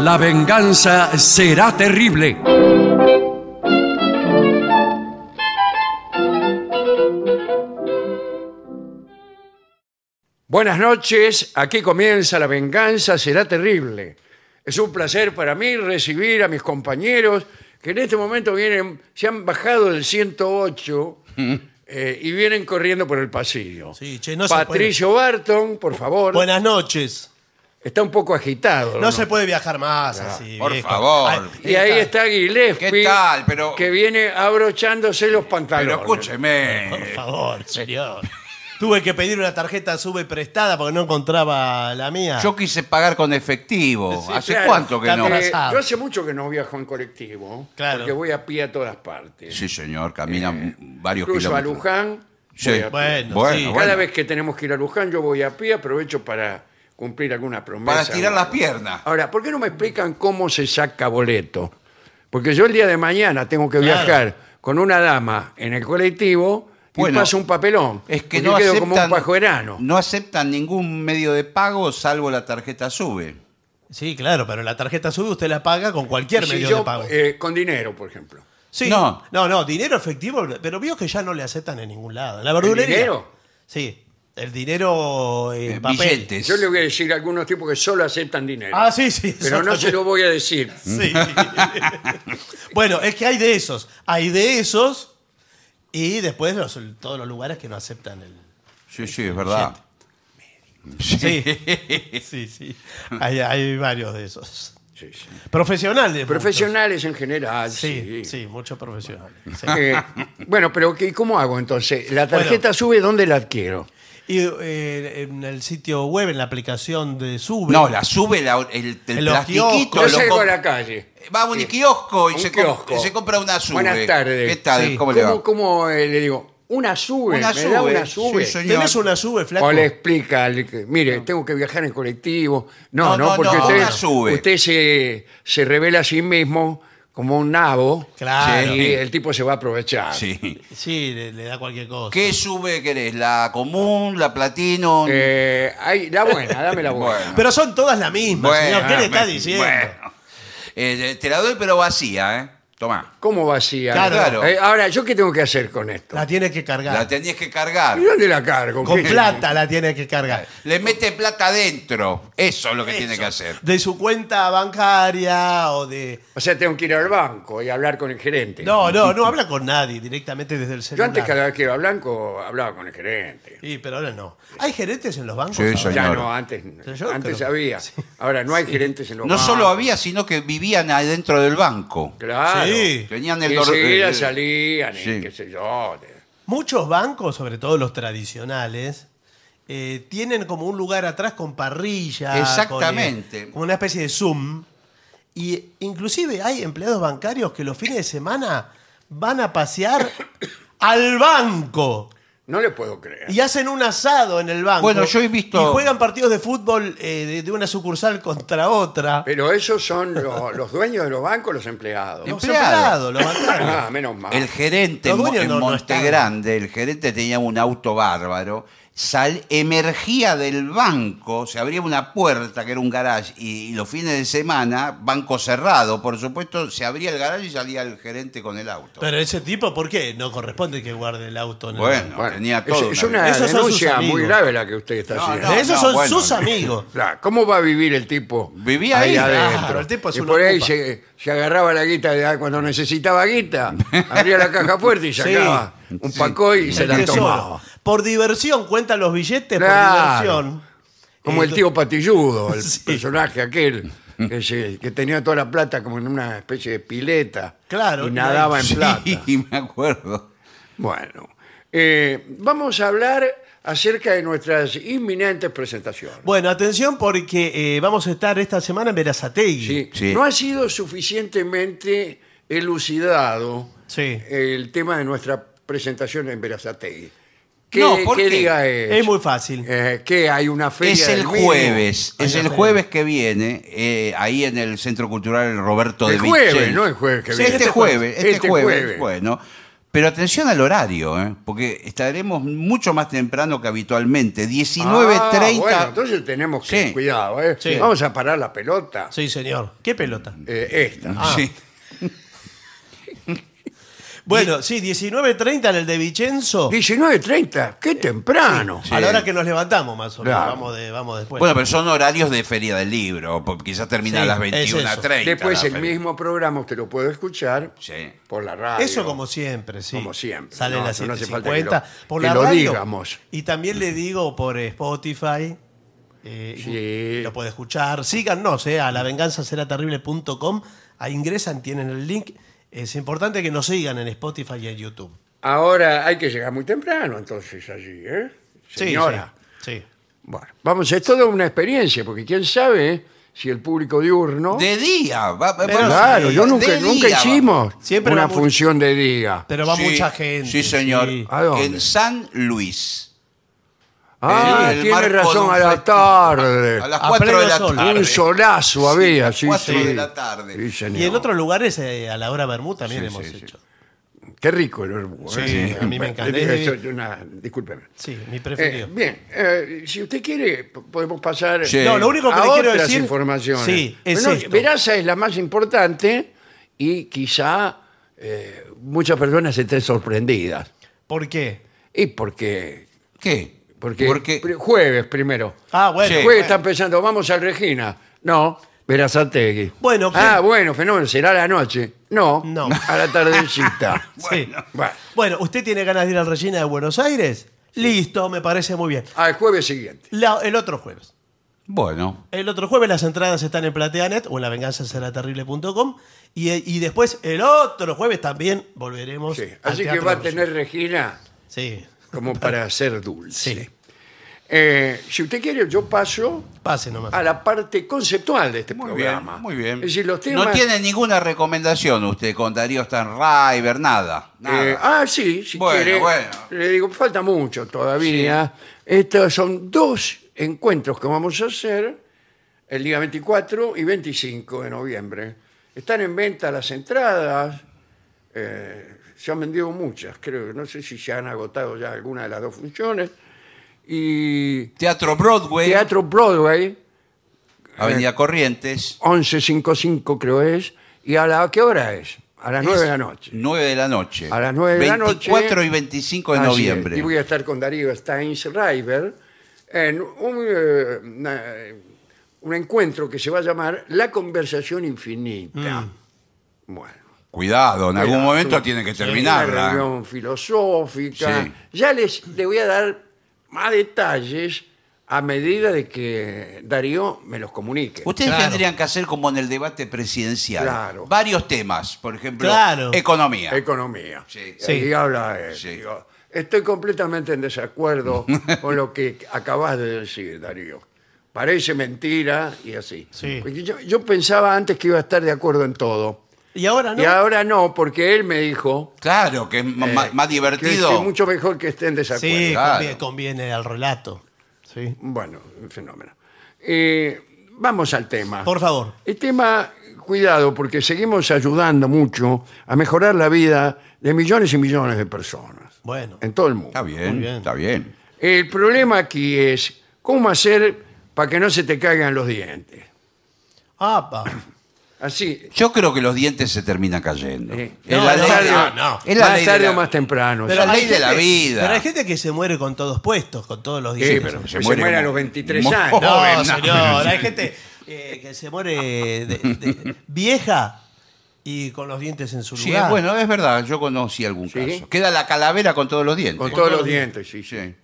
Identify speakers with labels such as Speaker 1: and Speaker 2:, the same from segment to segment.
Speaker 1: La venganza será terrible. Buenas noches, aquí comienza La venganza será terrible. Es un placer para mí recibir a mis compañeros que en este momento vienen, se han bajado del 108 eh, y vienen corriendo por el pasillo.
Speaker 2: Sí, che, no se
Speaker 1: Patricio Barton, por favor.
Speaker 2: Buenas noches.
Speaker 1: Está un poco agitado.
Speaker 2: No, se puede viajar más así.
Speaker 3: por
Speaker 2: viejo.
Speaker 3: favor.
Speaker 1: Ah, Y ahí está Gillespie.
Speaker 3: ¿Qué tal? Pero-
Speaker 1: Que viene abrochándose los pantalones.
Speaker 3: Pero escúcheme.
Speaker 2: Por favor, señor. Tuve que pedir una tarjeta sube prestada porque no encontraba la mía.
Speaker 3: Yo quise pagar con efectivo.
Speaker 2: Sí,
Speaker 3: ¿Hace
Speaker 1: Ah. Claro,
Speaker 3: cuánto que no?
Speaker 2: también-
Speaker 1: eh,
Speaker 2: Atrasado.
Speaker 1: yo hace mucho que no viajo en colectivo.
Speaker 2: Claro.
Speaker 1: Porque voy a pie a todas partes.
Speaker 3: Sí, señor, camina varios
Speaker 1: Incluso a
Speaker 3: kilómetros.
Speaker 1: Luján.
Speaker 3: Sí.
Speaker 1: Eh, voy a pie.
Speaker 2: Bueno,
Speaker 3: Bueno,
Speaker 2: sí.
Speaker 1: Cada vez que tenemos que ir a Luján, yo voy a pie, aprovecho para cumplir alguna promesa.
Speaker 3: Para estirar
Speaker 1: o
Speaker 3: las
Speaker 1: algo.
Speaker 3: piernas.
Speaker 1: Ahora, ¿por qué no me explican cómo se saca boleto? Porque yo el día de mañana tengo que
Speaker 2: Claro.
Speaker 1: viajar con una dama en el colectivo y
Speaker 3: Bueno,
Speaker 1: paso un papelón.
Speaker 3: Es que
Speaker 1: porque
Speaker 3: no
Speaker 1: quedo
Speaker 3: aceptan,
Speaker 1: como un pajuerano.
Speaker 3: no aceptan ningún medio de pago salvo la tarjeta SUBE.
Speaker 2: Sí, claro, pero la tarjeta sube usted la paga con cualquier
Speaker 1: Si
Speaker 2: medio
Speaker 1: yo,
Speaker 2: de pago.
Speaker 1: eh, con dinero, por ejemplo.
Speaker 2: sí.
Speaker 3: no.
Speaker 2: No. no, dinero efectivo, pero vio que ya no le aceptan en ningún lado. La verdulería.
Speaker 1: dinero?
Speaker 2: Sí, el dinero en
Speaker 3: Eh,
Speaker 2: papel.
Speaker 3: billetes.
Speaker 1: Yo le voy a decir a algunos tipos que solo aceptan dinero.
Speaker 2: Ah, sí, sí.
Speaker 1: pero
Speaker 2: eso
Speaker 1: no se
Speaker 2: también.
Speaker 1: lo voy a decir.
Speaker 2: Sí. bueno, es que hay de esos. Hay de esos y después los- todos los lugares que no aceptan el.
Speaker 3: Sí, sí, es verdad.
Speaker 2: Sí, sí, sí. Hay, hay varios de esos.
Speaker 1: Sí, sí.
Speaker 2: Profesionales. muchos.
Speaker 1: Profesionales en general.
Speaker 2: Sí, sí, muchos profesionales. sí.
Speaker 1: Eh, bueno, pero ¿qué- ¿cómo hago entonces? ¿La tarjeta sube dónde la adquiero?
Speaker 2: Y eh, en el sitio web, en la aplicación de Sube.
Speaker 3: No, la SUBE, la- el, el
Speaker 2: En los
Speaker 3: plastiquito.
Speaker 2: kioscos.
Speaker 1: Yo
Speaker 3: lo
Speaker 1: salgo
Speaker 3: com-
Speaker 1: a la calle.
Speaker 3: Va a un
Speaker 1: Sí.
Speaker 3: kiosco y
Speaker 1: Un
Speaker 3: se, com-
Speaker 1: kiosco.
Speaker 3: se compra una SUBE.
Speaker 1: Buenas tardes.
Speaker 3: ¿Qué tal?
Speaker 2: Sí.
Speaker 3: ¿Cómo le va?
Speaker 1: ¿Cómo, cómo, eh, le digo? Una sube,
Speaker 3: Una
Speaker 1: me da
Speaker 3: sube,
Speaker 1: una sube.
Speaker 3: sí, señor.
Speaker 2: ¿Tenés una Sube, flaco?
Speaker 1: o le explica, al que, mire, tengo que viajar en colectivo. No,
Speaker 3: No,
Speaker 1: no,
Speaker 3: no,
Speaker 1: porque
Speaker 3: no,
Speaker 1: usted,
Speaker 3: una sube.
Speaker 1: usted se, se revela a sí mismo como un nabo
Speaker 2: Claro.
Speaker 1: y el tipo se va a aprovechar.
Speaker 3: Sí.
Speaker 2: Sí, le, le da cualquier cosa.
Speaker 3: ¿Qué SUBE querés? ¿La común, la platino?
Speaker 1: Eh, ay, la buena, dame la buena.
Speaker 3: Bueno.
Speaker 2: Pero son todas la misma, señor. ¿Qué le está
Speaker 3: me-
Speaker 2: diciendo?
Speaker 3: ah, bueno. Eh, te la doy, pero vacía, ¿eh? Tomá.
Speaker 1: ¿Cómo vacía?
Speaker 2: Claro.
Speaker 3: Claro.
Speaker 1: Eh, ahora, ¿yo qué tengo que hacer con esto?
Speaker 2: La tiene que
Speaker 3: La
Speaker 2: cargar.
Speaker 3: tenías que cargar.
Speaker 1: ¿Y dónde la cargo?
Speaker 2: Con
Speaker 1: ¿Qué-
Speaker 2: plata la tiene que cargar.
Speaker 3: Le mete plata adentro. Eso es lo que tiene
Speaker 2: Eso.
Speaker 3: que hacer.
Speaker 2: De su cuenta bancaria o de.
Speaker 1: O sea, tengo que ir al banco y hablar con el gerente.
Speaker 2: No, no, no habla con nadie directamente desde el
Speaker 1: Eh, Yo
Speaker 2: celular.
Speaker 1: antes cada vez que iba al banco hablaba con el gerente.
Speaker 2: Sí, pero ahora no. ¿Hay gerentes en los bancos?
Speaker 3: Sí,
Speaker 2: ahora?
Speaker 3: señor.
Speaker 1: Ya no, antes,
Speaker 2: Yo
Speaker 1: antes
Speaker 2: creo-
Speaker 1: había. Ahora no hay gerentes en los
Speaker 3: No
Speaker 1: bancos.
Speaker 3: solo había, sino que vivían adentro del banco.
Speaker 1: Claro.
Speaker 2: Sí.
Speaker 3: Tenían
Speaker 1: Y
Speaker 3: el dor-
Speaker 1: enseguida
Speaker 3: el-
Speaker 1: salían, y
Speaker 3: Sí.
Speaker 1: qué sé yo.
Speaker 2: Muchos bancos, sobre todo los tradicionales, eh, tienen como un lugar atrás con parrilla. con, eh,
Speaker 3: Exactamente.
Speaker 2: como una especie de Zoom. Y inclusive hay empleados bancarios que los fines de semana van a pasear al banco.
Speaker 1: No le puedo creer.
Speaker 2: Y hacen un asado en el banco.
Speaker 3: Bueno, yo he visto-
Speaker 2: Y juegan partidos de fútbol eh, de, de una sucursal contra otra.
Speaker 3: Eh,
Speaker 1: Pero esos son los, los dueños de los bancos, los empleados.
Speaker 2: Los
Speaker 3: empleados.
Speaker 2: empleados, los bancarios.
Speaker 1: Ah, menos mal.
Speaker 3: El gerente
Speaker 2: Los
Speaker 3: en Mo-
Speaker 2: dueños
Speaker 3: en
Speaker 2: no- no
Speaker 3: Monte
Speaker 2: estaban.
Speaker 3: Grande, el gerente tenía un auto bárbaro. Sal, emergía del banco, se abría una puerta que era un garage y, y los fines de semana, banco cerrado, por supuesto, se abría el garage y salía el gerente con el auto.
Speaker 2: Pero ese tipo, ¿por qué? No corresponde que guarde el auto. en el-
Speaker 3: Bueno,
Speaker 1: Bueno,
Speaker 3: tenía
Speaker 1: es-
Speaker 3: todo.
Speaker 1: es,
Speaker 3: una
Speaker 1: una
Speaker 3: vida.
Speaker 2: Esos son
Speaker 1: denuncia
Speaker 2: sus amigos.
Speaker 1: muy grave la que usted está
Speaker 3: No,
Speaker 1: haciendo.
Speaker 3: no.
Speaker 2: De esos son
Speaker 3: bueno.
Speaker 2: sus amigos.
Speaker 1: Claro, ¿Cómo va a vivir el tipo?
Speaker 3: Vivía ahí.
Speaker 1: adentro.
Speaker 2: Claro, el tipo es
Speaker 1: y
Speaker 2: un
Speaker 1: por ahí
Speaker 2: ocupa.
Speaker 1: se, se agarraba la guita de- ah, cuando necesitaba guita, abría la caja fuerte y
Speaker 2: Sí.
Speaker 1: sacaba un
Speaker 3: Sí.
Speaker 1: pacoy y se
Speaker 2: El
Speaker 1: la
Speaker 2: tesoro.
Speaker 1: tomaba.
Speaker 2: Este Por diversión, cuentan los billetes
Speaker 1: Claro.
Speaker 2: por diversión.
Speaker 1: Como
Speaker 2: Eh,
Speaker 1: el tío Patilludo, el
Speaker 2: Sí.
Speaker 1: personaje aquel que, se- que tenía toda la plata como en una especie de pileta.
Speaker 2: Claro,
Speaker 1: Y nadaba en
Speaker 2: y
Speaker 1: plata.
Speaker 3: Sí, me acuerdo.
Speaker 1: Bueno, eh, vamos a hablar acerca de nuestras inminentes presentaciones.
Speaker 2: Bueno, atención porque eh, vamos a estar esta semana en Verazategui.
Speaker 1: Sí.
Speaker 3: Sí.
Speaker 1: No ha sido suficientemente elucidado
Speaker 2: Sí.
Speaker 1: el tema de nuestra presentación en Verazategui. ¿Qué,
Speaker 3: No, ¿por
Speaker 1: qué
Speaker 3: qué?
Speaker 1: día es?
Speaker 2: Es muy fácil.
Speaker 1: Eh, ¿Qué? ¿Hay una feria
Speaker 3: Es el
Speaker 1: del vino?
Speaker 3: jueves, es
Speaker 2: Ay,
Speaker 3: el
Speaker 2: la
Speaker 3: jueves que viene, eh, ahí en el Centro Cultural Roberto
Speaker 1: El
Speaker 3: de
Speaker 1: jueves,
Speaker 3: Michel.
Speaker 1: no el jueves que
Speaker 3: Sí,
Speaker 1: viene.
Speaker 3: Este jueves, este,
Speaker 1: Este
Speaker 3: jueves,
Speaker 1: jueves.
Speaker 3: bueno. Pero atención al horario, ¿eh? porque estaremos mucho más temprano que habitualmente, 19.30.
Speaker 1: Ah, bueno, entonces tenemos que
Speaker 3: Sí.
Speaker 1: cuidado, ¿eh?
Speaker 2: Sí.
Speaker 1: Vamos a parar la pelota.
Speaker 2: Sí, señor. ¿Qué pelota?
Speaker 1: eh, esta.
Speaker 3: Sí.
Speaker 2: Ah, Bueno, sí, 19.30 en el de
Speaker 3: oh.
Speaker 2: Vicenzo.
Speaker 1: 19.30, qué temprano.
Speaker 2: A la hora que nos levantamos, más o menos.
Speaker 1: Claro.
Speaker 2: Vamos, de, vamos después.
Speaker 3: Bueno, pero son horarios de feria del libro, porque quizás termina
Speaker 2: Sí,
Speaker 3: a las
Speaker 2: es
Speaker 3: 21.30.
Speaker 1: Después
Speaker 3: la
Speaker 1: el
Speaker 3: feria.
Speaker 1: mismo programa usted lo puede escuchar
Speaker 3: Sí.
Speaker 1: por la radio.
Speaker 2: Eso como siempre, sí.
Speaker 1: Como siempre.
Speaker 2: Sale
Speaker 1: No,
Speaker 2: a las
Speaker 1: eso no hace
Speaker 2: 7.50.
Speaker 1: falta que lo-
Speaker 2: por
Speaker 1: que
Speaker 2: la
Speaker 1: lo
Speaker 2: radio.
Speaker 1: digamos.
Speaker 2: Y también le digo por eh, Spotify. eh,
Speaker 1: Sí.
Speaker 2: Lo puede escuchar. Síganos eh, a lavenganzaseraterrible.com. Ahí ingresan, tienen el link. Es importante que nos sigan en Spotify y en YouTube.
Speaker 1: Ahora hay que llegar muy temprano entonces allí, ¿eh?
Speaker 2: Sí,
Speaker 1: Señora.
Speaker 2: Sí. sí.
Speaker 1: Bueno, vamos, es toda una experiencia, porque quién sabe si el público diurno...
Speaker 3: De día. va- va-
Speaker 2: Pero-
Speaker 3: bueno,
Speaker 1: claro,
Speaker 3: sí,
Speaker 1: yo
Speaker 3: de
Speaker 1: nunca,
Speaker 3: día
Speaker 1: nunca
Speaker 3: va.
Speaker 1: hicimos
Speaker 2: Siempre
Speaker 1: una
Speaker 2: va mucho-
Speaker 1: función de día.
Speaker 2: Pero va
Speaker 3: Sí,
Speaker 2: mucha gente.
Speaker 3: Sí, señor.
Speaker 2: sí.
Speaker 1: ¿A dónde?
Speaker 3: En San Luis. Eh,
Speaker 1: Ah,
Speaker 3: el
Speaker 1: tiene
Speaker 3: marco de
Speaker 1: razón,
Speaker 3: un
Speaker 1: a la
Speaker 3: festi-
Speaker 1: tarde.
Speaker 3: A las
Speaker 2: A
Speaker 3: 4 de
Speaker 2: pleno
Speaker 3: la
Speaker 2: sol.
Speaker 3: tarde.
Speaker 1: Un solazo había, sí,
Speaker 3: cuatro
Speaker 1: sí.
Speaker 3: de la tarde.
Speaker 1: Sí, señor.
Speaker 2: Y en otros lugares eh, a la hora Bermú también hemos hecho.
Speaker 1: Qué rico el verbo.
Speaker 2: Sí,
Speaker 1: ¿eh?
Speaker 2: a mí me encanta.
Speaker 1: Digo, eso es una- discúlpeme.
Speaker 2: Sí, mi
Speaker 1: Eh,
Speaker 2: preferido.
Speaker 1: bien, eh, si usted quiere, p- podemos pasar
Speaker 3: Sí.
Speaker 2: no, lo único que
Speaker 1: a
Speaker 2: le quiero
Speaker 1: otras
Speaker 2: decir.
Speaker 1: informaciones.
Speaker 2: Sí, es
Speaker 1: Bueno,
Speaker 2: esto.
Speaker 1: Veraza es la más importante y quizá eh, muchas personas estén sorprendidas.
Speaker 2: ¿Por qué?
Speaker 1: ¿Y por qué?
Speaker 3: ¿Qué?
Speaker 1: Porque,
Speaker 3: Porque-
Speaker 1: pr- jueves primero.
Speaker 2: Ah, bueno.
Speaker 3: Sí.
Speaker 1: jueves están pensando, vamos al Regina. No, Verazategui.
Speaker 2: Bueno, ¿qué?
Speaker 1: Ah, bueno, fenómeno, será a la noche. No,
Speaker 2: No.
Speaker 1: a la tardecita.
Speaker 2: Sí.
Speaker 1: bueno,
Speaker 2: Bueno, ¿usted tiene ganas de ir al Regina de Buenos Aires? Listo, me parece muy bien.
Speaker 1: al jueves siguiente.
Speaker 2: La- el otro jueves.
Speaker 3: Bueno.
Speaker 2: El otro jueves las entradas están en plateanet o en lavenganzaseraterrible.com y, y después el otro jueves también volveremos.
Speaker 1: Sí.
Speaker 2: al
Speaker 1: Así que
Speaker 2: Teatro
Speaker 1: va a
Speaker 2: Regina.
Speaker 1: tener Regina
Speaker 2: Sí,
Speaker 1: como para ser dulce.
Speaker 2: sí.
Speaker 1: Eh, si usted quiere, yo paso
Speaker 2: Pase nomás.
Speaker 1: a la parte conceptual de este
Speaker 3: Muy bien,
Speaker 1: programa.
Speaker 3: muy bien.
Speaker 1: Es decir, los temas.
Speaker 3: No tiene ninguna recomendación usted con Darío Stanriver, nada. nada.
Speaker 1: eh, ah, sí, si
Speaker 3: Bueno,
Speaker 1: quiere.
Speaker 3: bueno.
Speaker 1: Le digo, falta mucho todavía. Estos son dos encuentros que vamos a hacer el día 24 y 25 de noviembre. Están en venta las entradas. eh, se han vendido muchas, creo. No sé si se han agotado ya alguna de las dos funciones. Y
Speaker 3: Teatro Broadway,
Speaker 1: Teatro Broadway,
Speaker 3: Avenida Corrientes,
Speaker 1: 11.55 creo es. ¿Y a la qué hora es? A las 9 de la noche.
Speaker 3: 9 de la noche.
Speaker 1: A las 9 de la noche.
Speaker 3: 24 y 25 de
Speaker 1: Así es.
Speaker 3: noviembre.
Speaker 1: Y voy a estar con Darío Steinsriver en un, eh, una- un encuentro que se va a llamar La Conversación Infinita. Bueno.
Speaker 3: Cuidado, Mm. en algún
Speaker 1: Cuidado,
Speaker 3: momento
Speaker 1: sí.
Speaker 3: tiene que
Speaker 1: Una
Speaker 3: terminarla.
Speaker 1: reunión filosófica.
Speaker 3: Sí.
Speaker 1: Ya les, le voy a dar más detalles a medida de que Darío me los comunique.
Speaker 3: Ustedes
Speaker 2: Claro.
Speaker 3: tendrían que hacer como en el debate presidencial.
Speaker 1: Claro.
Speaker 3: Varios temas, por ejemplo,
Speaker 2: Claro.
Speaker 3: economía.
Speaker 1: Economía.
Speaker 3: Sí.
Speaker 2: Sí.
Speaker 1: Y habla él.
Speaker 3: Sí.
Speaker 1: Digo, estoy completamente en desacuerdo con lo que acabas de decir, Darío. Parece mentira y así.
Speaker 2: Sí.
Speaker 1: Porque yo, yo pensaba antes que iba a estar de acuerdo en todo.
Speaker 2: Y ahora Ah, no.
Speaker 1: Y ahora no, porque él me dijo
Speaker 3: claro, que es ma-
Speaker 1: eh,
Speaker 3: ma- más
Speaker 1: que
Speaker 3: divertido.
Speaker 1: es mucho mejor que esté en desacuerdo.
Speaker 2: sí,
Speaker 3: Claro.
Speaker 2: conviene, conviene al relato. Sí.
Speaker 1: Bueno, un fenómeno. Eh, vamos al tema.
Speaker 2: Por favor.
Speaker 1: El tema, cuidado, porque seguimos ayudando mucho a mejorar la vida de millones y millones de personas
Speaker 2: Bueno.
Speaker 1: en todo el mundo.
Speaker 3: Está bien,
Speaker 2: Muy bien.
Speaker 3: está bien.
Speaker 1: El problema aquí es cómo hacer para que no se te caigan los dientes.
Speaker 2: Apa.
Speaker 1: Así, eh,
Speaker 3: Yo creo que los dientes se terminan cayendo.
Speaker 1: Sí.
Speaker 3: Es
Speaker 2: No, no,
Speaker 3: la ley de-
Speaker 2: no, no.
Speaker 3: es la
Speaker 1: más
Speaker 3: ley de
Speaker 1: tarde
Speaker 3: la-
Speaker 1: o más temprano.
Speaker 3: Pero
Speaker 1: sí.
Speaker 3: la ley
Speaker 2: hay
Speaker 3: de la
Speaker 2: gente-
Speaker 3: vida.
Speaker 2: Pero hay gente que se muere con todos puestos, con todos los
Speaker 1: Sí,
Speaker 2: dientes.
Speaker 1: pero
Speaker 3: se
Speaker 1: se,
Speaker 3: muere
Speaker 1: muere, a
Speaker 3: como-
Speaker 1: los 23
Speaker 3: como-
Speaker 1: años.
Speaker 2: No,
Speaker 3: Joven, no.
Speaker 2: señor, hay gente eh, que se muere de- de- vieja y con los dientes en su
Speaker 3: Sí,
Speaker 2: lugar.
Speaker 3: bueno, es verdad, yo conocí algún
Speaker 1: Sí.
Speaker 3: caso. Queda la calavera con todos los dientes.
Speaker 1: Con todos los dientes, sí, sí.
Speaker 3: Sí.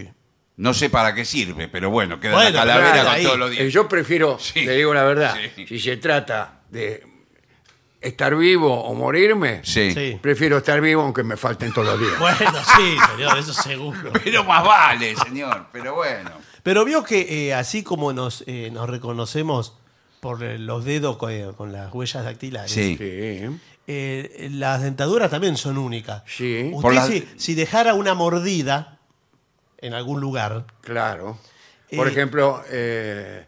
Speaker 2: Sí.
Speaker 3: No sé para qué sirve, pero bueno, queda
Speaker 2: Bueno,
Speaker 3: la calavera
Speaker 1: claro,
Speaker 3: con
Speaker 2: ahí.
Speaker 3: todos los
Speaker 1: Eh,
Speaker 3: dientes.
Speaker 1: Yo prefiero,
Speaker 3: Sí.
Speaker 1: le digo la verdad,
Speaker 3: Sí.
Speaker 1: si se trata de estar vivo o morirme,
Speaker 3: Sí.
Speaker 2: Sí.
Speaker 1: prefiero estar vivo aunque me falten todos los días.
Speaker 2: Bueno, sí, señor, eso seguro.
Speaker 3: Pero más vale, señor, pero bueno.
Speaker 2: Pero vio que eh, así como nos, eh, nos reconocemos por eh, los dedos co- eh, con, las huellas dactilares,
Speaker 3: Sí.
Speaker 1: Sí.
Speaker 2: eh, las dentaduras también son únicas.
Speaker 1: Sí.
Speaker 2: Usted
Speaker 3: Por las-
Speaker 2: si, si dejara una mordida en algún lugar,
Speaker 1: Claro. Por
Speaker 2: Eh,
Speaker 1: ejemplo, eh,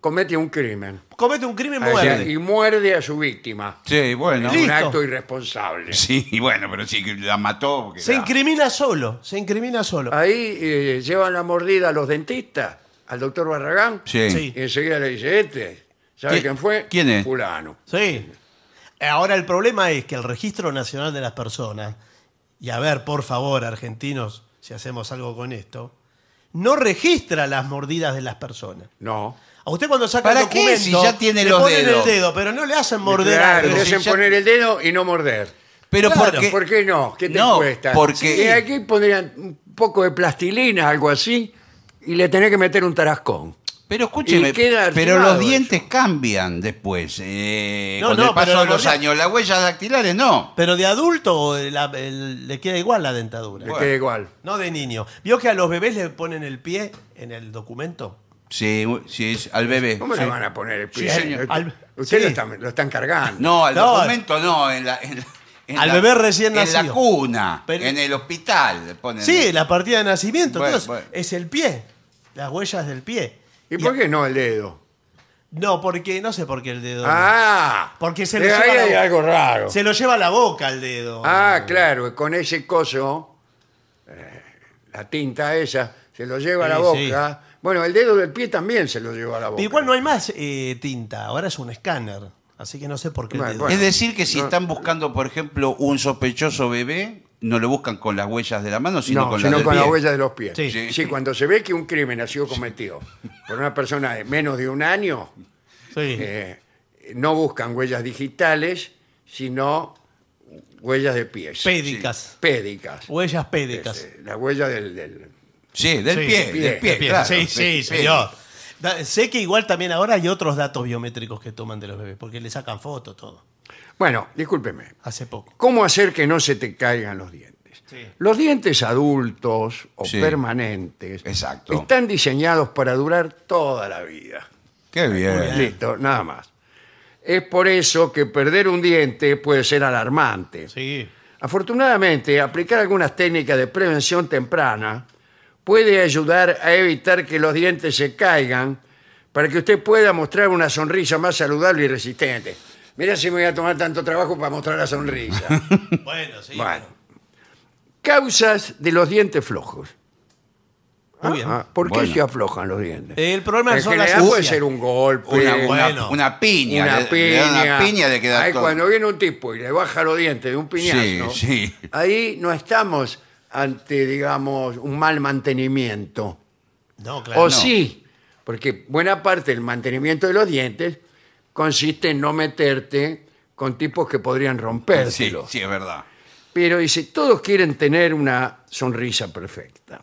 Speaker 1: comete un crimen
Speaker 2: Comete un
Speaker 3: Ah,
Speaker 2: crimen,
Speaker 1: O sea,
Speaker 2: muerde.
Speaker 1: y muerde a su víctima.
Speaker 3: Sí, bueno.
Speaker 1: Un
Speaker 2: Listo.
Speaker 1: acto irresponsable.
Speaker 3: Sí, bueno, pero sí, que la mató. porque
Speaker 2: Se
Speaker 3: era-
Speaker 2: incrimina solo, se incrimina solo.
Speaker 1: Ahí eh, llevan la mordida a los dentistas, al doctor Barragán,
Speaker 3: Sí.
Speaker 2: Sí.
Speaker 1: y enseguida le dice, este, ¿sabe
Speaker 3: ¿Qui-
Speaker 1: quién fue?
Speaker 3: quién es?
Speaker 1: Fulano.
Speaker 2: Sí. Ahora el problema es que el Registro Nacional de las Personas, y a ver, por favor, argentinos, si hacemos algo con esto, no registra las mordidas de las personas.
Speaker 1: No.
Speaker 2: A usted cuando saca el
Speaker 3: ¿Para qué?
Speaker 2: documento,
Speaker 3: Si ya tiene
Speaker 2: le
Speaker 3: los
Speaker 2: ponen
Speaker 3: dedos.
Speaker 2: el dedo, pero no le hacen morder
Speaker 1: Claro,
Speaker 2: algo.
Speaker 1: le hacen
Speaker 3: si ya-
Speaker 1: poner el dedo y no morder.
Speaker 3: Pero
Speaker 2: Claro,
Speaker 3: porque.
Speaker 1: ¿Por qué no? ¿Qué te
Speaker 3: No,
Speaker 1: cuesta?
Speaker 3: porque-
Speaker 1: Y aquí pondrían un poco de plastilina, algo así, y le tenés que meter un tarascón.
Speaker 3: Pero escúcheme,
Speaker 1: Y queda
Speaker 3: pero
Speaker 1: archivado
Speaker 3: los dientes cambian después. eh,
Speaker 2: No,
Speaker 3: con
Speaker 2: no,
Speaker 3: el paso
Speaker 2: pero
Speaker 3: de los
Speaker 2: los di-
Speaker 3: años. Las huellas dactilares no.
Speaker 2: Pero de adulto eh, la- el- le queda igual la dentadura.
Speaker 1: Le queda igual.
Speaker 2: No de niño. ¿Vio que a los bebés le ponen el pie en el documento?
Speaker 3: Sí, sí, es al bebé.
Speaker 1: ¿Cómo
Speaker 3: Sí.
Speaker 1: le van a poner el pie?
Speaker 3: señor.
Speaker 2: Al-
Speaker 1: Usted
Speaker 2: sí.
Speaker 1: lo, están, lo están cargando.
Speaker 3: No, al
Speaker 2: No,
Speaker 3: documento no. En la, en la- en
Speaker 2: Al
Speaker 3: la-
Speaker 2: bebé recién
Speaker 3: En la
Speaker 2: nacido.
Speaker 3: cuna,
Speaker 2: Pero-
Speaker 3: en el hospital. le ponen.
Speaker 2: Sí, la partida de nacimiento.
Speaker 3: Bueno,
Speaker 2: entonces,
Speaker 3: bueno.
Speaker 2: es el pie. Las huellas del pie.
Speaker 1: ¿Y por qué no el dedo?
Speaker 2: No, porque no sé por qué el dedo.
Speaker 1: Ah,
Speaker 2: Porque se
Speaker 1: de
Speaker 2: lo
Speaker 1: ahí
Speaker 2: lleva la
Speaker 1: hay
Speaker 2: boca.
Speaker 1: algo raro.
Speaker 2: Se lo lleva a la boca el dedo.
Speaker 1: Ah, claro, con ese coso, eh, la tinta esa, se lo lleva a la
Speaker 2: Sí, sí.
Speaker 1: boca. Bueno, el dedo del pie también se lo lleva a la boca.
Speaker 2: Igual no hay más eh, tinta, ahora es un escáner. Así que no sé por qué. el
Speaker 1: Bueno,
Speaker 2: dedo.
Speaker 1: bueno.
Speaker 3: Es decir, que si están buscando, por ejemplo, un sospechoso bebé, no lo buscan con las huellas de la mano, sino
Speaker 1: No,
Speaker 3: con,
Speaker 1: sino
Speaker 3: las del
Speaker 1: con la
Speaker 3: pie.
Speaker 1: huella de los pies.
Speaker 2: Sí.
Speaker 1: Sí. cuando se ve que un crimen ha sido cometido por una persona de menos de un año,
Speaker 2: Sí.
Speaker 1: eh, no buscan huellas digitales, sino huellas de pies.
Speaker 2: Pédicas.
Speaker 1: Pédicas.
Speaker 2: Huellas pédicas.
Speaker 1: Este, la huella del, del-
Speaker 3: Sí, del
Speaker 2: Sí,
Speaker 3: pie,
Speaker 2: del
Speaker 3: del pie,
Speaker 2: Bien,
Speaker 3: claro,
Speaker 2: sí,
Speaker 3: del
Speaker 2: sí,
Speaker 3: pie.
Speaker 2: señor. Da- sé que igual también ahora hay otros datos biométricos que toman de los bebés, porque le sacan fotos, todo.
Speaker 1: Bueno, discúlpeme.
Speaker 2: Hace poco.
Speaker 1: ¿Cómo hacer que no se te caigan los dientes?
Speaker 2: Sí.
Speaker 1: Los dientes adultos o
Speaker 3: Sí.
Speaker 1: permanentes
Speaker 3: Exacto.
Speaker 1: están diseñados para durar toda la vida.
Speaker 3: Qué bien.
Speaker 1: Listo, nada más. Es por eso que perder un diente puede ser alarmante.
Speaker 2: Sí.
Speaker 1: Afortunadamente, aplicar algunas técnicas de prevención temprana puede ayudar a evitar que los dientes se caigan para que usted pueda mostrar una sonrisa más saludable y resistente. Mira si me voy a tomar tanto trabajo para mostrar la sonrisa.
Speaker 2: Bueno, sí.
Speaker 1: Bueno. Causas de los dientes flojos.
Speaker 2: Muy bien.
Speaker 1: Ah, ¿Por qué
Speaker 3: Bueno.
Speaker 1: se aflojan los dientes?
Speaker 2: El problema
Speaker 1: en
Speaker 2: son las
Speaker 1: general puede
Speaker 2: ansias.
Speaker 1: ser un golpe,
Speaker 3: Una,
Speaker 1: una,
Speaker 3: una-
Speaker 2: bueno.
Speaker 3: una piña. le- le dan
Speaker 1: piña.
Speaker 3: una piña de quedar
Speaker 1: ahí
Speaker 3: todo-
Speaker 1: cuando viene un tipo y le baja los dientes de un piñazo,
Speaker 3: Sí, sí.
Speaker 1: ahí no estamos ante, digamos, un mal mantenimiento.
Speaker 2: No,
Speaker 1: o
Speaker 2: claro. no.
Speaker 1: sí, porque buena parte del mantenimiento de los dientes consiste en no meterte con tipos que podrían
Speaker 3: Sí,
Speaker 1: rompérselos.
Speaker 3: sí, es verdad.
Speaker 1: Pero dice, todos quieren tener una sonrisa perfecta.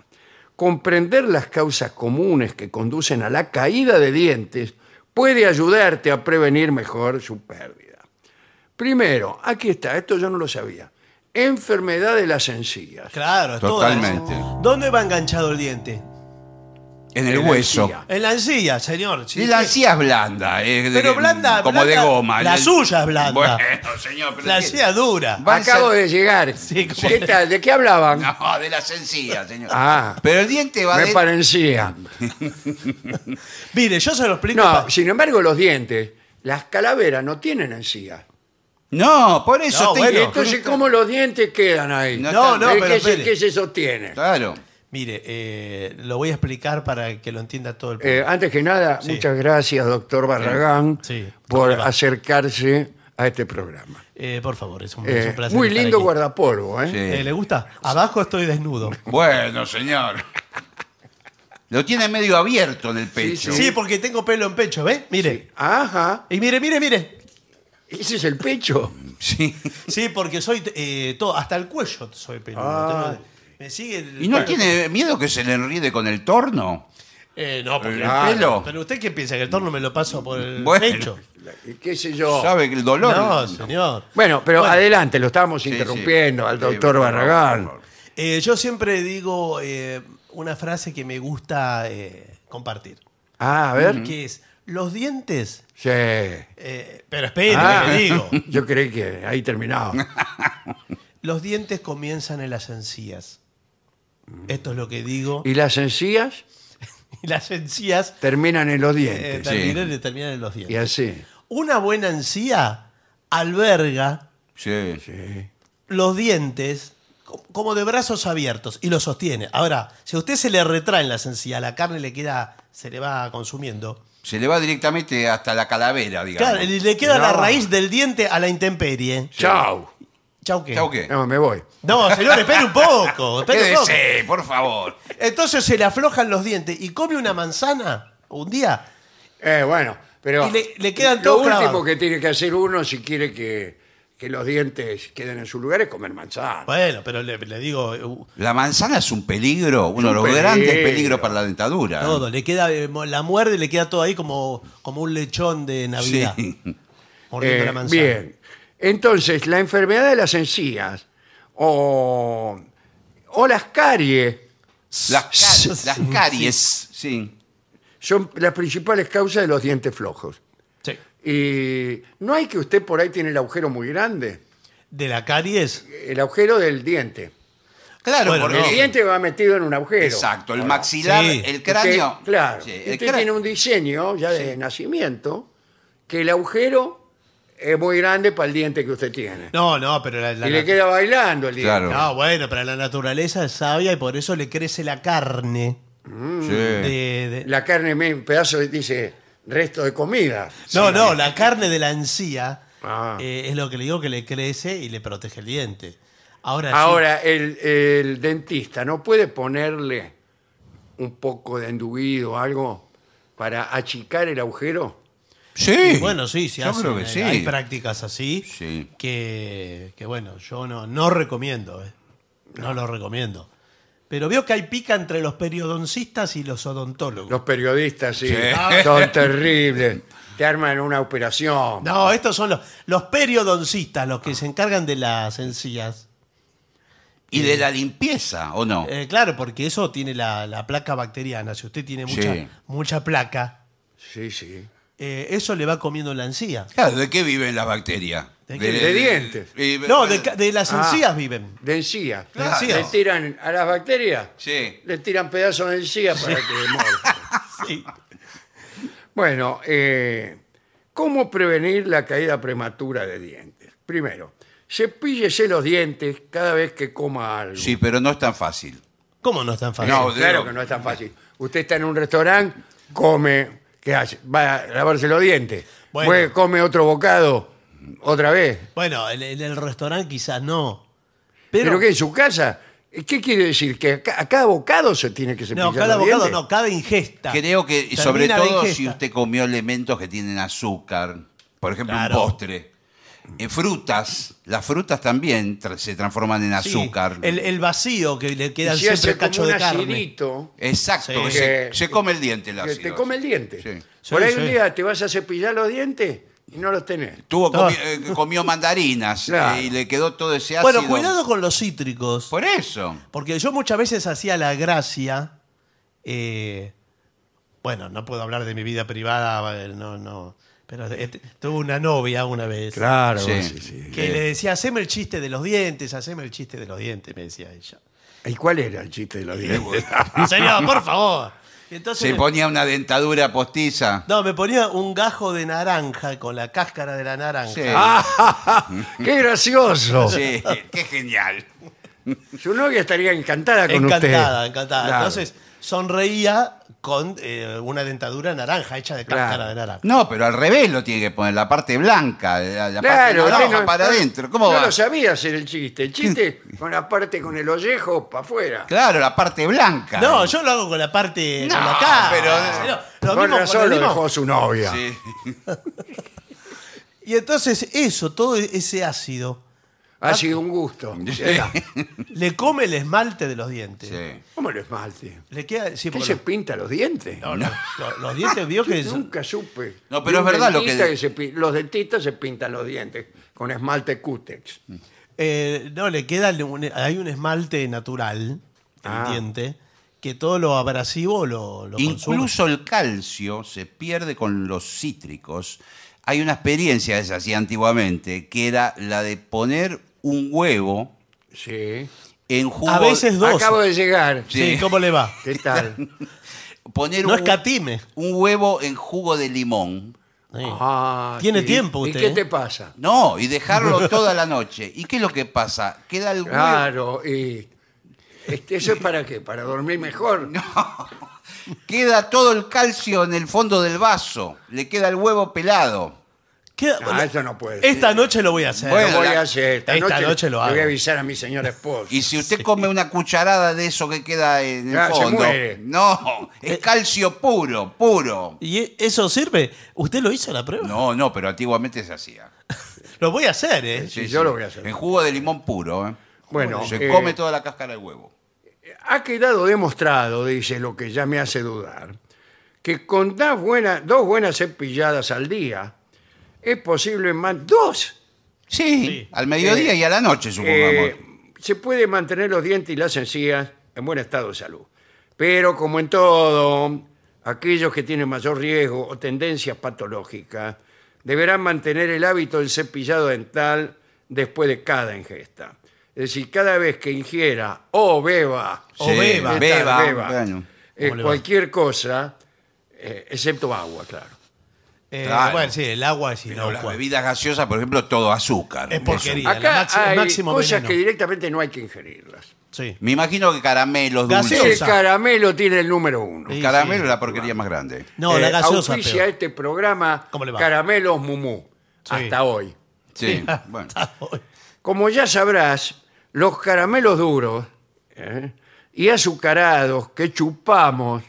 Speaker 1: Comprender las causas comunes que conducen a la caída de dientes puede ayudarte a prevenir mejor su pérdida. Primero, aquí está, esto yo no lo sabía. Enfermedad de las encías.
Speaker 2: Claro, es
Speaker 3: Totalmente.
Speaker 2: todo. eso. ¿Dónde va enganchado el diente?
Speaker 3: En el
Speaker 1: En la
Speaker 3: hueso.
Speaker 1: encía.
Speaker 2: En la encía, señor. Sí,
Speaker 3: Y la
Speaker 2: sí.
Speaker 3: encía es blanda. eh,
Speaker 2: Pero
Speaker 3: de-
Speaker 2: blanda,
Speaker 3: Como
Speaker 2: blanda,
Speaker 3: de goma.
Speaker 2: la
Speaker 3: El-
Speaker 2: suya es blanda.
Speaker 3: Bueno, señor, pero
Speaker 2: La
Speaker 3: ¿qué-
Speaker 2: encía dura.
Speaker 3: Va-
Speaker 1: Acabo de llegar.
Speaker 2: Sí, ¿cómo
Speaker 1: ¿Qué
Speaker 2: es?
Speaker 1: tal? ¿De qué hablaban?
Speaker 3: No, de las encías, señor.
Speaker 1: Ah.
Speaker 3: Pero el diente va
Speaker 1: Me
Speaker 3: de...
Speaker 1: parecía.
Speaker 2: Mire, yo se lo explico. pa-
Speaker 1: No, sin embargo, los dientes, las calaveras no tienen encías.
Speaker 3: No, por eso
Speaker 2: No,
Speaker 3: está
Speaker 2: bueno.
Speaker 1: Y entonces, ¿cómo los dientes quedan ahí?
Speaker 3: No,
Speaker 2: no, no,
Speaker 1: ¿El
Speaker 2: pero
Speaker 1: que, se,
Speaker 2: espere.
Speaker 1: que se sostiene?
Speaker 3: Claro.
Speaker 2: Mire, eh, lo voy a explicar para que lo entienda todo el público.
Speaker 1: Eh, antes que nada, muchas gracias, doctor Barragán,
Speaker 2: Sí.
Speaker 1: por
Speaker 2: Doctor Bar-
Speaker 1: acercarse a este programa.
Speaker 2: Eh, por favor, es un, es
Speaker 1: Eh,
Speaker 2: un placer.
Speaker 1: muy
Speaker 2: estar
Speaker 1: lindo
Speaker 2: aquí.
Speaker 1: guardapolvo, ¿eh?
Speaker 3: Sí.
Speaker 2: Eh, ¿Le gusta? Abajo estoy desnudo.
Speaker 3: Bueno, señor. Lo tiene medio abierto en el pecho.
Speaker 1: Sí.
Speaker 2: Sí, porque tengo pelo en pecho, ¿ve? Mire.
Speaker 1: Ajá,
Speaker 2: Y mire, mire, mire.
Speaker 1: ese es el pecho.
Speaker 3: Sí.
Speaker 2: Sí, porque soy eh, todo, hasta el cuello soy peludo.
Speaker 1: Ah.
Speaker 2: Tengo- Me sigue el-
Speaker 3: ¿Y no
Speaker 2: bueno,
Speaker 3: tiene miedo que se le enriede con el torno?
Speaker 2: eh, no, porque
Speaker 3: el
Speaker 2: claro.
Speaker 3: pelo?
Speaker 2: Pero usted qué piensa que el torno me lo paso por el
Speaker 3: Bueno.
Speaker 2: pecho.
Speaker 1: Y ¿Qué sé yo?
Speaker 3: ¿Sabe que el dolor?
Speaker 2: No, señor.
Speaker 1: Bueno, pero
Speaker 2: Bueno.
Speaker 1: adelante, lo estábamos
Speaker 3: Sí, sí.
Speaker 1: interrumpiendo al
Speaker 3: Sí,
Speaker 1: doctor
Speaker 3: por favor,
Speaker 1: Barragán.
Speaker 3: por favor.
Speaker 2: Eh, yo siempre digo eh, una frase que me gusta eh, compartir,
Speaker 1: Ah, a ver.
Speaker 2: que es los dientes.
Speaker 1: Sí.
Speaker 2: eh, pero espere,
Speaker 1: Ah,
Speaker 2: que le digo.
Speaker 1: Yo creí que ahí terminaba.
Speaker 2: Los dientes
Speaker 1: Mm.
Speaker 2: comienzan en las encías. Esto es lo que digo.
Speaker 1: ¿Y las encías?
Speaker 2: y las encías
Speaker 1: Terminan en los
Speaker 2: eh,
Speaker 1: dientes.
Speaker 2: terminan, terminan en los dientes.
Speaker 1: Y así.
Speaker 2: Una buena encía alberga
Speaker 3: Sí.
Speaker 2: los dientes co- como de brazos abiertos y los sostiene. Ahora, si a usted se le retraen las encías, la carne le queda, se le va consumiendo.
Speaker 3: Se le va directamente hasta la calavera, digamos.
Speaker 2: Claro, y le queda la
Speaker 1: No.
Speaker 2: raíz del diente a la intemperie.
Speaker 1: Chao.
Speaker 2: Chau qué.
Speaker 3: Chau, ¿qué?
Speaker 1: No, me voy.
Speaker 2: No, señor, espere un poco. Espere un poco.
Speaker 3: Quédese, por favor.
Speaker 2: Entonces se le aflojan los dientes y come una manzana un día.
Speaker 1: Eh, bueno, pero.
Speaker 2: Y le- le quedan
Speaker 1: lo
Speaker 2: todos
Speaker 1: último
Speaker 2: clavados.
Speaker 1: que tiene que hacer uno si quiere que, que los dientes queden en su lugar es comer manzana.
Speaker 2: Bueno, pero le, le digo, uh,
Speaker 3: La manzana es un peligro, uno de los
Speaker 1: peligro.
Speaker 3: grandes peligros para la
Speaker 1: Ah.
Speaker 3: dentadura.
Speaker 2: todo, le queda, eh, mo- la muerde le queda todo ahí como, como un lechón de
Speaker 3: Sí.
Speaker 2: Navidad. Mordiendo
Speaker 1: Eh,
Speaker 2: la manzana.
Speaker 1: bien. Entonces, la enfermedad de las encías o, o las caries
Speaker 3: Las, ca- las caries, sí.
Speaker 1: son las principales causas de los dientes flojos.
Speaker 2: Sí.
Speaker 1: Y no hay que usted por ahí tiene el agujero muy grande,
Speaker 2: De la caries.
Speaker 1: el agujero del diente.
Speaker 3: Claro,
Speaker 2: Bueno,
Speaker 3: porque
Speaker 2: no.
Speaker 1: El diente va metido en un agujero.
Speaker 3: Exacto, el
Speaker 1: Ahora,
Speaker 3: maxilar,
Speaker 2: Sí.
Speaker 3: el
Speaker 1: usted-
Speaker 3: cráneo.
Speaker 1: claro.
Speaker 3: Sí, el
Speaker 1: usted
Speaker 3: cráneo.
Speaker 1: tiene un diseño ya de nacimiento que el agujero es muy grande para el diente que usted tiene.
Speaker 2: No, no, pero la, la-
Speaker 1: y le queda bailando el diente.
Speaker 3: Claro.
Speaker 2: No, bueno, pero la naturaleza es sabia y por eso le crece la carne.
Speaker 3: Sí.
Speaker 2: de- de-
Speaker 1: Eh. La carne, un pedazo, dice, resto de comida.
Speaker 2: no, no, la carne de la encía
Speaker 1: Ah.
Speaker 2: eh, es lo que le digo que le crece y le protege el diente. Ahora, sí,
Speaker 1: Ahora, el, el dentista no puede ponerle un poco de enduido o algo para achicar el agujero.
Speaker 3: Sí.
Speaker 2: Bueno, sí, se
Speaker 3: Yo
Speaker 2: hacen,
Speaker 3: creo que
Speaker 2: eh,
Speaker 3: sí.
Speaker 2: hay prácticas así
Speaker 3: Sí.
Speaker 2: que, que, bueno, yo no, no recomiendo, eh. no lo recomiendo. Pero veo que hay pica entre los periodoncistas y los odontólogos.
Speaker 1: Los periodistas, sí,
Speaker 3: Sí.
Speaker 1: son terribles. Te arman una operación.
Speaker 2: No, estos son los, los periodoncistas, los que se encargan de las encías.
Speaker 3: Y de la limpieza, ¿o no?
Speaker 2: Eh, claro, porque eso tiene la, la placa bacteriana. Si usted tiene mucha,
Speaker 3: Sí.
Speaker 2: mucha placa,
Speaker 1: Sí, sí.
Speaker 2: eh, eso le va comiendo la encía.
Speaker 3: Claro, ¿de qué viven las bacterias?
Speaker 2: ¿De qué?
Speaker 1: De dientes.
Speaker 3: y-
Speaker 2: No, de, ca- de las
Speaker 1: Ah.
Speaker 2: encías viven.
Speaker 1: De encía.
Speaker 2: Claro.
Speaker 1: Le tiran a las bacterias,
Speaker 3: Sí.
Speaker 1: le tiran pedazos de encía para que muerdan.
Speaker 2: Sí.
Speaker 1: Bueno, eh, ¿cómo prevenir la caída prematura de dientes? Primero, cepíllese los dientes cada vez que coma algo.
Speaker 3: Sí, pero no es tan fácil.
Speaker 2: ¿Cómo no es tan fácil?
Speaker 3: No.
Speaker 1: claro
Speaker 3: digo-
Speaker 1: que no es tan fácil. Usted está en un restaurante, come, ¿qué hace? Va a lavarse los dientes.
Speaker 2: Bueno.
Speaker 1: Pues come otro bocado otra vez.
Speaker 2: Bueno, en, en el restaurante quizás no.
Speaker 1: ¿Pero,
Speaker 2: Pero,
Speaker 1: qué? ¿En su casa? ¿Qué quiere decir? ¿Que a, ca- a cada bocado se tiene que cepillar
Speaker 2: no, cada
Speaker 1: los
Speaker 2: bocado
Speaker 1: dientes?
Speaker 2: no, cada ingesta.
Speaker 3: Creo que, y
Speaker 2: Termina
Speaker 3: sobre
Speaker 2: la
Speaker 3: todo
Speaker 2: ingesta.
Speaker 3: si usted comió elementos que tienen azúcar, por ejemplo,
Speaker 2: Claro.
Speaker 3: un postre. Eh, frutas, las frutas también tra- se transforman en
Speaker 2: Sí,
Speaker 3: azúcar.
Speaker 2: el, el vacío que le queda
Speaker 1: Y si
Speaker 2: siempre
Speaker 1: hace
Speaker 2: el cacho
Speaker 1: como un
Speaker 2: de carne.
Speaker 1: acidito,
Speaker 2: Sí.
Speaker 3: Exacto, que se, se come el diente el
Speaker 1: que
Speaker 3: ácido.
Speaker 1: te come el diente.
Speaker 3: Sí.
Speaker 1: Por
Speaker 2: Sí,
Speaker 1: ahí un
Speaker 2: sí.
Speaker 1: día te vas a cepillar los dientes y no los tenés.
Speaker 3: Tuvo,
Speaker 2: No.
Speaker 3: comi- eh, que comió mandarinas
Speaker 1: Claro.
Speaker 3: eh, y le quedó todo ese ácido.
Speaker 2: Bueno, cuidado con los cítricos.
Speaker 3: Por eso.
Speaker 2: Porque yo muchas veces hacía la gracia. eh, bueno, no puedo hablar de mi vida privada, eh, no, no. Pero eh, t- tuve una novia una vez
Speaker 1: Claro,
Speaker 3: Sí.
Speaker 1: sí, sí.
Speaker 2: que le decía, haceme el chiste de los dientes, haceme el chiste de los dientes, me decía ella.
Speaker 1: ¿Y cuál era el chiste de los dientes?
Speaker 2: Señor, por favor. Y Entonces,
Speaker 3: Se
Speaker 2: me-
Speaker 3: ponía una dentadura postiza.
Speaker 2: no, me ponía un gajo de naranja con la cáscara de la naranja. Ah,
Speaker 3: Sí.
Speaker 1: ¡Qué gracioso!
Speaker 3: Sí, qué genial.
Speaker 1: Su novia estaría encantada Ah, con usted.
Speaker 2: Encantada, encantada.
Speaker 1: Claro.
Speaker 2: Entonces, sonreía con eh, una dentadura naranja hecha de cáscara
Speaker 1: Claro.
Speaker 2: de naranja.
Speaker 3: No, pero al revés lo tiene que poner, la parte blanca, la,
Speaker 1: Claro,
Speaker 3: la parte
Speaker 1: usted
Speaker 3: naranja para adentro. ¿Cómo
Speaker 1: no
Speaker 3: va?
Speaker 1: lo sabía hacer el chiste. El chiste con la parte con el ollejo para afuera.
Speaker 3: Claro, la parte blanca.
Speaker 2: No, yo lo hago con la parte
Speaker 3: No,
Speaker 2: con la cara.
Speaker 1: eh,
Speaker 3: pero-
Speaker 2: Señor, lo
Speaker 1: Con
Speaker 2: mismo-
Speaker 1: razón
Speaker 2: lo
Speaker 1: lo
Speaker 2: mismo.
Speaker 1: dejó su novia.
Speaker 3: Sí.
Speaker 2: Y entonces eso, todo ese ácido,
Speaker 1: Ha sido un gusto.
Speaker 2: le come el esmalte de los dientes.
Speaker 3: Sí.
Speaker 1: ¿Cómo lo esmalte?
Speaker 2: Le queda. sí,
Speaker 1: ¿Qué
Speaker 2: porque
Speaker 1: se
Speaker 2: los-
Speaker 1: pinta los dientes?
Speaker 2: no, los, los- los dientes vio que. es-
Speaker 1: Nunca supe.
Speaker 3: No, pero
Speaker 1: De un
Speaker 3: es verdad lo
Speaker 1: dentista
Speaker 3: que-
Speaker 1: se pi- los dentistas se pintan los dientes con esmalte cútex.
Speaker 2: eh, no, le queda. un- hay un esmalte natural en
Speaker 1: Ah.
Speaker 2: el diente que todo lo abrasivo lo, lo consume.
Speaker 3: Incluso el calcio se pierde con los cítricos. Hay una experiencia que se hacía antiguamente, que era la de poner un huevo
Speaker 1: Sí.
Speaker 3: en jugo.
Speaker 2: A veces- Es dos.
Speaker 1: Acabo de llegar.
Speaker 2: Sí,
Speaker 3: Sí.
Speaker 2: ¿cómo le va?
Speaker 1: ¿Qué tal?
Speaker 3: poner
Speaker 2: No
Speaker 3: un,
Speaker 2: escatime.
Speaker 3: un huevo en jugo de limón.
Speaker 2: Sí.
Speaker 1: Ah,
Speaker 2: Tiene
Speaker 1: ¿y-
Speaker 2: tiempo
Speaker 1: ¿Y
Speaker 2: usted,
Speaker 1: qué
Speaker 2: ¿eh?
Speaker 1: te pasa?
Speaker 3: No, y dejarlo toda la noche. ¿Y qué es lo que pasa? Queda el huevo.
Speaker 1: Claro, y este, eso es para qué, para dormir mejor.
Speaker 3: Queda todo el calcio en el fondo del vaso. Le queda el huevo pelado.
Speaker 2: ¿Qué-
Speaker 1: No, eso no puede. ser.
Speaker 2: Esta noche lo voy a hacer.
Speaker 1: Lo
Speaker 3: Bueno,
Speaker 1: voy
Speaker 3: la-
Speaker 1: a hacer. Esta,
Speaker 2: esta
Speaker 1: noche,
Speaker 2: noche lo
Speaker 1: le voy a
Speaker 2: hago.
Speaker 1: avisar a mi señora esposa.
Speaker 3: Y si usted come una cucharada de eso que queda en el
Speaker 1: Ah, se
Speaker 3: fondo.
Speaker 1: muere. Eh.
Speaker 3: No, es calcio puro, puro.
Speaker 2: ¿Y e- eso sirve? ¿Usted lo hizo la prueba?
Speaker 3: No, no, pero antiguamente se hacía.
Speaker 2: Lo voy a hacer, ¿eh?
Speaker 1: Sí, yo lo voy a hacer.
Speaker 3: En jugo de limón puro, ¿eh?
Speaker 1: Bueno,
Speaker 3: se
Speaker 1: eh,
Speaker 3: come toda la cáscara del huevo.
Speaker 1: Ha quedado demostrado, dice lo que ya me hace dudar, que con dos buenas, dos buenas cepilladas al día es posible más dos.
Speaker 3: Sí,
Speaker 2: Sí.
Speaker 3: al mediodía
Speaker 1: Eh,
Speaker 3: y a la noche, supongamos.
Speaker 1: Eh, se puede mantener los dientes y las encías en buen estado de salud. Pero como en todo, aquellos que tienen mayor riesgo o tendencias patológicas deberán mantener el hábito del cepillado dental después de cada ingesta. Es decir, cada vez que ingiera o beba
Speaker 2: o beba,
Speaker 3: beba,
Speaker 1: beba,
Speaker 3: bueno.
Speaker 1: eh,
Speaker 2: ¿Cómo le va?
Speaker 1: cualquier cosa, eh, excepto agua, claro.
Speaker 2: Eh,
Speaker 3: Claro.
Speaker 2: Bueno, sí, el agua es
Speaker 3: Pero las
Speaker 2: inocua.
Speaker 3: bebidas gaseosas, por ejemplo, todo azúcar.
Speaker 2: Es porquería. la
Speaker 1: Acá
Speaker 2: máxima-
Speaker 1: hay
Speaker 2: máximo
Speaker 1: cosas
Speaker 2: veneno.
Speaker 1: que directamente no hay que ingerirlas.
Speaker 2: Sí.
Speaker 3: Me imagino que caramelos dulces.
Speaker 1: El
Speaker 2: Gaseosa.
Speaker 1: caramelo tiene el número uno.
Speaker 2: Sí,
Speaker 3: El caramelo
Speaker 2: sí.
Speaker 3: es la porquería más grande.
Speaker 2: No, la
Speaker 1: Eh,
Speaker 2: gaseosa.
Speaker 1: auspicia
Speaker 2: peor.
Speaker 1: este programa
Speaker 2: ¿Cómo le va?
Speaker 1: Caramelos Mumú,
Speaker 2: Sí.
Speaker 1: hasta hoy.
Speaker 3: Sí, bueno.
Speaker 2: Ah,
Speaker 1: Como ya sabrás, los caramelos duros ¿eh? y azucarados que chupamos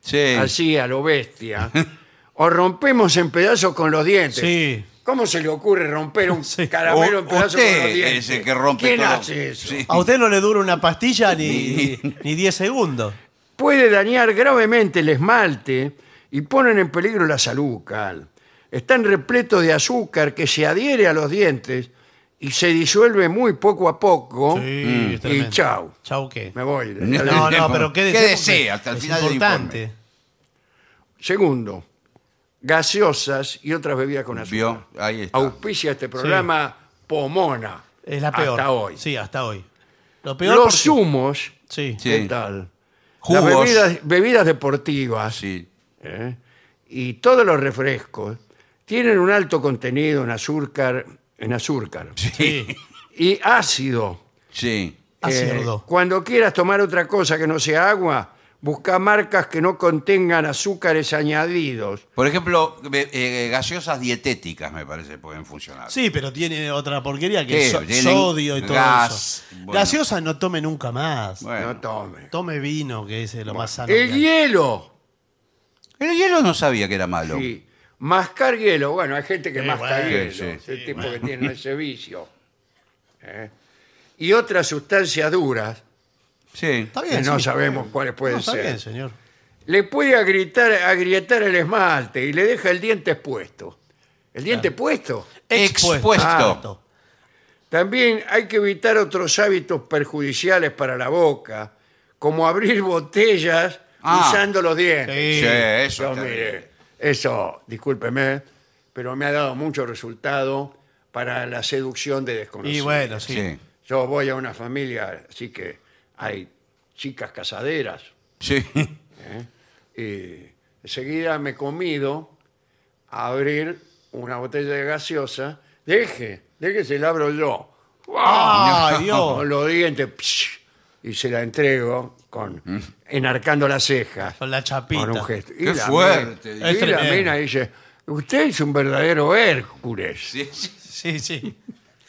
Speaker 3: Sí.
Speaker 1: así a lo bestia, o rompemos en pedazos con los dientes.
Speaker 2: Sí.
Speaker 1: ¿Cómo se le ocurre romper un
Speaker 2: Sí.
Speaker 1: caramelo en
Speaker 3: U-
Speaker 1: pedazos
Speaker 3: usted
Speaker 1: con los dientes?
Speaker 3: es el que rompe
Speaker 1: ¿Quién
Speaker 3: todo.
Speaker 1: hace eso?
Speaker 3: Sí.
Speaker 2: A usted no le dura una pastilla ni, ni 10 segundos.
Speaker 1: puede dañar gravemente el esmalte y ponen en peligro la salud bucal. Están repletos de azúcar que se adhiere a los dientes y se disuelve muy poco a poco.
Speaker 2: Sí,
Speaker 1: Y chau,
Speaker 2: ¿Chau qué?
Speaker 1: me voy.
Speaker 2: No, no, pero ¿qué desea?
Speaker 3: ¿Qué
Speaker 2: Porque
Speaker 3: desea? Hasta el
Speaker 2: es
Speaker 3: final del
Speaker 2: importante.
Speaker 1: Segundo, gaseosas y otras bebidas con azúcar.
Speaker 3: Vio, ahí está.
Speaker 1: Auspicia este programa Pomona.
Speaker 2: Es la peor.
Speaker 1: Hasta hoy.
Speaker 2: Sí, hasta hoy. Lo peor
Speaker 1: Los
Speaker 2: porque-
Speaker 1: zumos,
Speaker 2: Sí.
Speaker 3: Sí.
Speaker 1: ¿qué tal?
Speaker 3: Jugos.
Speaker 1: Las bebidas, bebidas deportivas.
Speaker 3: Sí.
Speaker 1: ¿eh? y todos los refrescos tienen un alto contenido en azúcar, en azúcar
Speaker 2: Sí.
Speaker 1: y ácido.
Speaker 3: Sí.
Speaker 1: Eh,
Speaker 2: Acierdo.
Speaker 1: cuando quieras tomar otra cosa que no sea agua, busca marcas que no contengan azúcares añadidos.
Speaker 3: Por ejemplo, be- eh, gaseosas dietéticas me parece pueden funcionar.
Speaker 2: Sí, pero tiene otra porquería que
Speaker 3: ¿Qué?
Speaker 2: es so-
Speaker 3: Tienen
Speaker 2: sodio y todo
Speaker 3: gas,
Speaker 2: eso.
Speaker 3: bueno.
Speaker 2: Gaseosa no tome nunca más.
Speaker 3: Bueno.
Speaker 1: No tome.
Speaker 2: Tome vino, que es eh, lo más sano.
Speaker 1: El
Speaker 2: que hay.
Speaker 1: hielo.
Speaker 3: El hielo no sabía que era malo.
Speaker 1: Sí. Mascar hielo. Bueno, hay gente que
Speaker 2: Sí,
Speaker 1: masca
Speaker 2: bueno.
Speaker 1: hielo.
Speaker 3: Sí, sí.
Speaker 1: el tipo que tiene ese vicio. ¿eh? Y otras sustancias duras
Speaker 3: Sí.
Speaker 2: Está
Speaker 1: que
Speaker 2: bien,
Speaker 1: no
Speaker 2: sí.
Speaker 1: sabemos cuáles pueden
Speaker 2: No, está
Speaker 1: ser.
Speaker 2: bien, señor.
Speaker 1: le puede agrietar, agrietar el esmalte y le deja el diente expuesto. ¿El diente puesto?
Speaker 3: Expuesto.
Speaker 2: Expuesto.
Speaker 1: También hay que evitar otros hábitos perjudiciales para la boca, como abrir botellas
Speaker 3: Ah.
Speaker 1: usando los dientes.
Speaker 3: Sí,
Speaker 2: Sí.
Speaker 3: eso.
Speaker 1: Yo,
Speaker 3: está bien.
Speaker 1: mire, eso, discúlpeme, pero me ha dado mucho resultado para la seducción de desconocidos.
Speaker 2: Y bueno, sí.
Speaker 3: Ah. Sí.
Speaker 1: Yo voy a una familia, así que hay chicas casaderas.
Speaker 3: Sí.
Speaker 1: y eh, enseguida me he comido a abrir una botella de gaseosa. Deje, deje, se la abro yo.
Speaker 2: ¡Ay,
Speaker 1: Con
Speaker 2: Dios!
Speaker 1: los dientes, psh, y se la entrego con enarcando las cejas.
Speaker 2: Con la chapita.
Speaker 1: Con un gesto. Y
Speaker 3: Qué
Speaker 1: la
Speaker 3: fuerte,
Speaker 1: mina-
Speaker 2: es
Speaker 1: y la
Speaker 2: tremendo.
Speaker 1: mina dice, usted es un verdadero Hércules.
Speaker 3: Sí, sí.
Speaker 2: Sí, sí.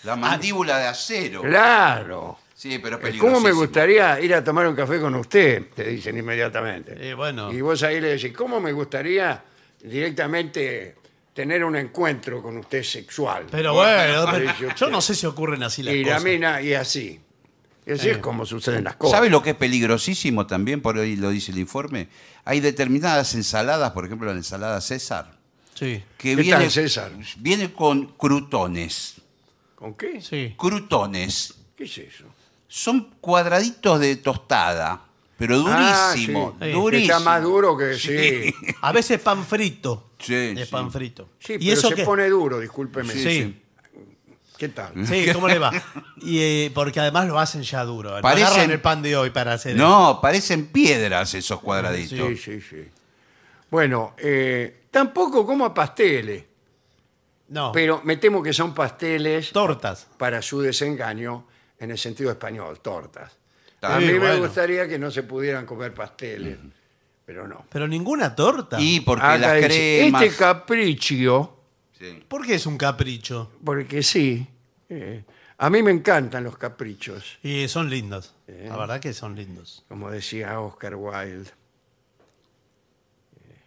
Speaker 3: La mandíbula de acero.
Speaker 1: Claro.
Speaker 3: Sí, pero
Speaker 1: Eh, ¿Cómo me
Speaker 3: peligrosísimo.
Speaker 1: gustaría ir a tomar un café con usted? Te dicen inmediatamente.
Speaker 2: Eh, bueno.
Speaker 1: Y vos ahí le decís, ¿cómo me gustaría directamente tener un encuentro con usted sexual?
Speaker 2: Pero bueno,
Speaker 1: Bueno,
Speaker 2: pero-
Speaker 1: yo-
Speaker 2: yo no sé si ocurren así las
Speaker 1: y la
Speaker 2: cosas. Eh.
Speaker 1: mina, y así. Y así es como suceden las cosas.
Speaker 3: ¿Sabe lo que es peligrosísimo también? Por ahí lo dice el informe. Hay determinadas ensaladas, por ejemplo, la ensalada César,
Speaker 2: Sí,
Speaker 3: que
Speaker 1: ¿Qué
Speaker 3: viene,
Speaker 1: tal, César?
Speaker 3: viene con crutones.
Speaker 1: ¿Con qué?
Speaker 2: sí.
Speaker 3: Crutones
Speaker 1: ¿Qué es eso?
Speaker 3: son cuadraditos de tostada, pero
Speaker 1: Ah,
Speaker 3: durísimo,
Speaker 1: sí.
Speaker 3: durísimo.
Speaker 1: Está más duro que sí.
Speaker 2: A veces pan frito.
Speaker 3: Sí,
Speaker 2: es
Speaker 3: sí.
Speaker 2: pan frito.
Speaker 1: Sí,
Speaker 2: ¿Y
Speaker 1: pero
Speaker 2: eso
Speaker 1: se
Speaker 2: qué?
Speaker 1: pone duro, discúlpeme.
Speaker 2: Sí.
Speaker 1: ¿Qué tal?
Speaker 2: Sí, ¿cómo le va? Y, eh, porque además lo hacen ya duro. no
Speaker 3: Parecen-
Speaker 2: agarran el pan de hoy para hacer
Speaker 3: No, parecen piedras esos cuadraditos.
Speaker 1: Sí, sí, sí. Bueno, eh, tampoco como a pasteles,
Speaker 2: eso. No,
Speaker 1: pero me temo que son pasteles
Speaker 2: tortas.
Speaker 1: para su desengaño en el sentido español, tortas.
Speaker 3: Está
Speaker 1: a mí
Speaker 2: bien,
Speaker 1: me
Speaker 2: bueno.
Speaker 1: gustaría que no se pudieran comer pasteles, pero no.
Speaker 2: Pero ninguna torta.
Speaker 3: Y porque
Speaker 1: Acá
Speaker 3: las
Speaker 1: dice,
Speaker 3: cremas.
Speaker 1: Este capricho,
Speaker 3: Sí.
Speaker 2: ¿Por qué es un capricho?
Speaker 1: porque sí, eh, a mí me encantan los caprichos,
Speaker 2: Y son lindos.
Speaker 1: Eh.
Speaker 2: La verdad que son lindos.
Speaker 1: como decía Oscar Wilde. Eh,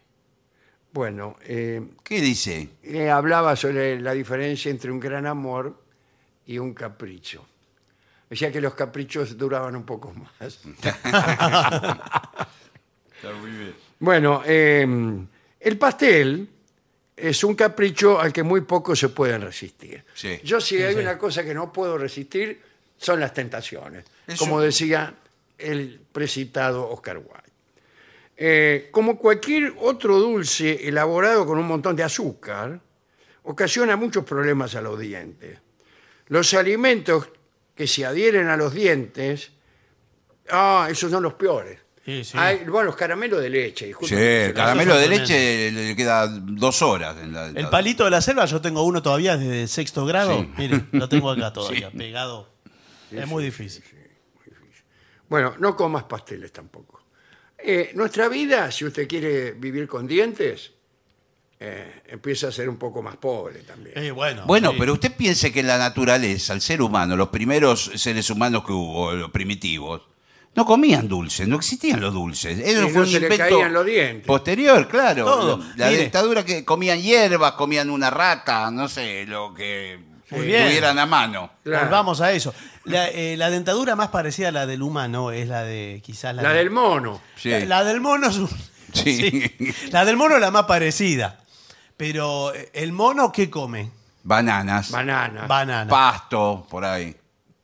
Speaker 1: Bueno, eh,
Speaker 3: ¿Qué dice?
Speaker 1: eh, hablaba sobre la diferencia entre un gran amor y un capricho. Decía que los caprichos duraban un poco más. Bueno, eh, el pastel es un capricho al que muy pocos se pueden resistir.
Speaker 3: Sí.
Speaker 1: Yo si hay una cosa que no puedo resistir son las tentaciones,
Speaker 3: Eso-
Speaker 1: como decía el precitado Oscar Wilde. Eh, como cualquier otro dulce elaborado con un montón de azúcar, ocasiona muchos problemas a los dientes. Los alimentos que se adhieren a los dientes, ah, esos son los peores.
Speaker 2: Sí, sí.
Speaker 1: Hay- bueno, los caramelos de leche. disculpe.
Speaker 3: Sí, el caramelo de
Speaker 2: Esos son
Speaker 3: leche le queda dos horas. En la,
Speaker 2: El palito de la selva, yo tengo uno todavía desde sexto grado.
Speaker 3: Sí.
Speaker 2: Mire, lo tengo acá todavía, pegado. es muy difícil.
Speaker 1: Bueno, no comas pasteles tampoco. Eh, nuestra vida, si usted quiere vivir con dientes, eh, empieza a ser un poco más pobre también.
Speaker 2: Eh, bueno,
Speaker 3: Bueno,
Speaker 2: sí.
Speaker 3: pero usted piense que la naturaleza, el ser humano, los primeros seres humanos que hubo, los primitivos, no comían dulces, no existían los dulces. Eso
Speaker 1: Y
Speaker 3: fue
Speaker 1: no
Speaker 3: un
Speaker 1: se le
Speaker 3: invento
Speaker 1: caían los dientes.
Speaker 3: Posterior, claro.
Speaker 2: Todo.
Speaker 3: La, la
Speaker 2: Mire.
Speaker 3: dictadura que comían hierbas, comían una rata, no sé, lo que
Speaker 2: Muy bien.
Speaker 3: tuvieran a mano.
Speaker 1: Claro.
Speaker 2: Volvamos a eso. La, eh, la dentadura más parecida a la del humano es la de quizás la,
Speaker 1: La del mono.
Speaker 3: Sí.
Speaker 2: La, la del mono es un-
Speaker 3: Sí.
Speaker 2: Sí. La del mono es la más parecida. Pero eh, el mono ¿qué come?
Speaker 3: Bananas,
Speaker 1: Banana.
Speaker 2: Banana.
Speaker 3: pasto, por ahí.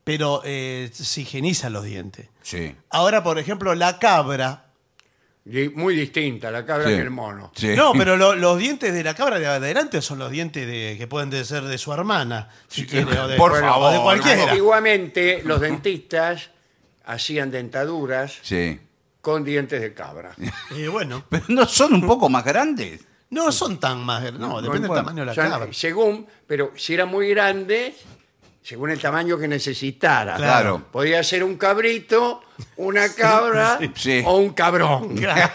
Speaker 2: pero eh, se higieniza los dientes.
Speaker 3: Sí.
Speaker 2: Ahora, por ejemplo, la cabra.
Speaker 1: Di- Muy distinta la cabra
Speaker 3: Sí.
Speaker 1: que el mono.
Speaker 3: Sí.
Speaker 2: No, pero lo- los dientes de la cabra de adelante son los dientes de- que pueden de ser de su hermana, si quiere, o de,
Speaker 3: Por
Speaker 2: o de
Speaker 3: favor,
Speaker 2: cualquiera.
Speaker 1: Antiguamente, los dentistas hacían dentaduras
Speaker 3: Sí.
Speaker 1: con dientes de cabra.
Speaker 2: Eh, bueno,
Speaker 3: Pero no son un poco más grandes.
Speaker 2: no son tan más. No, depende del
Speaker 3: bueno,
Speaker 2: tamaño de la
Speaker 1: Son-
Speaker 2: cabra.
Speaker 1: Según, pero si era muy grande, según el tamaño que necesitara.
Speaker 3: Claro.
Speaker 1: Podía ser un cabrito, una cabra
Speaker 3: sí.
Speaker 1: o un cabrón.
Speaker 2: Claro.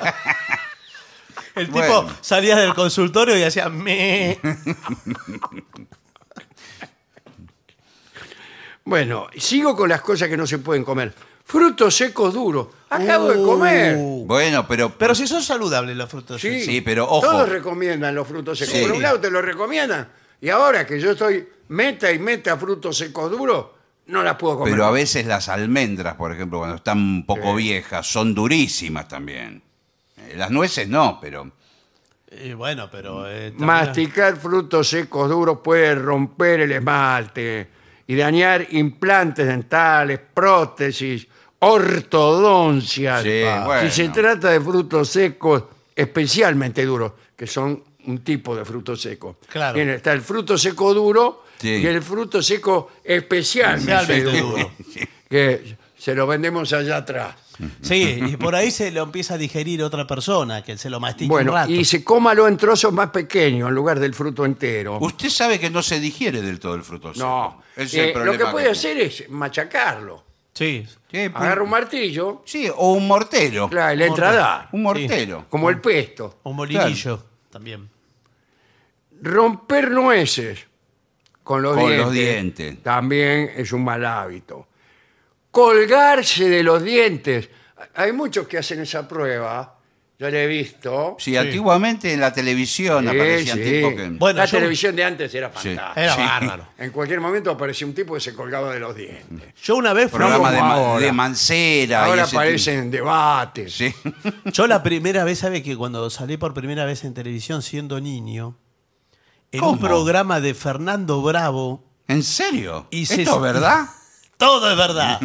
Speaker 2: El tipo
Speaker 3: Bueno.
Speaker 2: salía del consultorio y hacía me.
Speaker 1: Bueno, sigo con las cosas que no se pueden comer. Frutos secos duros. Acabo de comer.
Speaker 2: Uh.
Speaker 3: Bueno, pero,
Speaker 2: Pero si son saludables los frutos.
Speaker 1: Sí,
Speaker 3: sí, pero ojo.
Speaker 1: Todos recomiendan los frutos secos.
Speaker 3: Sí.
Speaker 1: Por un lado te los recomiendan. Y ahora que yo estoy meta y meta frutos secos duros, no las puedo comer.
Speaker 3: Pero a veces las almendras, por ejemplo, cuando están un poco
Speaker 1: Sí.
Speaker 3: viejas, son durísimas también. Eh, Las nueces no, pero
Speaker 2: Eh, bueno, pero. eh, también-
Speaker 1: Masticar frutos secos duros puede romper el esmalte y dañar implantes dentales, prótesis, ortodoncias.
Speaker 3: Sí,
Speaker 1: Ah.
Speaker 3: bueno.
Speaker 1: Si se trata de frutos secos especialmente duros, que son un tipo de fruto seco.
Speaker 2: Claro.
Speaker 1: Bien, está el fruto seco duro
Speaker 3: Sí.
Speaker 1: y el fruto seco especialmente,
Speaker 2: Especialmente
Speaker 1: duro,
Speaker 2: duro.
Speaker 1: que se lo vendemos allá atrás.
Speaker 2: Sí, y por ahí se lo empieza a digerir otra persona, que se lo mastica
Speaker 1: Bueno,
Speaker 2: un rato.
Speaker 1: y se cómalo en trozos más pequeños en lugar del fruto entero.
Speaker 3: usted sabe que no se digiere del todo el fruto seco.
Speaker 1: No,
Speaker 3: Ese
Speaker 1: Eh,
Speaker 3: es el
Speaker 1: lo
Speaker 3: problema.
Speaker 1: que puede
Speaker 3: tiene.
Speaker 1: hacer es machacarlo.
Speaker 2: Sí.
Speaker 3: Sí, pu-
Speaker 1: Agarra un martillo,
Speaker 3: sí, o un mortero.
Speaker 1: claro, y le entra a dar,
Speaker 3: Un mortero.
Speaker 1: como el pesto.
Speaker 2: Un molinillo también.
Speaker 1: Romper nueces con los
Speaker 3: Con
Speaker 1: dientes.
Speaker 3: los dientes.
Speaker 1: También es un mal hábito. Colgarse de los dientes. Hay muchos que hacen esa prueba, yo la he visto.
Speaker 3: Sí, antiguamente en la televisión
Speaker 1: Sí,
Speaker 3: aparecían
Speaker 1: Eh, sí.
Speaker 3: tipos que...
Speaker 2: Bueno,
Speaker 1: la
Speaker 2: yo-
Speaker 1: televisión de antes era fantástica.
Speaker 2: Era
Speaker 3: Sí.
Speaker 2: bárbaro.
Speaker 1: En cualquier momento aparecía un tipo que se colgaba de los dientes.
Speaker 2: Yo una vez fui,
Speaker 3: programa de,
Speaker 1: como
Speaker 3: ma-
Speaker 1: ahora.
Speaker 3: de mancera. y
Speaker 1: Ahora
Speaker 3: ese tipo.
Speaker 1: aparecen debates.
Speaker 3: Sí.
Speaker 2: yo la primera vez, ¿sabe que cuando salí por primera vez en televisión siendo niño, en un
Speaker 3: ¿Cómo?
Speaker 2: programa de Fernando Bravo,
Speaker 3: ¿En serio?
Speaker 2: Y
Speaker 3: ¿Esto
Speaker 2: se-
Speaker 3: es verdad?
Speaker 2: todo es verdad.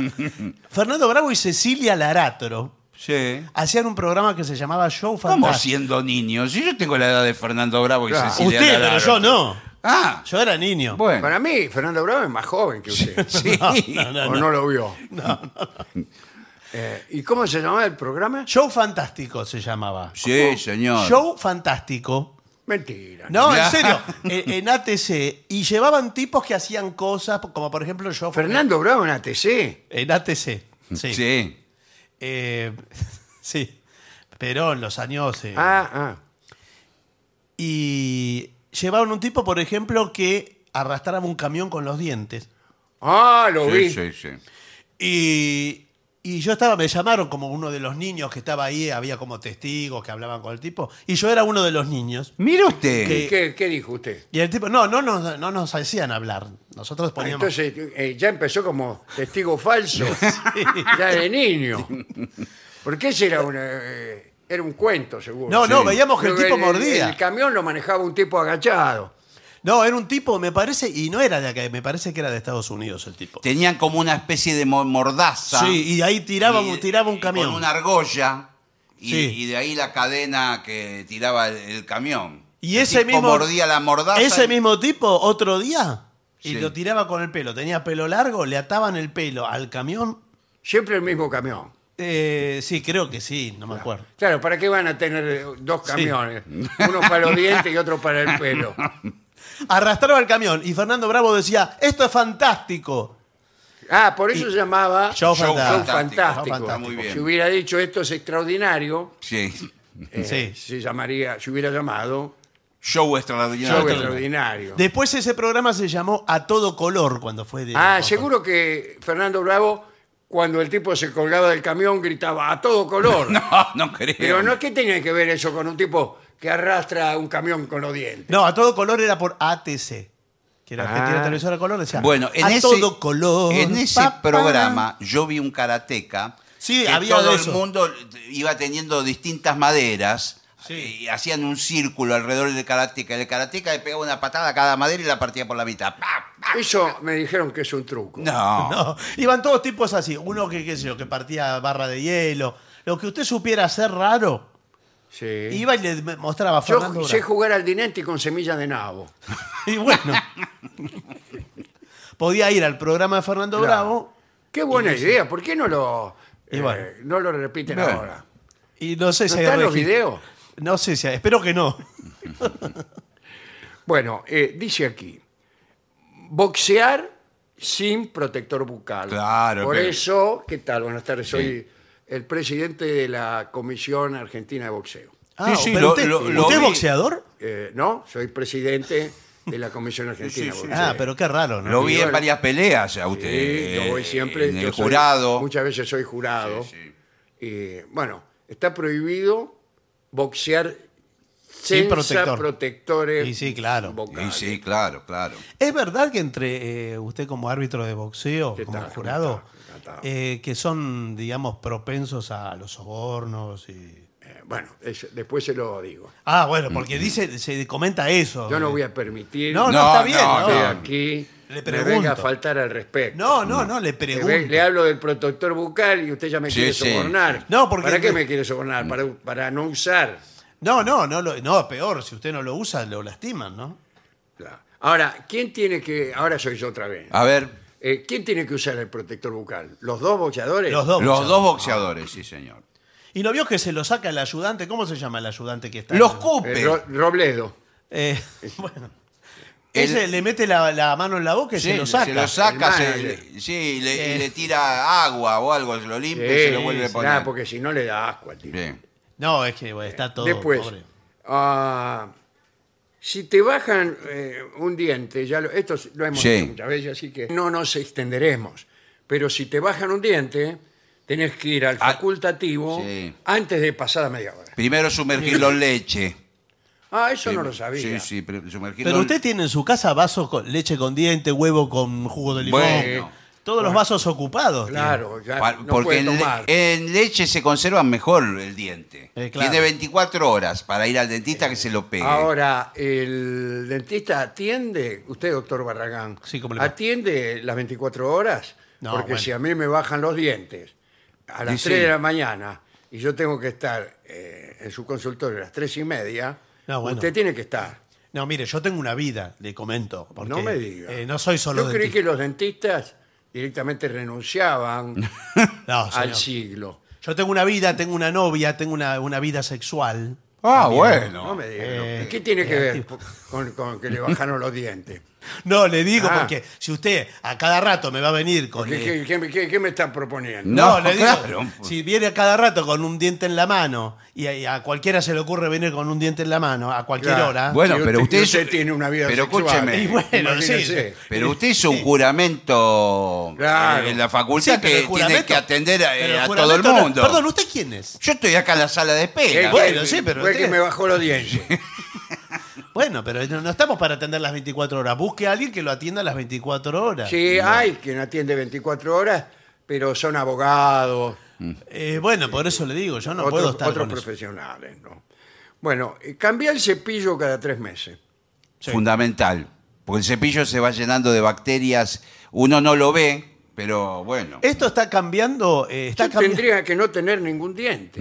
Speaker 2: Fernando Bravo y Cecilia Laratro
Speaker 3: Sí.
Speaker 2: hacían un programa que se llamaba Show
Speaker 3: ¿Cómo
Speaker 2: Fantástico.
Speaker 3: siendo niños? Si yo tengo la edad de Fernando Bravo y
Speaker 1: Claro.
Speaker 3: Cecilia
Speaker 2: Usted, pero
Speaker 3: Lara.
Speaker 2: yo no.
Speaker 3: Ah,
Speaker 2: Yo era niño.
Speaker 3: bueno.
Speaker 1: Para mí, Fernando Bravo es más joven que usted.
Speaker 3: Sí.
Speaker 1: o no lo vio. Eh, ¿Y cómo se llamaba el programa?
Speaker 2: Show Fantástico se llamaba.
Speaker 3: Sí, señor.
Speaker 2: Show Fantástico.
Speaker 1: Mentira.
Speaker 2: No,
Speaker 3: Ya.
Speaker 2: en serio. En, en ATC. Y llevaban tipos que hacían cosas, como por ejemplo yo.
Speaker 1: Fernando Bravo en ATC.
Speaker 2: En ATC. Sí.
Speaker 3: Sí.
Speaker 2: Eh, sí. Pero en los años. eh,
Speaker 1: Ah, ah.
Speaker 2: Y llevaban un tipo, por ejemplo, que arrastraba un camión con los dientes.
Speaker 1: Ah, lo vi.
Speaker 3: Sí, sí, sí.
Speaker 2: Y, y yo estaba, me llamaron como uno de los niños que estaba ahí, había como testigos que hablaban con el tipo. Y yo era uno de los niños.
Speaker 3: Mire usted.
Speaker 1: ¿Y ¿Qué, qué dijo usted?
Speaker 2: Y el tipo, no, no nos, no nos hacían hablar. Nosotros
Speaker 1: Ah,
Speaker 2: poníamos.
Speaker 1: Entonces eh, ya empezó como testigo falso, ya de niño. Porque ese era, una, eh, era un cuento, seguro.
Speaker 2: no, no,
Speaker 3: Sí.
Speaker 2: veíamos que el
Speaker 1: Pero
Speaker 2: tipo mordía.
Speaker 1: El camión lo manejaba un tipo agachado.
Speaker 2: No, era un tipo, me parece, y no era de acá, me parece que era de Estados Unidos el tipo.
Speaker 3: Tenían como una especie de mo- mordaza.
Speaker 2: Sí, y ahí tiraba, un-
Speaker 3: Y-
Speaker 2: tiraba un
Speaker 3: y
Speaker 2: camión.
Speaker 3: Con una argolla. Y,
Speaker 2: Sí.
Speaker 3: y de ahí la cadena que tiraba el, el camión.
Speaker 2: Y
Speaker 3: El
Speaker 2: ese
Speaker 3: tipo
Speaker 2: mismo-
Speaker 3: mordía la mordaza.
Speaker 2: Ese
Speaker 3: y-
Speaker 2: mismo tipo, otro día, y
Speaker 3: Sí.
Speaker 2: lo tiraba con el pelo. Tenía pelo largo, le ataban el pelo al camión.
Speaker 1: Siempre el mismo camión.
Speaker 2: Eh, sí, creo que sí, no me acuerdo.
Speaker 1: Claro, ¿para qué van a tener eh, dos camiones? Uno para los dientes y otro para el pelo.
Speaker 2: Arrastraba el camión y Fernando Bravo decía, esto es fantástico.
Speaker 1: Ah, por eso se llamaba
Speaker 2: Show
Speaker 1: Show
Speaker 2: Fantástico.
Speaker 1: Fantástico.
Speaker 2: Show Fantástico.
Speaker 3: Muy bien.
Speaker 1: Si hubiera dicho esto es extraordinario,
Speaker 3: Sí.
Speaker 1: eh,
Speaker 2: Sí.
Speaker 1: se llamaría, se hubiera llamado
Speaker 3: Show
Speaker 1: Show
Speaker 3: extraordinario.
Speaker 1: Extraordinario.
Speaker 2: Después ese programa se llamó A Todo Color cuando fue de...
Speaker 1: Ah, seguro que Fernando Bravo, cuando el tipo se colgaba del camión, gritaba a todo color.
Speaker 3: No, no creo.
Speaker 1: Pero no, ¿qué tenía que ver eso con un tipo que arrastra un camión con los dientes?
Speaker 2: No, A Todo Color era por ATC, que era
Speaker 1: Ah.
Speaker 2: Argentina Televisora Color. Decía,
Speaker 3: Bueno, en
Speaker 2: A
Speaker 3: ese,
Speaker 2: Todo Color.
Speaker 3: en ese
Speaker 2: papá".
Speaker 3: programa yo vi un karateca.
Speaker 2: Sí,
Speaker 3: que
Speaker 2: había
Speaker 3: todo
Speaker 2: de
Speaker 3: el
Speaker 2: eso.
Speaker 3: mundo iba teniendo distintas maderas.
Speaker 2: Sí.
Speaker 3: Y hacían un círculo alrededor del karateca. El karateca le pegaba una patada a cada madera y la partía por la mitad. ¡Pa!
Speaker 1: Eso me dijeron que es un truco.
Speaker 3: No.
Speaker 2: No, iban todos tipos así. Uno que, qué sé yo, que partía barra de hielo. Lo que usted supiera hacer raro,
Speaker 1: Sí.
Speaker 2: iba y le mostraba a
Speaker 1: Yo
Speaker 2: Fernando
Speaker 1: sé
Speaker 2: Bravo.
Speaker 1: jugar al dinete con semilla de nabo.
Speaker 2: Y bueno. podía ir al programa de Fernando
Speaker 1: Claro.
Speaker 2: Bravo
Speaker 1: Qué buena idea. ¿Por qué no lo,
Speaker 2: Y
Speaker 1: eh,
Speaker 2: bueno.
Speaker 1: no lo repiten
Speaker 3: Bueno.
Speaker 1: ahora?
Speaker 2: y no sé
Speaker 1: ¿No
Speaker 2: si hay
Speaker 1: están los
Speaker 2: registro.
Speaker 1: videos?
Speaker 2: No sé si hay- espero que no.
Speaker 1: Bueno, eh, dice aquí, boxear sin protector bucal.
Speaker 3: Claro,
Speaker 1: Por
Speaker 3: que-
Speaker 1: eso, ¿qué tal? Buenas tardes, soy el presidente de la Comisión Argentina de Boxeo.
Speaker 2: Ah,
Speaker 3: sí,
Speaker 2: pero
Speaker 3: lo-
Speaker 2: usted,
Speaker 3: lo- lo
Speaker 2: ¿usted es
Speaker 3: vi.
Speaker 2: boxeador?
Speaker 1: Eh, ¿No? Soy presidente de la Comisión Argentina
Speaker 3: sí,
Speaker 1: de Boxeo.
Speaker 2: Ah, pero qué raro, ¿no?
Speaker 3: Lo vi en
Speaker 1: bueno.
Speaker 3: varias peleas a usted.
Speaker 1: Sí, yo voy
Speaker 3: eh,
Speaker 1: siempre.
Speaker 3: En
Speaker 1: yo
Speaker 3: el
Speaker 1: soy-
Speaker 3: jurado.
Speaker 1: muchas veces soy jurado.
Speaker 3: Sí, sí.
Speaker 1: Y, bueno, está prohibido boxear sin
Speaker 2: protector.
Speaker 1: protectores.
Speaker 2: Y sí, claro.
Speaker 3: Y
Speaker 1: vocales.
Speaker 3: sí, claro, claro.
Speaker 2: ¿Es verdad que entre eh, usted como árbitro de boxeo,
Speaker 1: ¿Qué
Speaker 2: como
Speaker 1: tal?
Speaker 2: jurado,
Speaker 1: ¿Cómo está? Encantado.
Speaker 2: eh, que son, digamos, propensos a los sobornos y...
Speaker 1: Eh, bueno, eso- después se lo digo.
Speaker 2: Ah, bueno, porque dice, se comenta eso.
Speaker 1: Yo no voy a permitir
Speaker 2: No, no,
Speaker 3: No,
Speaker 2: está bien.
Speaker 3: no,
Speaker 2: No,
Speaker 1: que
Speaker 3: no.
Speaker 1: aquí
Speaker 2: Le
Speaker 1: me
Speaker 2: pregunto.
Speaker 1: venga a faltar al respeto.
Speaker 2: no, no, no, le
Speaker 1: Le-
Speaker 2: pregunto.
Speaker 1: Le, hablo del protector bucal y usted ya me
Speaker 3: Sí,
Speaker 1: quiere
Speaker 3: sí.
Speaker 1: sobornar.
Speaker 2: No, porque-
Speaker 1: ¿Para qué me quiere sobornar? Para, para no usar.
Speaker 2: No, no, no, lo- no, peor, si usted no lo usa, lo lastiman, ¿no?
Speaker 1: Ahora, ¿quién tiene que... Ahora soy yo otra vez.
Speaker 3: A ver,
Speaker 1: Eh, ¿Quién tiene que usar el protector bucal? ¿Los dos boxeadores? Eh,
Speaker 2: Los dos.
Speaker 3: los
Speaker 2: boxeadores.
Speaker 3: dos boxeadores, sí, señor.
Speaker 2: Y lo vio que se lo saca el ayudante, ¿cómo se llama el ayudante que está?
Speaker 3: Los
Speaker 1: Eh,
Speaker 3: cupe.
Speaker 1: Ro- Robledo.
Speaker 2: Eh, bueno.
Speaker 3: El-
Speaker 2: Ese le mete la, la mano en la boca y
Speaker 3: Sí,
Speaker 2: se lo saca.
Speaker 3: Se lo saca,
Speaker 1: el
Speaker 3: se-
Speaker 1: manager.
Speaker 3: le- sí, le, y
Speaker 2: Eh.
Speaker 3: le tira agua o algo, se lo limpia y se lo
Speaker 1: Sí,
Speaker 3: vuelve a
Speaker 1: sí,
Speaker 3: poner.
Speaker 1: ah, porque si no le da asco al tipo.
Speaker 3: Bien.
Speaker 2: No, es que bueno, está todo
Speaker 1: Después,
Speaker 2: pobre.
Speaker 1: ah, si te bajan eh, un diente, ya lo- esto lo hemos
Speaker 3: Sí.
Speaker 1: hecho muchas veces, así que no nos extenderemos. Pero si te bajan un diente, tenés que ir al
Speaker 3: Ah,
Speaker 1: facultativo
Speaker 3: sí.
Speaker 1: antes de pasar a media hora.
Speaker 3: Primero sumergirlo en leche.
Speaker 1: Ah, eso no lo sabía.
Speaker 3: Sí, sí, pero sumergirlo
Speaker 2: Pero
Speaker 3: en-
Speaker 2: usted tiene en su casa vasos con leche con diente, huevo con jugo de limón.
Speaker 3: Bueno.
Speaker 2: Todos los vasos ocupados. tiene.
Speaker 1: Claro, ya
Speaker 3: pa-
Speaker 1: no
Speaker 3: porque
Speaker 1: puede
Speaker 3: en, le-
Speaker 1: tomar.
Speaker 3: en leche se conserva mejor el diente.
Speaker 2: Eh, claro.
Speaker 3: Tiene 24 horas para ir al dentista que se lo
Speaker 2: Eh,
Speaker 3: pegue.
Speaker 1: Ahora, el dentista atiende, usted, doctor Barragán,
Speaker 2: Sí, ¿cómo le va?
Speaker 1: atiende las 24 horas,
Speaker 2: No,
Speaker 1: porque
Speaker 2: bueno.
Speaker 1: si a mí me bajan los dientes a las
Speaker 3: Y sí.
Speaker 1: 3 de la mañana y yo tengo que estar eh, en su consultorio a las 3 y media,
Speaker 2: No, bueno.
Speaker 1: usted tiene que estar.
Speaker 2: No, mire, yo tengo una vida, le comento. porque,
Speaker 1: no me diga.
Speaker 2: eh, no soy solo
Speaker 1: Yo creí
Speaker 2: dentista.
Speaker 1: que los dentistas directamente renunciaban
Speaker 2: No, señor.
Speaker 1: al siglo.
Speaker 2: Yo tengo una vida, tengo una novia, tengo una, una vida sexual.
Speaker 3: Ah,
Speaker 2: También.
Speaker 1: No,
Speaker 3: bueno.
Speaker 1: me diga.
Speaker 2: Eh,
Speaker 1: no. ¿Qué tiene que
Speaker 2: eh,
Speaker 1: ver
Speaker 2: tipo-
Speaker 1: con, con que le bajaron los dientes?
Speaker 2: No, le digo
Speaker 1: Ah.
Speaker 2: porque si usted a cada rato me va a venir con...
Speaker 1: ¿Qué,
Speaker 2: eh,
Speaker 1: qué- qué- qué- qué me están proponiendo?
Speaker 2: No,
Speaker 3: No,
Speaker 2: le digo,
Speaker 3: claro.
Speaker 2: si viene a cada rato con un diente en la mano y a, y a cualquiera se le ocurre venir con un diente en la mano a cualquier
Speaker 1: Claro.
Speaker 2: hora,
Speaker 3: Bueno,
Speaker 1: Y
Speaker 3: pero usted es-
Speaker 1: tiene una vida
Speaker 3: pero
Speaker 1: sexual.
Speaker 3: escúcheme.
Speaker 2: Y bueno,
Speaker 1: Imagínese.
Speaker 2: sí.
Speaker 3: Pero usted hizo un juramento
Speaker 1: Claro.
Speaker 3: eh, en la
Speaker 2: Sí,
Speaker 3: facultad
Speaker 2: pero el
Speaker 3: que tiene
Speaker 2: juramento-
Speaker 3: que atender a,
Speaker 2: pero
Speaker 3: eh, a todo el
Speaker 2: juramento no-
Speaker 3: mundo.
Speaker 2: perdón, ¿usted quién es?
Speaker 3: Yo estoy acá en la sala de
Speaker 1: Eh,
Speaker 3: espera.
Speaker 2: Bueno,
Speaker 1: eh,
Speaker 2: sí, pero
Speaker 1: Fue
Speaker 2: usted-
Speaker 1: que me bajó los dientes.
Speaker 2: Bueno, pero no, no estamos para atender las 24 horas. Busque a alguien que lo atienda las 24 horas.
Speaker 1: Sí, hay quien atiende 24 horas, pero son abogados,
Speaker 2: Eh, bueno, por eso le digo, yo no puedo
Speaker 1: otros,
Speaker 2: estar
Speaker 1: otros
Speaker 2: con eso.
Speaker 1: profesionales. ¿no? Bueno, eh, cambia el cepillo cada tres meses.
Speaker 2: Sí.
Speaker 3: Fundamental. Porque el cepillo se va llenando de bacterias. Uno no lo ve, pero bueno.
Speaker 2: Esto está cambiando, eh, está
Speaker 1: Yo
Speaker 2: cambi-
Speaker 1: tendría que no tener ningún diente.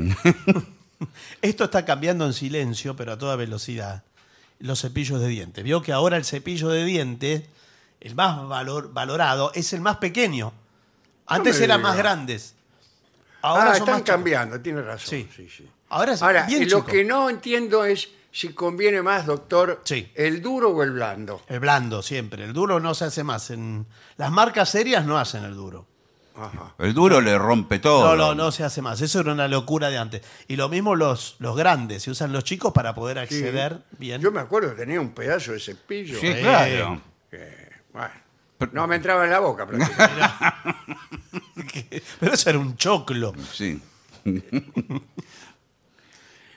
Speaker 2: esto está cambiando en silencio, pero a toda velocidad. Los cepillos de dientes. Vio que ahora el cepillo de dientes, el más valor, valorado, es el más pequeño. Antes
Speaker 1: me
Speaker 2: eran
Speaker 1: diga.
Speaker 2: más grandes.
Speaker 1: Ahora Ah,
Speaker 2: Ahora son
Speaker 1: están
Speaker 2: más chicos.
Speaker 1: cambiando, tiene razón.
Speaker 2: Sí.
Speaker 1: sí, sí.
Speaker 2: Ahora, es
Speaker 1: Ahora,
Speaker 2: bien
Speaker 1: eh, lo
Speaker 2: chico.
Speaker 1: que no entiendo es si conviene más, doctor,
Speaker 2: Sí.
Speaker 1: el duro o el blando.
Speaker 2: El blando siempre. El duro no se hace más. En... Las marcas serias no hacen el duro.
Speaker 1: Ajá.
Speaker 3: El duro le rompe
Speaker 2: No,
Speaker 3: todo.
Speaker 2: no, no se hace más. Eso era una locura de antes. Y lo mismo los, los grandes. Se usan los chicos para poder
Speaker 1: Sí.
Speaker 2: acceder bien.
Speaker 1: Yo me acuerdo que tenía un pedazo de cepillo.
Speaker 3: Sí,
Speaker 2: Eh.
Speaker 3: claro.
Speaker 1: que, bueno, no me entraba en la boca. prácticamente.
Speaker 2: Pero eso era un choclo.
Speaker 3: Sí.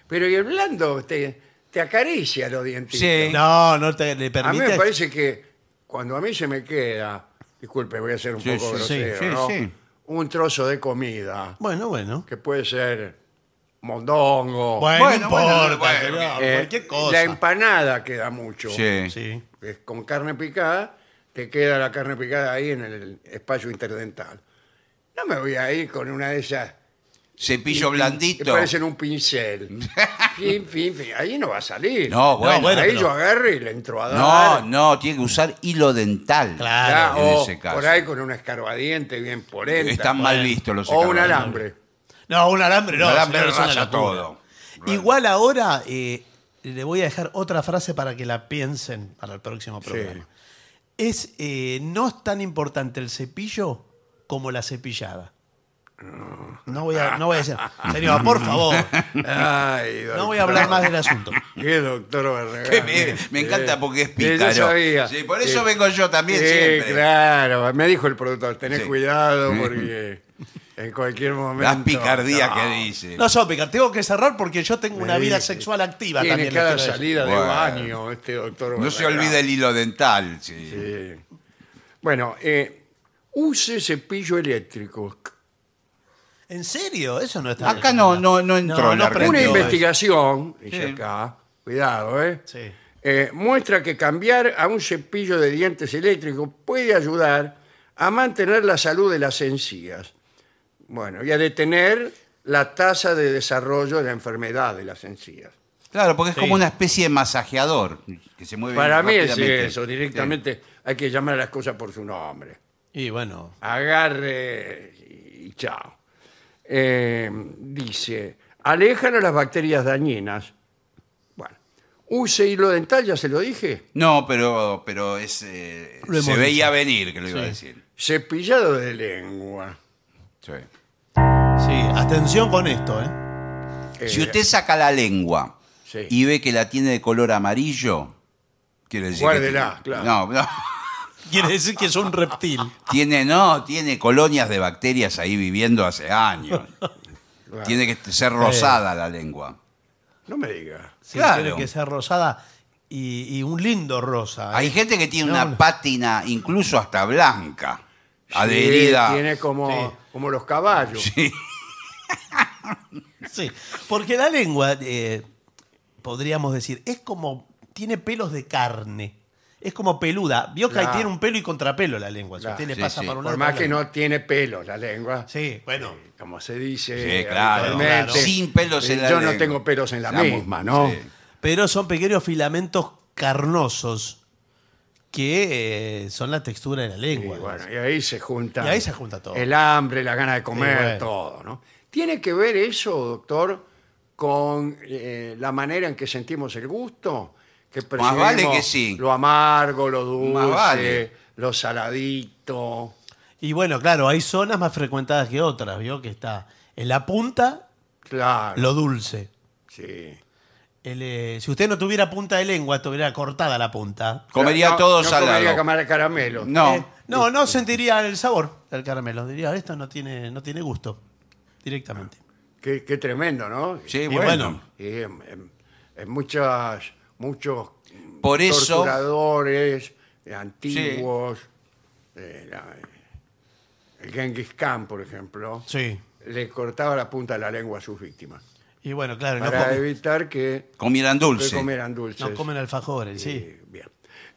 Speaker 1: Pero y el blando te, te acaricia los dientes.
Speaker 3: Sí.
Speaker 2: No, no te
Speaker 1: A mí
Speaker 2: le
Speaker 1: me
Speaker 2: permite.
Speaker 1: parece que cuando a mí se me queda, disculpe, voy a ser un
Speaker 3: Sí,
Speaker 1: poco
Speaker 3: sí,
Speaker 2: sí,
Speaker 1: grosero,
Speaker 3: sí,
Speaker 1: ¿no?
Speaker 3: sí.
Speaker 1: un trozo de comida,
Speaker 2: Bueno, bueno.
Speaker 1: que puede ser mondongo,
Speaker 2: Bueno, no
Speaker 3: Bueno, bueno,
Speaker 2: importa,
Speaker 3: bueno,
Speaker 2: señor,
Speaker 1: eh,
Speaker 2: cualquier cosa.
Speaker 1: la empanada queda mucho,
Speaker 3: Sí.
Speaker 2: Sí.
Speaker 1: que es con carne picada, te queda la carne picada ahí en el espacio interdental. No me voy a ir con una de esas
Speaker 3: Cepillo
Speaker 1: que
Speaker 3: blandito.
Speaker 1: parecen un pincel. fin, fin, fin. Ahí no va a salir.
Speaker 3: No, bueno.
Speaker 2: bueno,
Speaker 1: ahí
Speaker 2: pero-
Speaker 1: yo agarro y le entro a dar.
Speaker 3: No, no, tiene que usar hilo dental.
Speaker 2: Claro.
Speaker 1: Ya,
Speaker 3: en
Speaker 1: o
Speaker 3: ese caso.
Speaker 1: por ahí con una escarbadiente bien polenta.
Speaker 3: Están mal vistos los
Speaker 1: O un
Speaker 3: escarbadientes.
Speaker 1: alambre.
Speaker 2: No, un alambre no.
Speaker 3: Un alambre
Speaker 2: señor, es una
Speaker 3: raya
Speaker 2: locura.
Speaker 3: todo. Raya.
Speaker 2: Igual ahora eh, le voy a dejar otra frase para que la piensen para el próximo programa. Es eh, no es tan importante el cepillo como la cepillada.
Speaker 1: Mm.
Speaker 2: No voy a, no voy a decir. Señor, por favor,
Speaker 1: Ay,
Speaker 2: no voy a hablar más del asunto.
Speaker 1: Qué doctor Barragán.
Speaker 3: Que me, me encanta porque es
Speaker 1: Sí,
Speaker 3: pícaro.
Speaker 1: yo sabía.
Speaker 3: Sí, por eso
Speaker 1: Sí.
Speaker 3: vengo yo también
Speaker 1: Sí,
Speaker 3: siempre.
Speaker 1: claro. Me dijo el productor, tenés
Speaker 3: Sí. Mm.
Speaker 1: cuidado porque en cualquier momento...
Speaker 3: Las picardías
Speaker 1: No.
Speaker 3: que dice.
Speaker 2: No, Sopica, tengo que cerrar porque yo tengo
Speaker 1: Me
Speaker 2: una vida
Speaker 1: dice,
Speaker 2: sexual activa
Speaker 1: Tiene
Speaker 2: también. le
Speaker 1: cada
Speaker 2: quiero decir.
Speaker 1: salida de
Speaker 3: Bueno.
Speaker 1: baño este doctor
Speaker 3: No se
Speaker 1: Barragán.
Speaker 3: olvida el hilo dental. Sí.
Speaker 1: Sí. Bueno, eh, use cepillo eléctrico.
Speaker 2: ¿En serio? Eso no está.
Speaker 3: Acá no, no, no entró en
Speaker 2: prendió
Speaker 3: la
Speaker 1: Una
Speaker 3: Prendió,
Speaker 2: eso.
Speaker 1: investigación, dice
Speaker 3: Sí.
Speaker 1: acá, cuidado, ¿eh?
Speaker 2: Sí.
Speaker 1: Eh, muestra que cambiar a un cepillo de dientes eléctrico puede ayudar a mantener la salud de las encías. Bueno, y a detener la tasa de desarrollo de la enfermedad de las encías.
Speaker 3: Claro, porque es
Speaker 2: Sí.
Speaker 3: como una especie de masajeador que se mueve
Speaker 1: Para mí es
Speaker 3: rápidamente.
Speaker 1: eso, directamente hay que llamar a las cosas por su nombre.
Speaker 2: Y bueno,
Speaker 1: agarre y chao. Eh, dice, alejan a las bacterias dañinas. Bueno, use hilo dental, ya se lo dije.
Speaker 3: Sí. No, pero, pero es, eh,
Speaker 2: Lo hemos
Speaker 3: se veía venir que lo iba a
Speaker 2: Sí.
Speaker 3: decir.
Speaker 1: Cepillado de lengua.
Speaker 3: Sí.
Speaker 2: sí, atención con esto, ¿eh?
Speaker 1: Eh,
Speaker 3: Si usted saca la lengua
Speaker 1: Sí.
Speaker 3: y ve que la tiene de color amarillo, quiere decir. que
Speaker 1: Guárdela,
Speaker 3: tiene-
Speaker 1: claro.
Speaker 3: No, no.
Speaker 2: Quiere decir que es un reptil.
Speaker 3: Tiene, no, tiene colonias de bacterias ahí viviendo hace años.
Speaker 1: claro,
Speaker 3: tiene que ser rosada la lengua.
Speaker 1: No me diga.
Speaker 2: Sí,
Speaker 3: Claro.
Speaker 2: Tiene que ser rosada y, y un lindo rosa. ¿eh?
Speaker 3: Hay gente que tiene
Speaker 2: No,
Speaker 3: una
Speaker 2: no.
Speaker 3: pátina incluso hasta blanca,
Speaker 1: Sí,
Speaker 3: adherida.
Speaker 1: tiene como,
Speaker 2: Sí.
Speaker 1: como los caballos.
Speaker 2: Sí, porque la lengua, eh, podríamos decir, es como. tiene pelos de carne. Es como peluda. Vio que ahí
Speaker 1: Claro.
Speaker 2: tiene un pelo y contrapelo la lengua.
Speaker 1: Claro.
Speaker 2: Si usted le
Speaker 3: Sí,
Speaker 2: pasa
Speaker 3: sí.
Speaker 2: para un
Speaker 1: Por
Speaker 2: lado,
Speaker 1: más
Speaker 2: para
Speaker 1: que
Speaker 2: el otro.
Speaker 1: no tiene pelos la lengua.
Speaker 2: Sí, bueno.
Speaker 1: Como se dice.
Speaker 3: Sí, claro.
Speaker 1: habitualmente. eh,
Speaker 3: Sin pelos en la
Speaker 1: Yo no
Speaker 3: lengua.
Speaker 1: tengo pelos en la,
Speaker 3: La mu-
Speaker 1: misma, ¿no?
Speaker 3: sí.
Speaker 2: Pero son pequeños filamentos carnosos que eh, son la textura de la
Speaker 1: Y
Speaker 2: lengua.
Speaker 1: bueno, y ahí se junta.
Speaker 2: Y ahí se junta todo.
Speaker 1: El hambre, la gana de comer,
Speaker 2: Sí, bueno.
Speaker 1: todo, ¿no? ¿Tiene que ver eso, doctor, con eh, la manera en que sentimos el gusto? Que percibimos
Speaker 3: vale que sí.
Speaker 1: Lo amargo, lo dulce,
Speaker 3: Más vale.
Speaker 1: lo saladito.
Speaker 2: Y bueno, claro, hay zonas más frecuentadas que otras, ¿vio? Que está en la punta
Speaker 1: Claro.
Speaker 2: lo dulce.
Speaker 1: Sí.
Speaker 2: El, eh, si usted no tuviera punta de lengua, estuviera cortada la punta.
Speaker 3: Comería
Speaker 1: No,
Speaker 3: todo
Speaker 1: no
Speaker 3: salado.
Speaker 1: Comería camar- caramelo.
Speaker 2: Eh,
Speaker 3: no.
Speaker 2: no, no sentiría el sabor del caramelo. Diría, esto no tiene, no tiene gusto. Directamente.
Speaker 3: Ah.
Speaker 1: Qué, qué tremendo, ¿no?
Speaker 3: Sí,
Speaker 2: y
Speaker 3: bueno.
Speaker 2: bueno.
Speaker 1: Y en, en- en muchas, muchos
Speaker 3: Por eso-
Speaker 1: torturadores eh, antiguos, eh, la- el Genghis Khan, por ejemplo,
Speaker 2: Sí.
Speaker 1: le cortaba la punta de la lengua a sus víctimas
Speaker 2: Y bueno, claro, no,
Speaker 1: para
Speaker 2: comen-
Speaker 1: evitar que,
Speaker 3: Comieran
Speaker 1: que
Speaker 3: dulce.
Speaker 1: comieran dulces.
Speaker 2: no comen alfajores, sí.
Speaker 1: Eh, bien.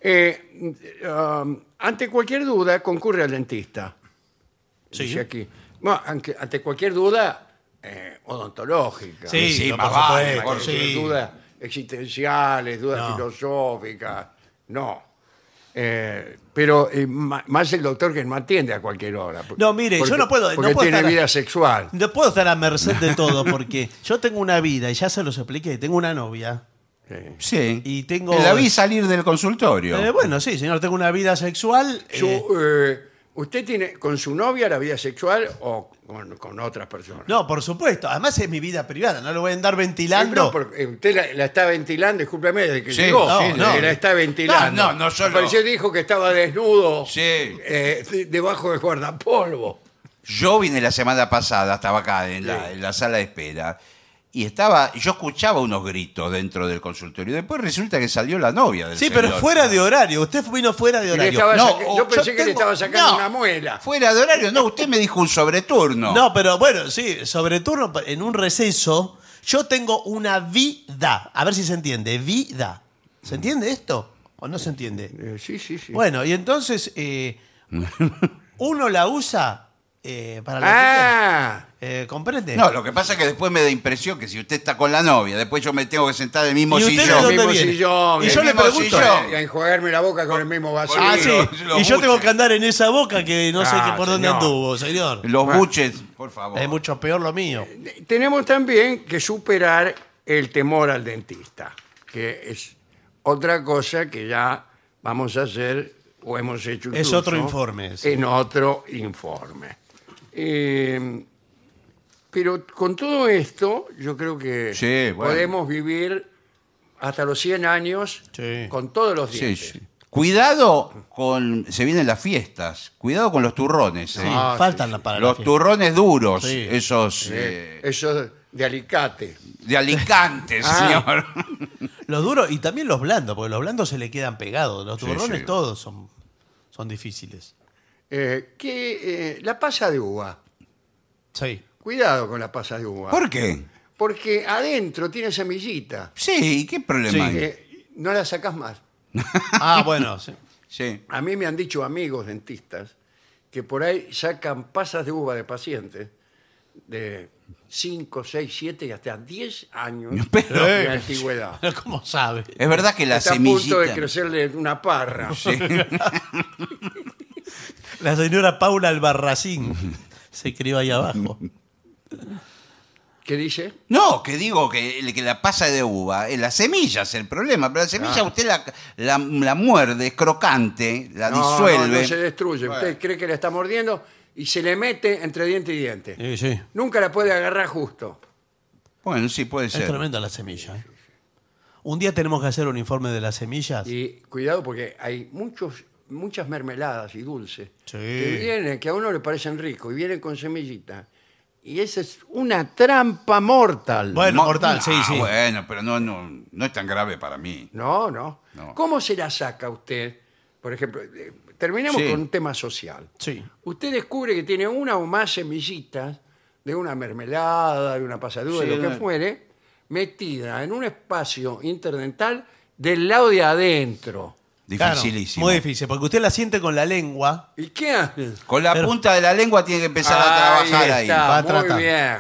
Speaker 1: Eh, um, ante cualquier duda, concurre al dentista.
Speaker 2: Sí.
Speaker 1: Dice aquí. Bueno, aunque- ante cualquier duda eh, odontológica.
Speaker 2: Sí,
Speaker 3: Sí,
Speaker 2: no,
Speaker 3: más
Speaker 2: por
Speaker 3: vale,
Speaker 2: supuesto,
Speaker 3: por
Speaker 2: Eh, sí.
Speaker 1: dudas existenciales, dudas
Speaker 2: No.
Speaker 1: filosóficas, no. Eh, pero eh, ma- más el doctor que no atiende a cualquier hora. por-
Speaker 2: No, mire, yo no puedo- no
Speaker 1: Porque
Speaker 2: puedo
Speaker 1: tiene
Speaker 2: estar-
Speaker 1: vida sexual.
Speaker 2: No puedo estar a merced de todo porque yo tengo una vida y ya se los expliqué. Tengo una novia.
Speaker 1: Sí.
Speaker 3: Sí.
Speaker 2: Y tengo-
Speaker 3: La vi salir del consultorio.
Speaker 2: Eh, bueno, sí, señor, tengo una vida sexual. eh,
Speaker 1: Su, eh, ¿Usted tiene con su novia la vida sexual o con, con otras personas?
Speaker 2: no, por supuesto. Además es mi vida privada. No lo voy a andar
Speaker 1: Sí, pero
Speaker 2: ventilando.
Speaker 1: porque, eh, usted la, la está ventilando, discúlpeme, desde que
Speaker 3: Sí,
Speaker 1: llegó.
Speaker 2: no,
Speaker 1: eh,
Speaker 2: no.
Speaker 1: La está ventilando.
Speaker 3: No, no, no solo-
Speaker 1: Apareció y dijo que estaba desnudo
Speaker 3: Sí.
Speaker 1: eh, de- debajo del guardapolvo.
Speaker 3: Yo vine la semana pasada, estaba acá en la, en la sala de espera. Y estaba, yo escuchaba unos gritos dentro del consultorio. Después resulta que salió la novia del
Speaker 2: Sí, pero
Speaker 3: señor.
Speaker 2: fuera de horario. Usted vino fuera de
Speaker 1: Y le
Speaker 2: horario.
Speaker 1: estaba
Speaker 3: No,
Speaker 1: saca-
Speaker 3: o-
Speaker 1: oh, yo pensé
Speaker 3: yo
Speaker 1: que le
Speaker 3: tengo-
Speaker 1: estaba sacando
Speaker 3: no.
Speaker 1: una muela.
Speaker 3: Fuera de horario, no, usted me dijo un sobreturno.
Speaker 2: No, pero bueno, sí, sobre turno, en un receso, yo tengo una vida. A ver si se entiende, vida. ¿Se entiende esto? ¿O no se entiende?
Speaker 1: Eh, sí, sí, sí.
Speaker 2: Bueno, y entonces, eh, uno la usa eh, para lo
Speaker 1: ah,
Speaker 2: que quiera. Eh, ¿Comprende?
Speaker 3: No, lo que pasa es que después me da impresión que si usted está con la novia, después yo me tengo que sentar en el mismo
Speaker 2: ¿Y usted de
Speaker 3: sillón.
Speaker 2: dónde
Speaker 1: el mismo
Speaker 2: viene?
Speaker 1: sillón,
Speaker 2: y
Speaker 1: el
Speaker 2: yo le
Speaker 3: mismo
Speaker 2: pregunto.
Speaker 3: sillón.
Speaker 1: y a enjuagarme la boca con el mismo vaso.
Speaker 2: Ah, sí.
Speaker 3: Lo- lo
Speaker 2: y yo tengo
Speaker 3: mucho.
Speaker 2: que andar en esa boca que no sé
Speaker 1: Ah,
Speaker 2: qué por dónde
Speaker 1: señor.
Speaker 2: anduvo, señor.
Speaker 3: Los buches, por favor.
Speaker 2: Ah. Es mucho peor lo mío.
Speaker 1: Tenemos también que superar el temor al dentista, que es otra cosa que ya vamos a hacer o hemos hecho
Speaker 2: Es
Speaker 1: incluso
Speaker 2: otro informe, sí.
Speaker 1: en otro informe. Eh, pero con todo esto, yo creo que
Speaker 3: Sí, bueno.
Speaker 1: podemos vivir hasta los 100 años
Speaker 2: Sí.
Speaker 1: con todos los
Speaker 3: Sí,
Speaker 1: dientes.
Speaker 3: sí. Cuidado con. Se vienen las fiestas. Cuidado con los turrones. ¿eh?
Speaker 2: Sí,
Speaker 1: Ah,
Speaker 2: faltan
Speaker 1: sí,
Speaker 2: la-
Speaker 1: sí.
Speaker 2: para la
Speaker 3: los
Speaker 2: fiesta.
Speaker 3: turrones duros,
Speaker 2: Sí.
Speaker 3: esos
Speaker 1: Eh,
Speaker 3: eh,
Speaker 1: Eso de alicate.
Speaker 3: de Alicante,
Speaker 1: Ah.
Speaker 3: señor.
Speaker 2: Los duros y también los blandos, porque los blandos se le quedan pegados. Los
Speaker 3: Sí,
Speaker 2: turrones
Speaker 3: sí.
Speaker 2: todos son, son difíciles.
Speaker 1: Eh, que, eh, la pasa de uva.
Speaker 2: Sí.
Speaker 1: Cuidado con la pasa de uva.
Speaker 3: ¿Por qué?
Speaker 1: Porque adentro tiene semillita.
Speaker 3: Sí, ¿qué problema
Speaker 2: Sí.
Speaker 3: hay?
Speaker 1: que no la sacás más.
Speaker 2: Ah, bueno, sí.
Speaker 3: Sí.
Speaker 1: A mí me han dicho amigos dentistas que por ahí sacan pasas de uva de pacientes de 5, 6, 7 y hasta 10 años
Speaker 3: Pero-
Speaker 1: de antigüedad.
Speaker 2: Pero ¿Cómo sabe?
Speaker 3: Es verdad que la
Speaker 1: Está a punto de
Speaker 3: semillita.
Speaker 1: crecerle una parra.
Speaker 2: La señora Paula Albarracín se crió ahí abajo.
Speaker 1: ¿Qué dice?
Speaker 3: No, que digo que, que la pasa de uva, eh, las semillas el problema, pero la semilla usted la, la- la muerde, es crocante, la
Speaker 1: No,
Speaker 3: disuelve.
Speaker 1: No, no se destruye. Usted cree que la está mordiendo y se le mete entre diente y diente.
Speaker 2: Sí, sí.
Speaker 1: Nunca la puede agarrar justo.
Speaker 3: Bueno, sí, puede
Speaker 2: Es
Speaker 3: ser.
Speaker 2: tremenda la semilla. ¿eh? Un día tenemos que hacer un informe de las semillas.
Speaker 1: Y cuidado porque hay muchos, muchas mermeladas y dulces
Speaker 2: Sí.
Speaker 1: que vienen, que a uno le parecen ricos y vienen con semillitas. Y esa es una trampa mortal.
Speaker 2: Bueno.
Speaker 3: Mo-
Speaker 2: mortal,
Speaker 3: Ah,
Speaker 2: sí, sí.
Speaker 3: Bueno, pero no, no, no es tan grave para mí.
Speaker 1: No, no,
Speaker 3: No.
Speaker 1: ¿Cómo se la saca usted? Por ejemplo, eh, terminamos
Speaker 3: Sí.
Speaker 1: con un tema social.
Speaker 2: Sí.
Speaker 1: Usted descubre que tiene una o más semillitas de una mermelada, de una pasadura,
Speaker 3: Sí,
Speaker 1: de lo que
Speaker 3: una-
Speaker 1: fuere, metida en un espacio interdental del lado de adentro.
Speaker 2: Claro,
Speaker 3: Dificilísimo.
Speaker 2: muy difícil, porque usted la siente con la lengua.
Speaker 1: ¿Y qué hace?
Speaker 3: Con la
Speaker 2: Pero-
Speaker 3: punta de la lengua tiene que empezar a trabajar ahí.
Speaker 1: está,
Speaker 2: Va a
Speaker 1: muy
Speaker 2: tratar.
Speaker 1: bien.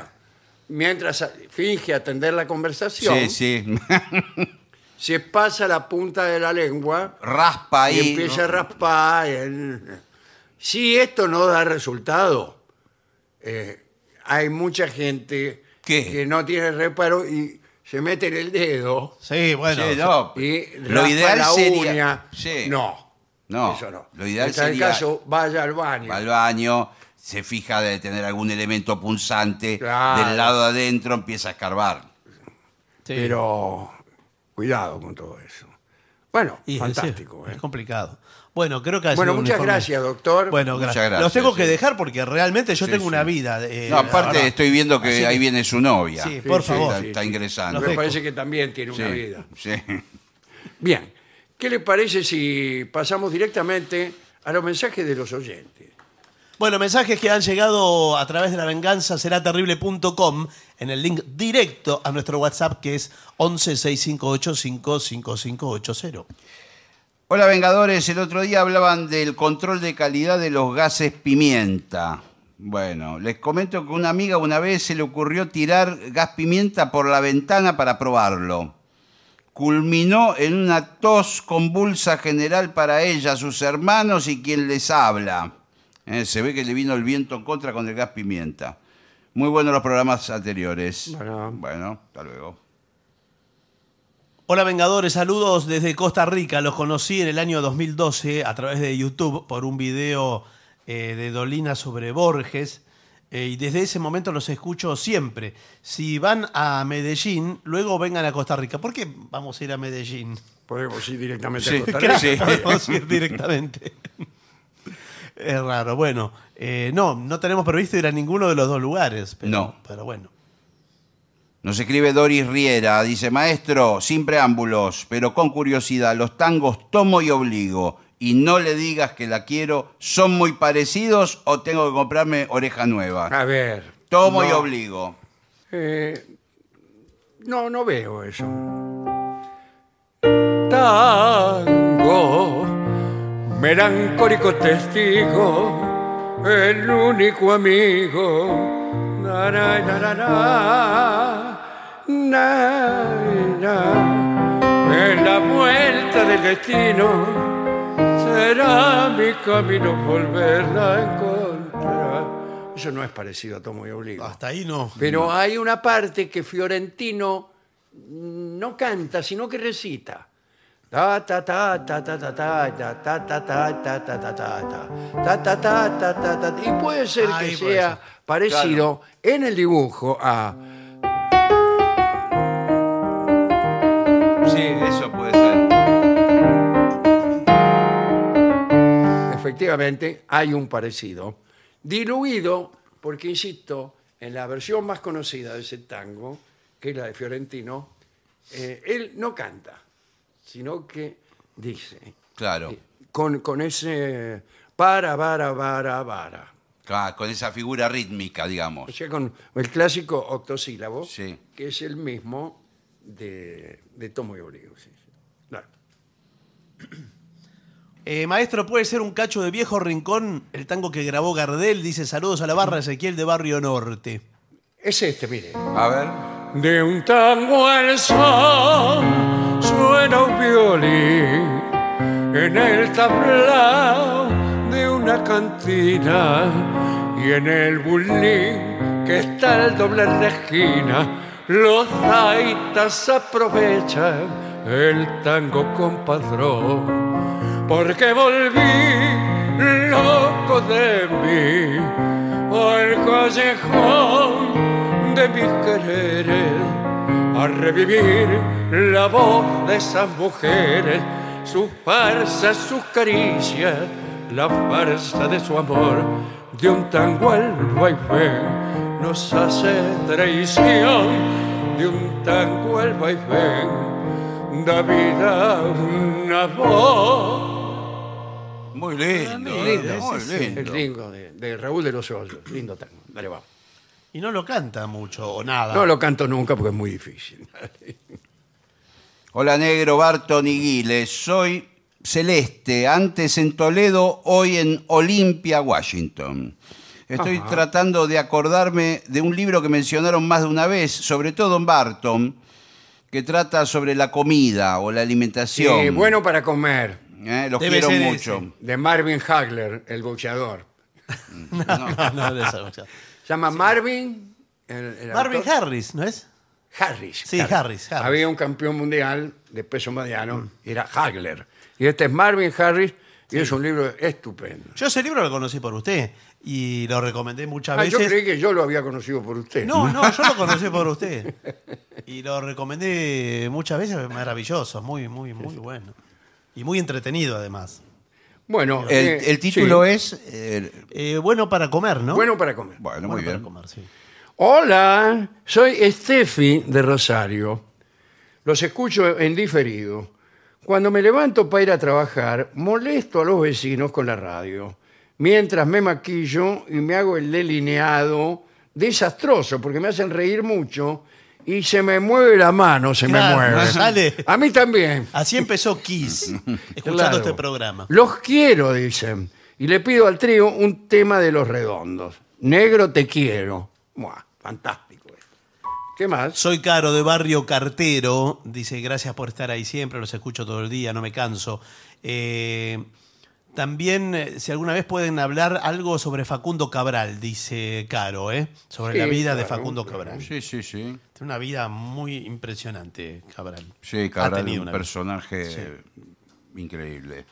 Speaker 1: Mientras a- finge atender la conversación,
Speaker 3: Sí, sí.
Speaker 1: se pasa la punta de la lengua
Speaker 3: Raspa ahí.
Speaker 1: y empieza
Speaker 3: ¿no?
Speaker 1: a raspar. el- Si esto no da resultado, eh, hay mucha gente
Speaker 3: ¿Qué?
Speaker 1: que no tiene reparo y se mete en el dedo
Speaker 2: Sí, bueno.
Speaker 3: Sí, no,
Speaker 1: y
Speaker 3: lo
Speaker 1: raspa
Speaker 3: ideal
Speaker 1: la
Speaker 3: sería-
Speaker 1: uña.
Speaker 3: sí.
Speaker 1: No,
Speaker 3: No,
Speaker 1: eso no.
Speaker 3: lo ideal
Speaker 1: en tal
Speaker 3: sería-
Speaker 1: caso, vaya al baño.
Speaker 3: va al baño, se fija de tener algún elemento punzante
Speaker 1: Claro.
Speaker 3: del lado de adentro, empieza a escarbar.
Speaker 2: sí.
Speaker 1: Pero cuidado con todo eso. Bueno,
Speaker 2: Y, sí,
Speaker 1: fantástico. ¿eh?
Speaker 2: Es complicado. Bueno, creo que ha
Speaker 1: Bueno,
Speaker 2: sido un
Speaker 1: muchas
Speaker 2: informe-
Speaker 1: gracias, doctor.
Speaker 2: Bueno,
Speaker 3: Muchas
Speaker 2: gracias.
Speaker 3: gracias,
Speaker 2: Los tengo que
Speaker 3: sí.
Speaker 2: dejar porque realmente yo
Speaker 3: Sí,
Speaker 2: tengo
Speaker 3: sí.
Speaker 2: una vida. eh,
Speaker 3: no, aparte
Speaker 2: ahora.
Speaker 3: estoy viendo que
Speaker 2: Así
Speaker 3: ahí viene su novia.
Speaker 2: Sí, por
Speaker 3: Sí,
Speaker 2: favor.
Speaker 3: Está, está ingresando.
Speaker 2: Los
Speaker 1: Me
Speaker 2: dejo.
Speaker 1: parece que también tiene una vida.
Speaker 3: Sí.
Speaker 1: Bien, ¿qué le parece si pasamos directamente a los mensajes de los oyentes?
Speaker 2: Bueno, mensajes que han llegado a través de la venganza será terrible.com en el link directo a nuestro WhatsApp que es 1165855580.
Speaker 3: Hola Vengadores, el otro día hablaban del control de calidad de los gases pimienta. Bueno, les comento que una amiga una vez se le ocurrió tirar gas pimienta por la ventana para probarlo. Culminó en una tos convulsa general para ella, sus hermanos y quien les habla. Eh, se ve que le vino el viento en contra con el gas pimienta. Muy buenos los programas anteriores.
Speaker 1: Bueno.
Speaker 3: bueno hasta luego.
Speaker 2: Hola Vengadores, saludos desde Costa Rica. Los conocí en el año 2012 a través de YouTube por un video eh, de Dolina sobre Borges eh, y desde ese momento los escucho siempre. Si van a Medellín, luego vengan a Costa Rica. ¿Por qué vamos a ir a Medellín?
Speaker 1: Podemos ir directamente
Speaker 3: Sí,
Speaker 1: a Costa
Speaker 3: claro.
Speaker 1: Rica.
Speaker 3: Sí.
Speaker 2: Podemos ir directamente. Es raro. Bueno, eh, no, no tenemos previsto ir a ninguno de los dos lugares. Pero,
Speaker 3: No.
Speaker 2: Pero bueno.
Speaker 3: Nos escribe Doris Riera, dice, maestro, sin preámbulos, pero con curiosidad, los tangos tomo y obligo, y no le digas que la quiero, son muy parecidos o tengo que comprarme oreja nueva.
Speaker 1: A ver.
Speaker 3: Tomo y
Speaker 1: Ah, no,
Speaker 3: obligo.
Speaker 1: eh, no, no veo eso. Tango, melancólico testigo, el único amigo. Na, na, na, na, na, na, na. En la vuelta del destino. Será mi camino volverla a encontrar. Eso no es parecido a Tomo y Obligo.
Speaker 2: Hasta ahí no.
Speaker 1: Pero hay una parte que Fiorentino no canta, sino que recita. Ta ta ta ta ta ta ta ta ta ta ta ta ta ta ta ta ta ta ta ta ta ta y puede ser
Speaker 2: Ah,
Speaker 1: que
Speaker 2: y puede
Speaker 1: sea
Speaker 2: ser.
Speaker 1: parecido en el dibujo a
Speaker 3: Sí, eso puede ser.
Speaker 1: efectivamente hay un parecido diluido porque insisto en la versión más conocida de ese tango que es la de Fiorentino eh, él no canta sino que dice
Speaker 3: Claro,
Speaker 1: con, con ese para, para, para, para.
Speaker 3: Ah, con esa figura rítmica,
Speaker 1: O
Speaker 3: digamos.
Speaker 1: sea, con el clásico octosílabo,
Speaker 3: Sí.
Speaker 1: que es el mismo de, de Tomo y Obligo. sí, sí. Claro.
Speaker 2: Eh, maestro, puede ser un cacho de viejo rincón el tango que grabó Gardel. Dice saludos a la barra Ezequiel de Barrio Norte.
Speaker 1: Es este, mire.
Speaker 3: A ver.
Speaker 1: De un tango al sol suena un violín en el tablao de una cantina y en el bulín que está al doblar la esquina los taitas aprovechan el tango compadrón porque volví loco de mí al callejón de mis quereres a revivir la voz de esas mujeres sus farsas, sus caricias la farsa de su amor de un tango al vaivén nos hace traición de un tango al vaivén da vida a una voz
Speaker 3: Muy lindo,
Speaker 2: Muy
Speaker 3: eh,
Speaker 2: lindo,
Speaker 3: muy
Speaker 2: sí, sí.
Speaker 1: el
Speaker 3: lindo.
Speaker 1: ringo de, de Raúl de los Hoyos. Lindo tango. Dale, vamos.
Speaker 2: Y no lo canta mucho o nada.
Speaker 1: No lo canto nunca porque es muy difícil.
Speaker 3: Hola negro, Barton y Guiles, soy Celeste, antes en Toledo, hoy en Olimpia, Washington. Estoy tratando de acordarme de un libro que mencionaron más de una vez, sobre todo en Barton, que trata sobre la comida o la alimentación.
Speaker 1: Sí, Eh, bueno para comer,
Speaker 3: Eh, Los
Speaker 2: Debe
Speaker 3: quiero
Speaker 2: ser
Speaker 3: mucho.
Speaker 1: de Marvin Hagler, el boxeador.
Speaker 2: No, no, de esa boxeador.
Speaker 1: Se llama Marvin. el- el
Speaker 2: Marvin
Speaker 1: autor.
Speaker 2: Harris, ¿no es?
Speaker 1: Harris.
Speaker 2: Sí, Harris, Harris.
Speaker 1: Había un campeón mundial de peso mediano, y era Hagler. Y este es Marvin Harris, y es un libro estupendo.
Speaker 2: Yo ese libro lo conocí por usted y lo recomendé muchas
Speaker 1: Ah, yo
Speaker 2: veces.
Speaker 1: creí que yo lo había conocido por usted.
Speaker 2: No, no, yo lo conocí por usted. Y lo recomendé muchas veces, es maravilloso, muy, muy, muy bueno. Y muy entretenido además.
Speaker 1: Bueno,
Speaker 3: El,
Speaker 1: eh,
Speaker 3: el título
Speaker 1: sí.
Speaker 3: es... eh,
Speaker 2: Eh, bueno para comer, ¿no?
Speaker 1: Bueno para comer.
Speaker 2: Bueno
Speaker 3: bueno, muy
Speaker 2: para
Speaker 3: bien.
Speaker 2: comer, sí.
Speaker 1: Hola, soy Steffi de Rosario. Los escucho en diferido. Cuando me levanto para ir a trabajar, molesto a los vecinos con la radio. Mientras me maquillo y me hago el delineado desastroso, porque me hacen reír mucho y se me mueve la mano, se
Speaker 2: Claro,
Speaker 1: me mueve.
Speaker 2: sale.
Speaker 1: A mí también.
Speaker 2: Así empezó Kiss, escuchando
Speaker 1: Claro.
Speaker 2: este programa.
Speaker 1: Los quiero, dicen. Y le pido al trío un tema de los redondos. Negro te quiero. Buah, fantástico esto. ¿Qué más?
Speaker 2: Soy Caro de Barrio Cartero. Dice, gracias por estar ahí siempre, los escucho todo el día, no me canso. Eh, también, eh, si alguna vez pueden hablar algo sobre Facundo Cabral, dice Caro, ¿eh? sobre
Speaker 1: Sí,
Speaker 2: la vida de
Speaker 1: claro,
Speaker 2: Facundo
Speaker 1: claro.
Speaker 2: Cabral.
Speaker 3: Sí, sí, sí.
Speaker 2: Tiene una vida muy impresionante, Cabral.
Speaker 3: Sí,
Speaker 2: Ha
Speaker 3: Cabral,
Speaker 2: tenido
Speaker 3: un
Speaker 2: una vida.
Speaker 3: personaje increíble.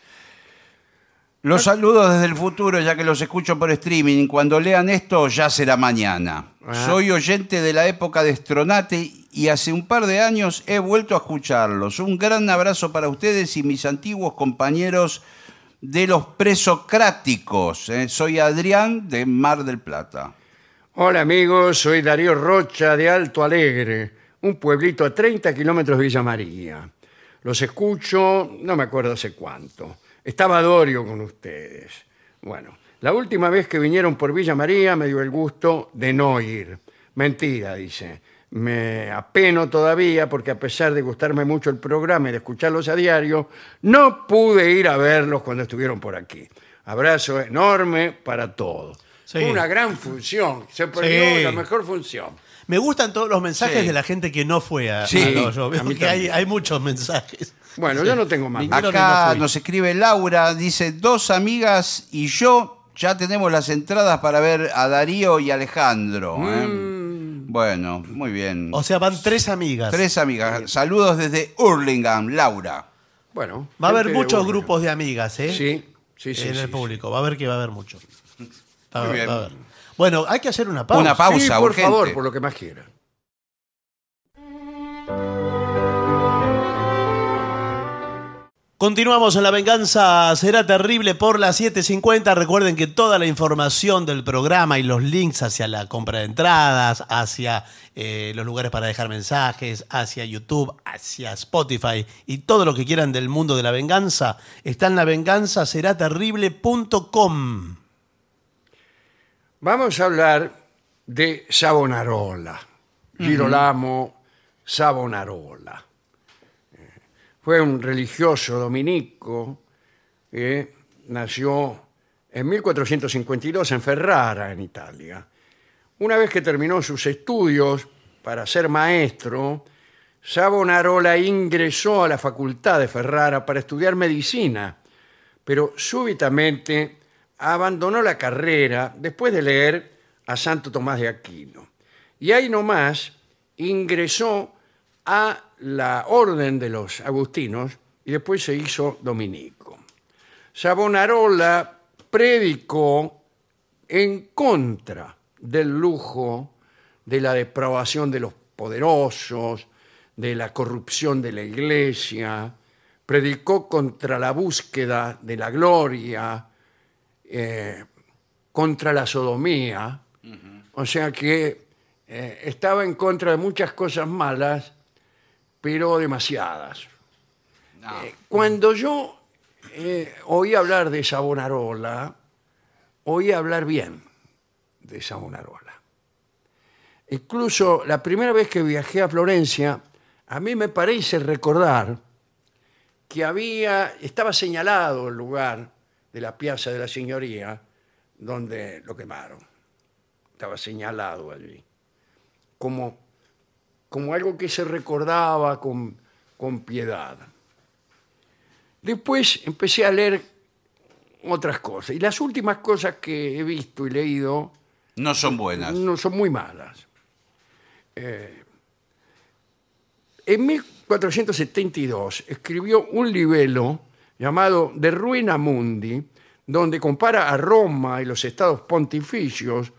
Speaker 3: Los saludos desde el futuro, ya que los escucho por streaming. Cuando lean esto, ya será mañana.
Speaker 1: Ah.
Speaker 3: Soy oyente de la época de Stronate y hace un par de años he vuelto a escucharlos. Un gran abrazo para ustedes y mis antiguos compañeros de los presocráticos. ¿eh? Soy Adrián de Mar del Plata.
Speaker 1: Hola amigos, soy Darío Rocha de Alto Alegre, un pueblito a 30 kilómetros de Villa María. Los escucho, no me acuerdo hace cuánto. Estaba Dorio con ustedes. Bueno, la última vez que vinieron por Villa María me dio el gusto de no ir. Mentira, dice. Me apeno todavía porque a pesar de gustarme mucho el programa y de escucharlos a diario, no pude ir a verlos cuando estuvieron por aquí. Abrazo enorme para todos.
Speaker 2: Sí.
Speaker 1: Una gran función. Se perdió
Speaker 2: Sí.
Speaker 1: la mejor función.
Speaker 2: Me gustan todos los mensajes
Speaker 3: Sí.
Speaker 2: de la gente que no fue a,
Speaker 3: Sí,
Speaker 2: a los- yo
Speaker 1: a
Speaker 2: veo
Speaker 1: mí
Speaker 2: que hay,
Speaker 1: también.
Speaker 2: hay muchos mensajes.
Speaker 1: Bueno, yo no tengo más.
Speaker 2: Ninguno
Speaker 1: Pero
Speaker 3: Acá
Speaker 2: no fui.
Speaker 3: nos escribe Laura, dice, dos amigas y yo ya tenemos las entradas para ver a Darío y Alejandro. ¿eh?
Speaker 1: Mm.
Speaker 3: Bueno, muy bien.
Speaker 2: O sea, van tres amigas.
Speaker 3: Tres amigas. Saludos desde Hurlingham, Laura.
Speaker 1: Bueno,
Speaker 2: Va a haber
Speaker 1: gente de
Speaker 2: muchos
Speaker 1: Urno.
Speaker 2: grupos de amigas, ¿eh?
Speaker 1: Sí, sí, sí.
Speaker 2: en
Speaker 1: sí,
Speaker 2: el
Speaker 1: sí.
Speaker 2: público. Va a ver que va a haber mucho. Va, a
Speaker 3: Muy
Speaker 2: haber-
Speaker 3: bien.
Speaker 2: va a haber. Bueno, hay que hacer una pausa.
Speaker 3: Una pausa,
Speaker 1: Sí, por
Speaker 3: urgente.
Speaker 1: favor, por lo que más quiera.
Speaker 2: Continuamos en La Venganza Será Terrible por las 7.50. Recuerden que toda la información del programa y los links hacia la compra de entradas, hacia eh, los lugares para dejar mensajes, hacia YouTube, hacia Spotify y todo lo que quieran del mundo de la venganza está en lavenganzaseraterrible.com.
Speaker 1: Vamos a hablar de Savonarola. Girolamo Savonarola. Eh, Fue un religioso dominico que nació en 1452 en Ferrara, en Italia. Una vez que terminó sus estudios para ser maestro, Savonarola ingresó a la facultad de Ferrara para estudiar medicina pero súbitamente abandonó la carrera después de leer a Santo Tomás de Aquino. Y ahí nomás ingresó a la orden de los agustinos y después se hizo dominico. Savonarola predicó en contra del lujo, de la depravación de los poderosos, de la corrupción de la iglesia, predicó contra la búsqueda de la gloria, eh, contra la sodomía, o sea que eh, estaba en contra de muchas cosas malas, pero demasiadas. Eh, cuando yo eh, oí hablar de Savonarola, oí hablar bien de Savonarola. Incluso la primera vez que viajé a Florencia, a mí me parece recordar que había, estaba señalado el lugar de la Piazza de la Signoria donde lo quemaron. Estaba señalado allí como, como algo que se recordaba con, con piedad. Después empecé a leer otras cosas. Y las últimas cosas que he visto y leído
Speaker 3: No son buenas.
Speaker 1: no son muy malas. Eh, en 1472 escribió un libelo llamado De Ruina Mundi, donde compara a Roma y los estados pontificios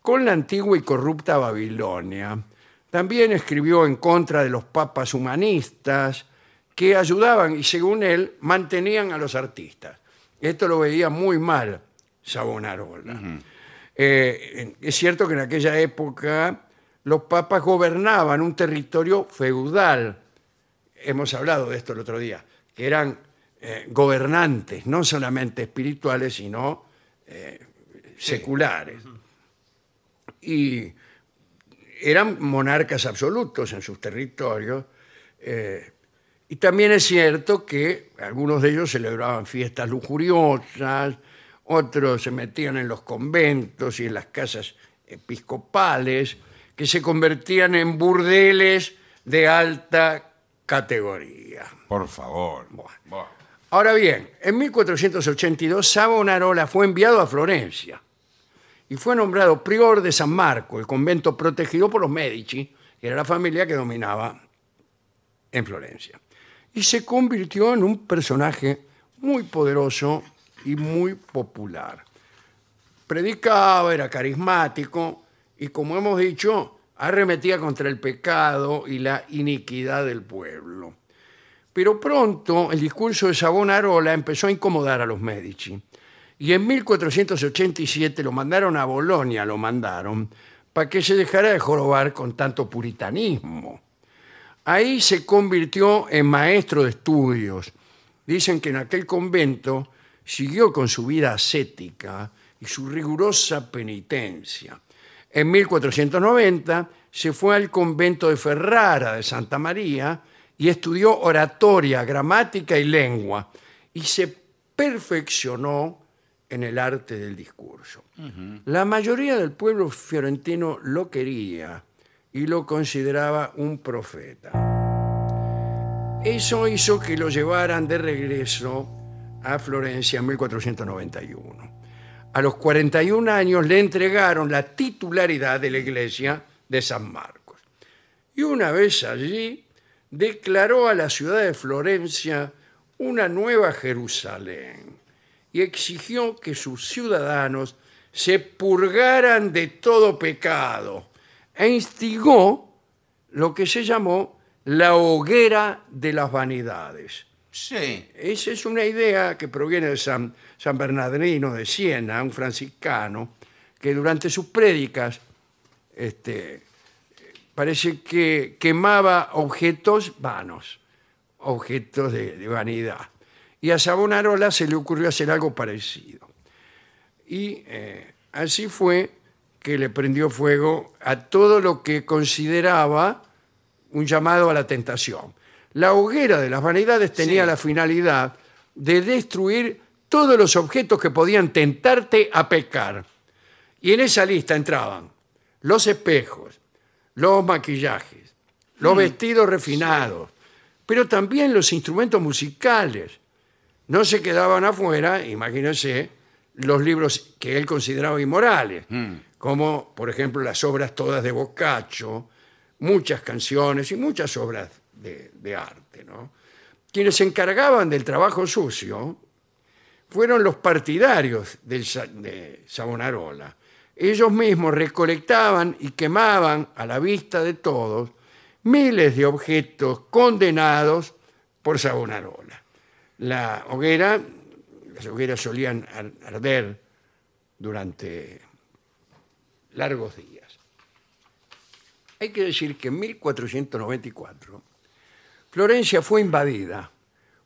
Speaker 1: con la antigua y corrupta Babilonia. También escribió en contra de los papas humanistas que ayudaban y según él mantenían a los artistas. Esto lo veía muy mal Savonarola. Eh, es cierto que en aquella época los papas gobernaban un territorio feudal. Hemos hablado de esto el otro día, que eran eh, gobernantes, no solamente espirituales, sino eh, seculares. Y eran monarcas absolutos en sus territorios. eh, y también es cierto que algunos de ellos celebraban fiestas lujuriosas, otros se metían en los conventos y en las casas episcopales, que se convertían en burdeles de alta categoría.
Speaker 3: Por favor. Buah.
Speaker 1: Ahora bien, en 1482 Savonarola fue enviado a Florencia y fue nombrado prior de San Marco, el convento protegido por los Medici, que era la familia que dominaba en Florencia. Y se convirtió en un personaje muy poderoso y muy popular. Predicaba, era carismático y, como hemos dicho, arremetía contra el pecado y la iniquidad del pueblo. Pero pronto el discurso de Savonarola empezó a incomodar a los Medici. Y en 1487 lo mandaron a Bolonia, lo mandaron, para que se dejara de jorobar con tanto puritanismo. Ahí se convirtió en maestro de estudios. Dicen que en aquel convento siguió con su vida ascética y su rigurosa penitencia. En 1490 se fue al convento de Ferrara de Santa María y estudió oratoria, gramática y lengua y se perfeccionó en el arte del discurso. La mayoría del pueblo fiorentino lo quería y lo consideraba un profeta. Eso hizo que lo llevaran de regreso a Florencia en 1491. A los 41 años le entregaron la titularidad de la iglesia de San Marcos. Y una vez allí, declaró a la ciudad de Florencia una nueva Jerusalén y exigió que sus ciudadanos se purgaran de todo pecado e instigó lo que se llamó la hoguera de las vanidades.
Speaker 3: Sí.
Speaker 1: Esa es una idea que proviene de San, San Bernardino de Siena, un franciscano, que durante sus prédicas este, parece que quemaba objetos vanos, objetos de, de vanidad. Y a Savonarola se le ocurrió hacer algo parecido. Y eh, así fue que le prendió fuego a todo lo que consideraba un llamado a la tentación. La hoguera de las vanidades tenía la finalidad de destruir todos los objetos que podían tentarte a pecar. Y en esa lista entraban los espejos, los maquillajes, los vestidos refinados, pero también los instrumentos musicales. No se quedaban afuera, imagínense, los libros que él consideraba inmorales, como por ejemplo las obras todas de Boccaccio, muchas canciones y muchas obras de, de arte. ¿no? Quienes se encargaban del trabajo sucio, fueron los partidarios del Sa- de Savonarola. Ellos mismos recolectaban y quemaban a la vista de todos miles de objetos condenados por Savonarola. La hoguera, las hogueras solían ar- arder durante largos días. Hay que decir que en 1494 Florencia fue invadida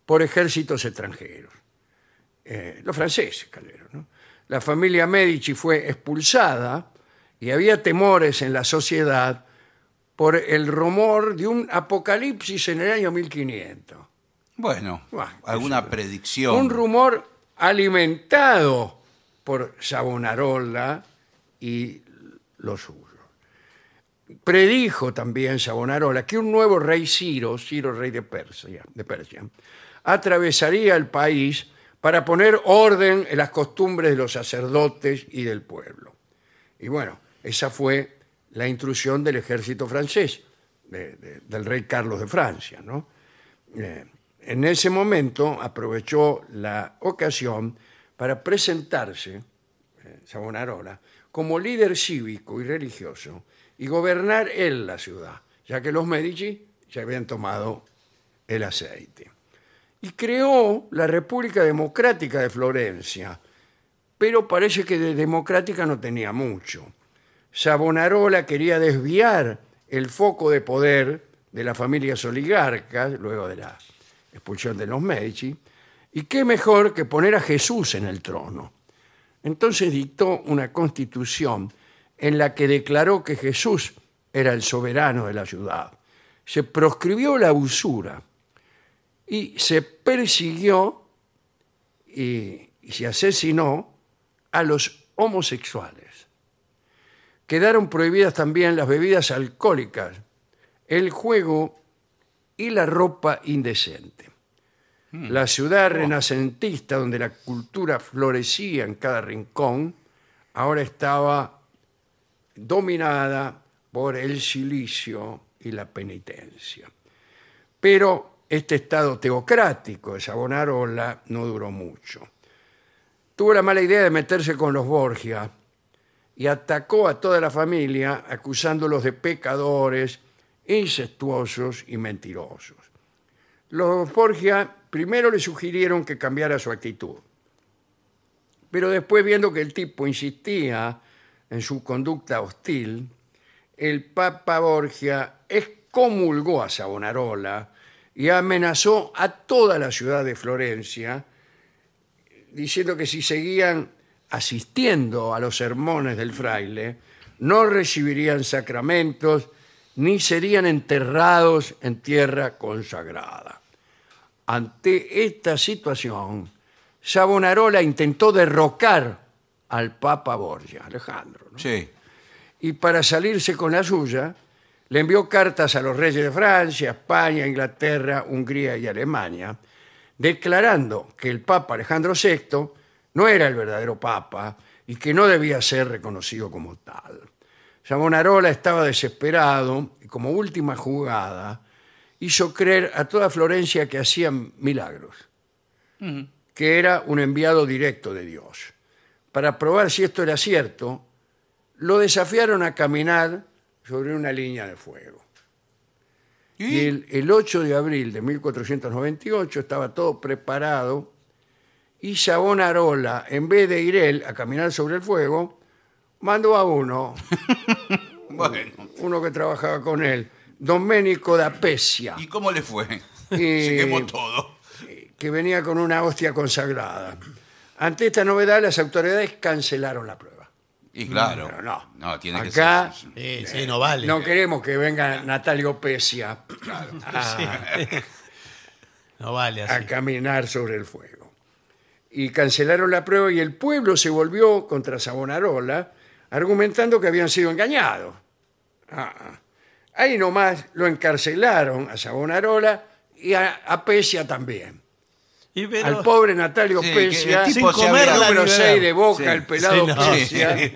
Speaker 1: por ejércitos extranjeros eh, los franceses, Calero. ¿no? La familia Medici fue expulsada y había temores en la sociedad por el rumor de un apocalipsis en el año 1500.
Speaker 3: Bueno,
Speaker 1: Buah,
Speaker 3: alguna predicción.
Speaker 1: Un rumor alimentado por Savonarola y los suyos. Predijo también Savonarola que un nuevo rey Ciro, Ciro rey de Persia, de Persia, atravesaría el país para poner orden en las costumbres de los sacerdotes y del pueblo. Y bueno, esa fue la intrusión del ejército francés, de- de- del rey Carlos de Francia, ¿no? Eh, en ese momento aprovechó la ocasión para presentarse, eh, Savonarola, como líder cívico y religioso y gobernar él la ciudad, ya que los Medici se habían tomado el aceite. Y creó la República Democrática de Florencia, pero parece que de democrática no tenía mucho. Savonarola quería desviar el foco de poder de las familias oligarcas, luego de la expulsión de los Medici, y qué mejor que poner a Jesús en el trono. Entonces dictó una constitución en la que declaró que Jesús era el soberano de la ciudad. Se proscribió la usura y se persiguió y, y se asesinó a los homosexuales. Quedaron prohibidas también las bebidas alcohólicas, el juego y la ropa indecente. La ciudad renacentista, donde la cultura florecía en cada rincón, ahora estaba dominada por el silicio y la penitencia. Pero este estado teocrático de Savonarola no duró mucho. Tuvo la mala idea de meterse con los Borgia y atacó a toda la familia acusándolos de pecadores, incestuosos y mentirosos. Los Borgia primero le sugirieron que cambiara su actitud, pero después viendo que el tipo insistía en su conducta hostil, el Papa Borgia excomulgó a Savonarola y amenazó a toda la ciudad de Florencia, diciendo que si seguían asistiendo a los sermones del fraile, no recibirían sacramentos ni serían enterrados en tierra consagrada. Ante esta situación, Savonarola intentó derrocar al Papa Borgia, Alejandro. ¿no?
Speaker 3: Sí.
Speaker 1: y para salirse con la suya, le envió cartas a los reyes de Francia, España, Inglaterra, Hungría y Alemania, declarando que el Papa Alejandro VI no era el verdadero Papa y que no debía ser reconocido como tal. Savonarola estaba desesperado y como última jugada hizo creer a toda Florencia que hacían milagros, que era un enviado directo de Dios. Para probar si esto era cierto, lo desafiaron a caminar sobre una línea de fuego. Y
Speaker 3: ¿Y?
Speaker 1: el, el 8 de abril de 1498 estaba todo preparado y Savonarola, en vez de ir él a caminar sobre el fuego, mandó a uno,
Speaker 3: Bueno.
Speaker 1: uno que trabajaba con él, Domenico da Pecia,
Speaker 3: ¿Y cómo le fue?
Speaker 1: Eh,
Speaker 3: Se quemó todo.
Speaker 1: que venía con una hostia consagrada. Ante esta novedad, las autoridades cancelaron la prueba.
Speaker 3: Y claro.
Speaker 1: Pero no.
Speaker 3: No, tiene
Speaker 1: Acá-
Speaker 3: que ser.
Speaker 2: Sí, sí, no vale.
Speaker 1: No queremos que venga Natalio Pecia a-
Speaker 2: No vale así.
Speaker 1: a caminar sobre el fuego. Y cancelaron la prueba y el pueblo se volvió contra Savonarola, argumentando que habían sido engañados. Ah, ah. Ahí nomás lo encarcelaron a Savonarola y a, a Pesia también.
Speaker 2: Y pero-
Speaker 1: Al pobre Natalio
Speaker 3: Sí, que el
Speaker 1: Pesia,
Speaker 3: tipo
Speaker 2: Sin comer
Speaker 3: había-
Speaker 2: la
Speaker 1: número
Speaker 2: liberado.
Speaker 1: 6 de Boca,
Speaker 3: Sí.
Speaker 1: el pelado
Speaker 2: Sí, no.
Speaker 1: Pesia.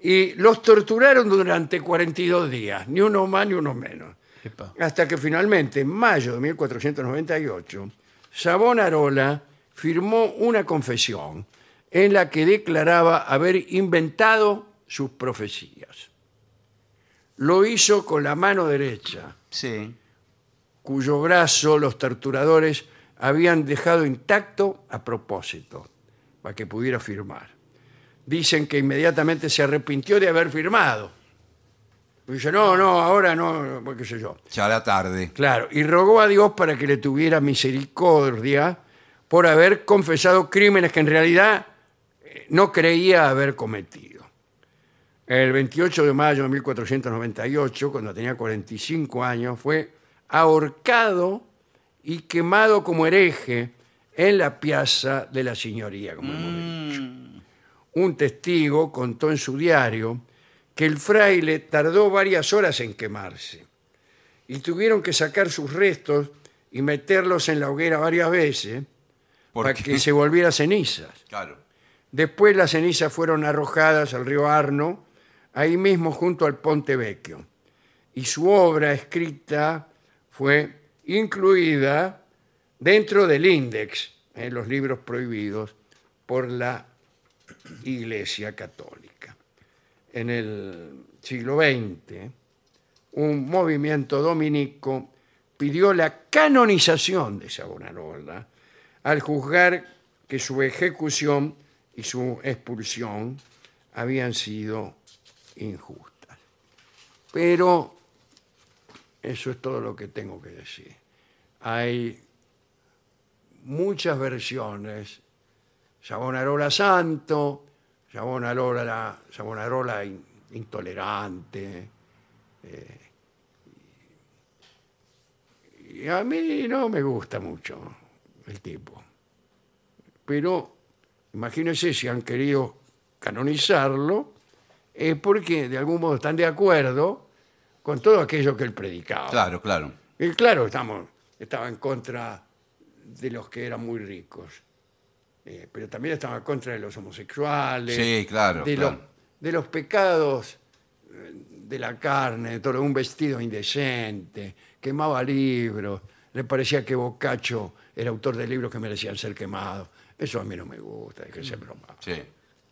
Speaker 1: Y los torturaron durante 42 días, ni uno más ni uno menos.
Speaker 2: Epa.
Speaker 1: Hasta que finalmente, en mayo de 1498, Savonarola firmó una confesión en la que declaraba haber inventado sus profecías. Lo hizo con la mano derecha,
Speaker 3: Sí.
Speaker 1: cuyo brazo los torturadores habían dejado intacto a propósito, para que pudiera firmar. Dicen que inmediatamente se arrepintió de haber firmado. Dice, no, no, ahora no, no, qué sé yo.
Speaker 3: Ya a la tarde.
Speaker 1: Claro, y rogó a Dios para que le tuviera misericordia por haber confesado crímenes que en realidad eh, no creía haber cometido. El 28 de mayo de 1498, cuando tenía 45 años, fue ahorcado y quemado como hereje en la piazza de la señoría, como hemos dicho. Un testigo contó en su diario que el fraile tardó varias horas en quemarse y tuvieron que sacar sus restos y meterlos en la hoguera varias veces para
Speaker 3: Porque-
Speaker 1: que se volviera cenizas.
Speaker 3: Claro.
Speaker 1: Después las cenizas fueron arrojadas al río Arno, ahí mismo junto al Ponte Vecchio. Y su obra escrita fue incluida dentro del índex, en los libros prohibidos por la Iglesia Católica. En el siglo XX, un movimiento dominico pidió la canonización de Savonarola al juzgar que su ejecución y su expulsión habían sido injustas. Pero eso es todo lo que tengo que decir. Hay muchas versiones, Savonarola santo, Savonarola, Savonarola in- intolerante, eh, Y a mí no me gusta mucho el tipo. Pero imagínense si han querido canonizarlo, es porque de algún modo están de acuerdo con todo aquello que él predicaba.
Speaker 3: Claro, claro.
Speaker 1: Y claro, estamos, estaba en contra de los que eran muy ricos, Eh, pero también estaba en contra de los homosexuales,
Speaker 3: Sí, claro,
Speaker 1: de,
Speaker 3: claro.
Speaker 1: Los, de los pecados eh, de la carne, de todo, un vestido indecente, quemaba libros, le parecía que Boccaccio era autor de libros que merecían ser quemados. Eso a mí no me gusta, déjese broma,
Speaker 3: Sí.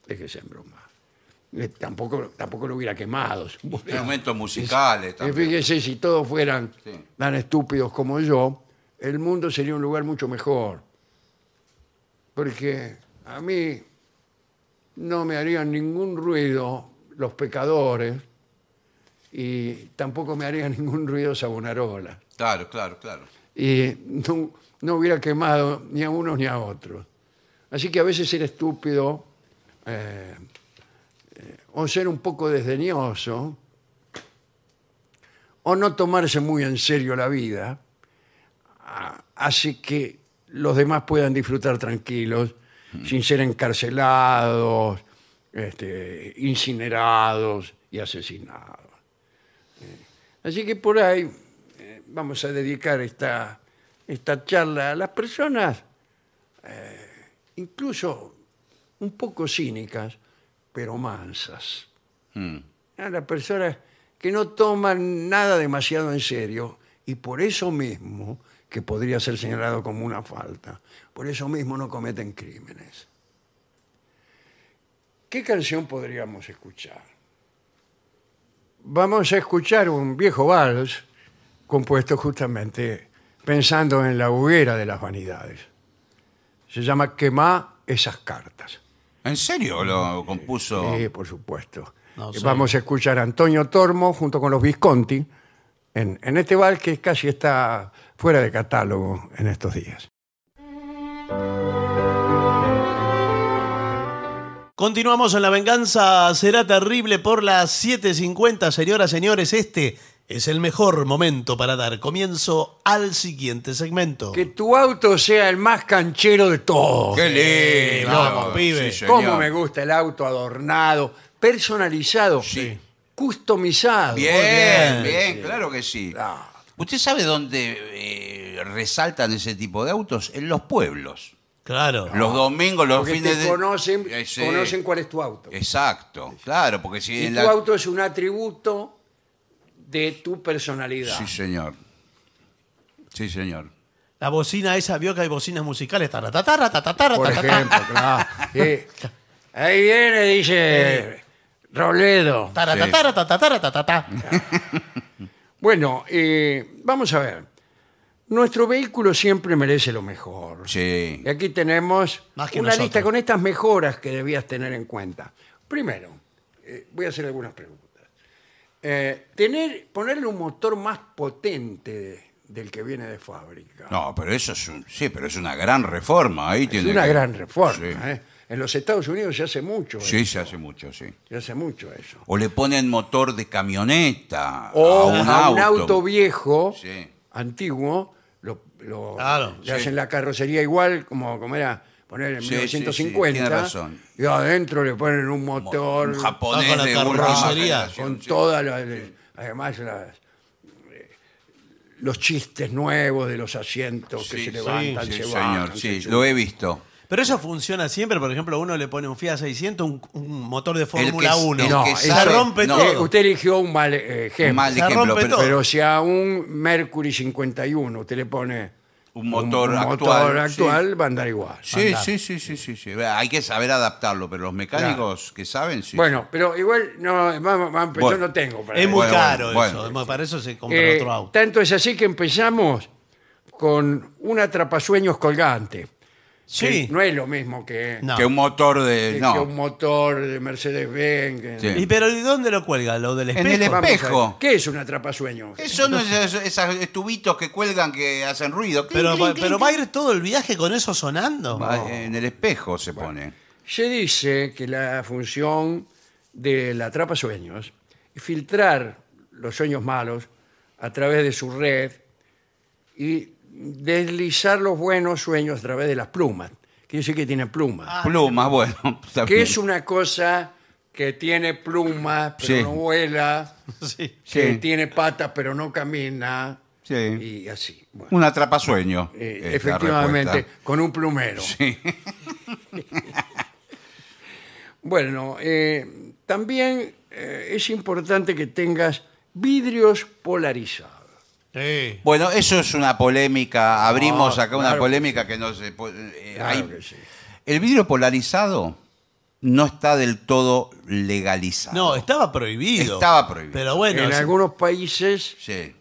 Speaker 1: déjese broma. Eh, Tampoco, tampoco lo hubiera quemado. supongo.
Speaker 3: Instrumentos musicales
Speaker 1: Y
Speaker 3: también.
Speaker 1: fíjese, si todos fueran
Speaker 3: Sí.
Speaker 1: tan estúpidos como yo, el mundo sería un lugar mucho mejor. Porque a mí no me harían ningún ruido los pecadores y tampoco me harían ningún ruido Sabonarola.
Speaker 3: Claro, claro, claro.
Speaker 1: Y no, no hubiera quemado ni a unos ni a otros. Así que a veces ser estúpido eh, eh, o ser un poco desdeñoso o no tomarse muy en serio la vida a- hace que los demás puedan disfrutar tranquilos sin ser encarcelados, este, incinerados y asesinados. Eh, Así que por ahí eh, vamos a dedicar esta, esta charla a las personas eh, incluso un poco cínicas, pero mansas
Speaker 3: Mm.
Speaker 1: a las personas que no toman nada demasiado en serio y por eso mismo, que podría ser señalado como una falta, por eso mismo no cometen crímenes. ¿Qué canción podríamos escuchar? Vamos a escuchar un viejo vals compuesto justamente pensando en la hoguera de las vanidades. Se llama Quemá esas cartas.
Speaker 3: ¿En serio lo compuso?
Speaker 1: Sí, Eh, por supuesto.
Speaker 2: No,
Speaker 1: Eh,
Speaker 2: soy-
Speaker 1: Vamos a escuchar a Antonio Tormo junto con los Visconti en, en este vals que casi está fuera de catálogo en estos días.
Speaker 2: Continuamos en La Venganza Será Terrible por las 7.50. Señoras, señores, este es el mejor momento para dar comienzo al siguiente segmento.
Speaker 1: Que tu auto sea el más canchero de todos.
Speaker 3: ¡Qué lindo!
Speaker 2: vamos, pibe.
Speaker 3: Sí, señor.
Speaker 1: ¿Cómo me gusta el auto adornado, personalizado,
Speaker 3: Sí.
Speaker 1: customizado?
Speaker 3: Bien,
Speaker 2: Muy bien,
Speaker 3: bien, claro que sí.
Speaker 1: Ah,
Speaker 3: ¿Usted sabe dónde eh, resaltan ese tipo de autos? En los pueblos.
Speaker 2: Claro.
Speaker 3: Los domingos, los
Speaker 1: porque
Speaker 3: fines
Speaker 1: te
Speaker 3: de...
Speaker 1: conocen,
Speaker 3: Eh, sí.
Speaker 1: conocen cuál es tu auto.
Speaker 3: Exacto, claro, porque si
Speaker 1: Y
Speaker 3: en
Speaker 1: tu
Speaker 3: la-
Speaker 1: auto es un atributo de tu personalidad.
Speaker 3: Sí, señor. Sí, señor.
Speaker 2: La bocina esa, vio que hay bocinas musicales. Taratatara, tatatara,
Speaker 1: Por
Speaker 2: tatatara.
Speaker 1: ejemplo, claro. Sí. Ahí viene, dice Robledo.
Speaker 2: Taratatara, tatatara, tatatá.
Speaker 1: Bueno, eh, vamos a ver. Nuestro vehículo siempre merece lo mejor.
Speaker 3: Sí.
Speaker 1: Y aquí tenemos
Speaker 2: Más que
Speaker 1: una
Speaker 2: nosotros.
Speaker 1: lista con estas mejoras que debías tener en cuenta. Primero, eh, voy a hacer algunas preguntas. Eh, tener, ponerle un motor más potente del que viene de fábrica.
Speaker 3: No, pero eso es un- sí, pero es una gran reforma. Ahí
Speaker 1: es
Speaker 3: tiene
Speaker 1: una
Speaker 3: que-
Speaker 1: gran reforma.
Speaker 3: Sí.
Speaker 1: ¿eh? En los Estados Unidos se hace mucho
Speaker 3: Sí,
Speaker 1: eso.
Speaker 3: se hace mucho, sí.
Speaker 1: Se hace mucho eso.
Speaker 3: O le ponen motor de camioneta
Speaker 1: o
Speaker 3: a un
Speaker 1: a
Speaker 3: auto.
Speaker 1: un auto viejo,
Speaker 3: Sí.
Speaker 1: antiguo, lo, lo-
Speaker 2: Claro,
Speaker 1: le
Speaker 3: sí.
Speaker 1: hacen la carrocería igual como, como era poner en
Speaker 3: Sí, sí, sí,
Speaker 1: 1950.
Speaker 3: tiene razón.
Speaker 1: Y adentro le ponen un motor.
Speaker 3: Un japonés
Speaker 2: Ah, con la
Speaker 3: de última
Speaker 2: carrocería.
Speaker 3: generación,
Speaker 1: con
Speaker 3: sí.
Speaker 1: todas las, además las, eh, los chistes nuevos de los asientos que
Speaker 3: Sí,
Speaker 1: se
Speaker 3: sí,
Speaker 1: levantan,
Speaker 3: sí,
Speaker 1: se
Speaker 3: señor,
Speaker 1: bajan.
Speaker 3: sí,
Speaker 1: se
Speaker 3: lo he visto.
Speaker 2: Pero eso funciona siempre. Por ejemplo, uno le pone un Fiat 600, un, un motor de Fórmula
Speaker 3: es-
Speaker 2: 1.
Speaker 3: el
Speaker 1: No,
Speaker 3: que
Speaker 1: se
Speaker 3: sabe-
Speaker 2: rompe
Speaker 3: no,
Speaker 1: suben. Eh,
Speaker 2: todo.
Speaker 1: usted eligió un mal eh, ejemplo.
Speaker 3: un mal
Speaker 2: Se
Speaker 3: ejemplo,
Speaker 2: rompe
Speaker 3: pero,
Speaker 2: todo.
Speaker 1: Pero si a un Mercury 51 usted le pone
Speaker 3: Un motor
Speaker 1: motor
Speaker 3: actual, sí.
Speaker 1: actual, va a andar igual.
Speaker 3: Sí, sí, sí, sí, sí, sí. Hay que saber adaptarlo, pero los mecánicos que saben, sí.
Speaker 1: Bueno, pero igual no, vamos, vamos, pero
Speaker 3: Bueno.
Speaker 1: yo no tengo para
Speaker 2: es muy
Speaker 3: Bueno,
Speaker 2: caro
Speaker 3: bueno,
Speaker 2: eso.
Speaker 3: bueno.
Speaker 2: Para eso se compra
Speaker 1: Eh,
Speaker 2: otro auto.
Speaker 1: Tanto es así que empezamos con un atrapasueños colgante.
Speaker 2: Sí.
Speaker 1: Que no es lo mismo que,
Speaker 2: No.
Speaker 3: Que un motor de...
Speaker 1: que
Speaker 3: No,
Speaker 1: un motor de Mercedes-Benz. que-
Speaker 3: Sí.
Speaker 2: ¿Y pero ¿y dónde lo cuelga? ¿Lo del espejo?
Speaker 3: el espe-
Speaker 1: Vamos a ver,
Speaker 3: Espejo.
Speaker 1: ¿Qué es un atrapasueños?
Speaker 3: Eso no es esos esos tubitos que cuelgan que hacen ruido. Clink,
Speaker 2: Pero,
Speaker 3: clink,
Speaker 2: pero
Speaker 3: clink,
Speaker 2: va a ir todo el viaje con eso sonando.
Speaker 3: Va Ah, En el espejo se pone.
Speaker 1: Se dice que la función del atrapasueños es filtrar los sueños malos a través de su red y deslizar los buenos sueños a través de las plumas. Quiere decir que tiene plumas.
Speaker 2: Ah,
Speaker 3: Plumas, bueno. también.
Speaker 1: que es una cosa que tiene plumas pero
Speaker 3: Sí.
Speaker 1: no vuela,
Speaker 2: Sí.
Speaker 1: que
Speaker 3: Sí.
Speaker 1: tiene patas pero no camina
Speaker 3: Sí.
Speaker 1: y así. Bueno,
Speaker 3: Un atrapasueño.
Speaker 1: eh,
Speaker 3: es la
Speaker 1: efectivamente,
Speaker 3: respuesta.
Speaker 1: con un plumero.
Speaker 3: Sí.
Speaker 1: Bueno, eh, también eh, es importante que tengas vidrios polarizados.
Speaker 2: Sí.
Speaker 3: Bueno, eso es una polémica. Abrimos
Speaker 1: No,
Speaker 3: acá una
Speaker 1: claro que
Speaker 3: polémica que no se puede. eh,
Speaker 1: Claro
Speaker 3: hay-
Speaker 1: que sí.
Speaker 3: El vidrio polarizado no está del todo legalizado.
Speaker 2: No, estaba prohibido.
Speaker 3: Estaba prohibido.
Speaker 2: Pero bueno,
Speaker 1: en
Speaker 2: es-
Speaker 1: algunos países
Speaker 3: Sí.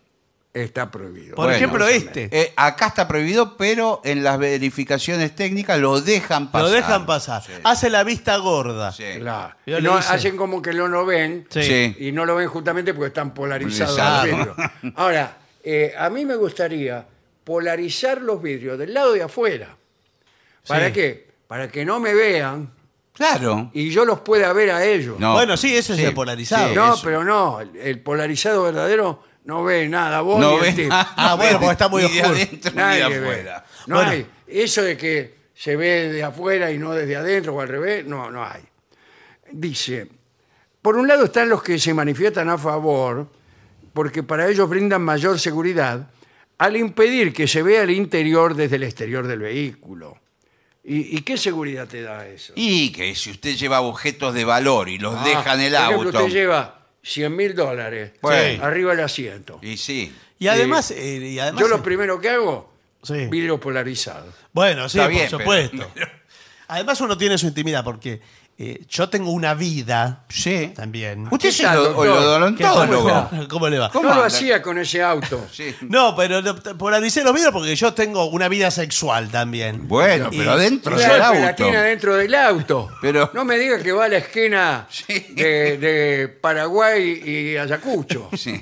Speaker 1: está prohibido.
Speaker 2: Por
Speaker 3: Bueno,
Speaker 2: ejemplo, este.
Speaker 3: Eh, acá está prohibido, pero en las verificaciones técnicas lo dejan pasar.
Speaker 2: Lo dejan pasar. Ah,
Speaker 3: Sí.
Speaker 2: Hace la vista gorda.
Speaker 3: Sí.
Speaker 1: Claro.
Speaker 2: Yo le
Speaker 1: No,
Speaker 2: hice.
Speaker 1: hacen como que no lo ven
Speaker 2: Sí.
Speaker 3: Sí.
Speaker 1: y no lo ven justamente porque están polarizados
Speaker 3: Polarizado.
Speaker 1: los vidrios. Ahora, eh, a mí me gustaría polarizar los vidrios del lado de afuera. ¿Para
Speaker 2: Sí.
Speaker 1: qué? Para que no me vean
Speaker 3: Claro.
Speaker 1: y yo los pueda ver a ellos.
Speaker 3: No.
Speaker 2: Bueno, sí, eso es
Speaker 3: Sí,
Speaker 2: el polarizado.
Speaker 3: sí,
Speaker 1: No,
Speaker 3: eso.
Speaker 1: pero no, el, el polarizado verdadero no ve nada, vos
Speaker 3: No
Speaker 1: ni el
Speaker 3: ves
Speaker 1: tipo.
Speaker 3: nada,
Speaker 2: Ah, bueno, porque está muy
Speaker 3: ni de
Speaker 2: oscuro.
Speaker 3: adentro ni de
Speaker 1: Nadie ve.
Speaker 3: afuera.
Speaker 1: No
Speaker 2: Bueno.
Speaker 1: hay. Eso de que se ve de afuera y no desde adentro o al revés, no, no hay. Dice, por un lado están los que se manifiestan a favor, porque para ellos brindan mayor seguridad, al impedir que se vea el interior desde el exterior del vehículo. ¿Y, y qué seguridad te da eso?
Speaker 3: Y que si usted lleva objetos de valor y los deja en el
Speaker 1: Ah, por ejemplo,
Speaker 3: auto.
Speaker 1: usted lleva 100 mil dólares
Speaker 3: Bueno.
Speaker 1: arriba del asiento.
Speaker 3: Y sí.
Speaker 2: Y además, eh, y además-
Speaker 1: Yo lo primero que hago,
Speaker 2: Sí.
Speaker 1: vidrio polarizado.
Speaker 2: Bueno, sí,
Speaker 3: Está
Speaker 2: por
Speaker 3: bien, pero-
Speaker 2: supuesto. Además, uno tiene su intimidad porque eh, yo tengo una vida
Speaker 3: Sí.
Speaker 2: también.
Speaker 3: Usted
Speaker 1: ¿Qué
Speaker 3: es el
Speaker 1: tal, doctor?
Speaker 2: ¿Qué
Speaker 3: odontólogo.
Speaker 2: tal? ¿Cómo le va?
Speaker 3: ¿Cómo
Speaker 1: no lo
Speaker 3: anda?
Speaker 1: hacía con ese auto.
Speaker 3: Sí.
Speaker 2: No, pero no, te- polaricé los vidrios porque yo tengo una vida sexual también.
Speaker 3: Bueno,
Speaker 2: Y-
Speaker 3: pero adentro
Speaker 1: Claro,
Speaker 3: del
Speaker 1: que la
Speaker 3: auto.
Speaker 1: tiene dentro del auto.
Speaker 3: Pero-
Speaker 1: No me diga que va a la esquina
Speaker 3: Sí.
Speaker 1: de, de Paraguay y Ayacucho.
Speaker 2: Si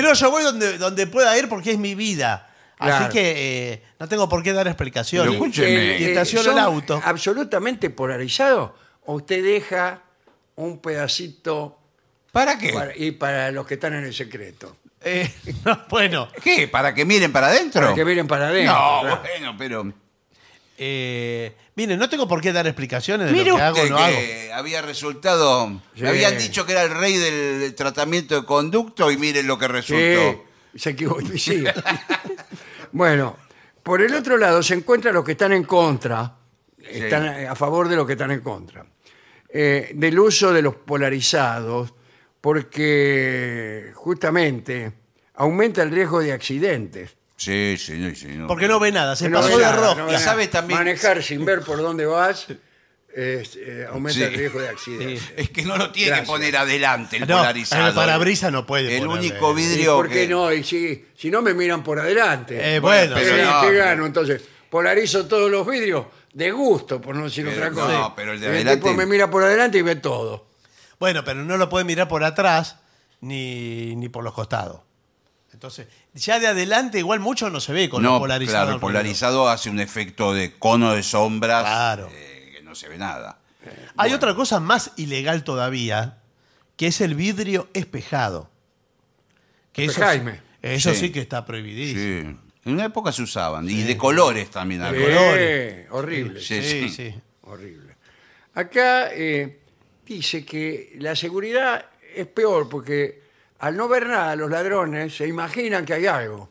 Speaker 2: no, yo voy donde, donde pueda ir porque es mi vida.
Speaker 1: Claro.
Speaker 2: Así que eh, no tengo por qué dar explicaciones.
Speaker 3: Pero escúcheme.
Speaker 2: Y estaciono el
Speaker 1: Eh, ¿son
Speaker 2: auto.
Speaker 1: ¿Absolutamente polarizado? ¿O usted deja un pedacito
Speaker 3: ¿Para qué?
Speaker 1: para- y para los que están en el secreto?
Speaker 2: Eh, no, bueno,
Speaker 3: ¿Qué? ¿Para que miren para adentro?
Speaker 1: Para que miren para adentro.
Speaker 3: no,
Speaker 1: claro.
Speaker 3: bueno, pero.
Speaker 2: eh, miren, no tengo por qué dar explicaciones de
Speaker 3: Mire
Speaker 2: lo que hago o
Speaker 3: usted
Speaker 2: no hago.
Speaker 3: que había resultado.
Speaker 1: Sí.
Speaker 3: le Habían dicho que era el rey del tratamiento de conducto y miren lo que resultó.
Speaker 1: Sí, se equivocó. y sí. bueno, por el otro lado se encuentran los que están en contra, están a a favor de los que están en contra, eh, del uso de los polarizados, porque justamente aumenta el riesgo de accidentes.
Speaker 3: Sí, sí, sí. no.
Speaker 2: Porque no ve nada, se
Speaker 1: Que no
Speaker 2: pasó
Speaker 1: ve
Speaker 2: de
Speaker 1: nada,
Speaker 2: rojo.
Speaker 1: no
Speaker 3: Y
Speaker 1: ve nada.
Speaker 3: sabe también-
Speaker 1: Manejar sin ver por dónde vas es, eh, aumenta
Speaker 3: Sí.
Speaker 1: el riesgo de accidentes.
Speaker 3: Es que no lo tiene
Speaker 1: Gracias.
Speaker 3: que poner adelante el
Speaker 2: Ah, No,
Speaker 3: polarizado.
Speaker 2: el parabrisas no puede
Speaker 3: El
Speaker 2: ponerle.
Speaker 3: único
Speaker 1: ¿Y
Speaker 3: vidrio.
Speaker 1: por qué
Speaker 3: que-
Speaker 1: no? Y si, si no me miran por adelante.
Speaker 2: Eh, bueno,
Speaker 1: Pero
Speaker 3: pero
Speaker 2: sí.
Speaker 3: no.
Speaker 1: ¿qué gano? Entonces, polarizo todos los vidrios de gusto, por no decir
Speaker 3: Pero
Speaker 1: otra
Speaker 3: no,
Speaker 1: cosa.
Speaker 3: pero el de
Speaker 1: tipo
Speaker 3: adelante-
Speaker 1: me mira por adelante y ve todo.
Speaker 2: Bueno, pero no lo puede mirar por atrás ni, ni por los costados. Entonces, ya de adelante igual mucho no se ve con
Speaker 3: No,
Speaker 2: el polarizado.
Speaker 3: claro, el
Speaker 2: al fondo.
Speaker 3: polarizado hace un efecto de cono de sombras
Speaker 2: Claro.
Speaker 3: eh, que no se ve nada.
Speaker 2: Hay otra cosa más ilegal todavía, que es el vidrio espejado. Que eso,
Speaker 1: Espejaime.
Speaker 2: eso
Speaker 3: Sí.
Speaker 2: sí que está prohibido.
Speaker 3: Sí. En una época se usaban, y de colores también. algo.
Speaker 1: Eh, horrible.
Speaker 3: Sí, sí.
Speaker 2: sí.
Speaker 1: Horrible. Acá eh, dice que la seguridad es peor porque al no ver nada los ladrones se imaginan que hay algo.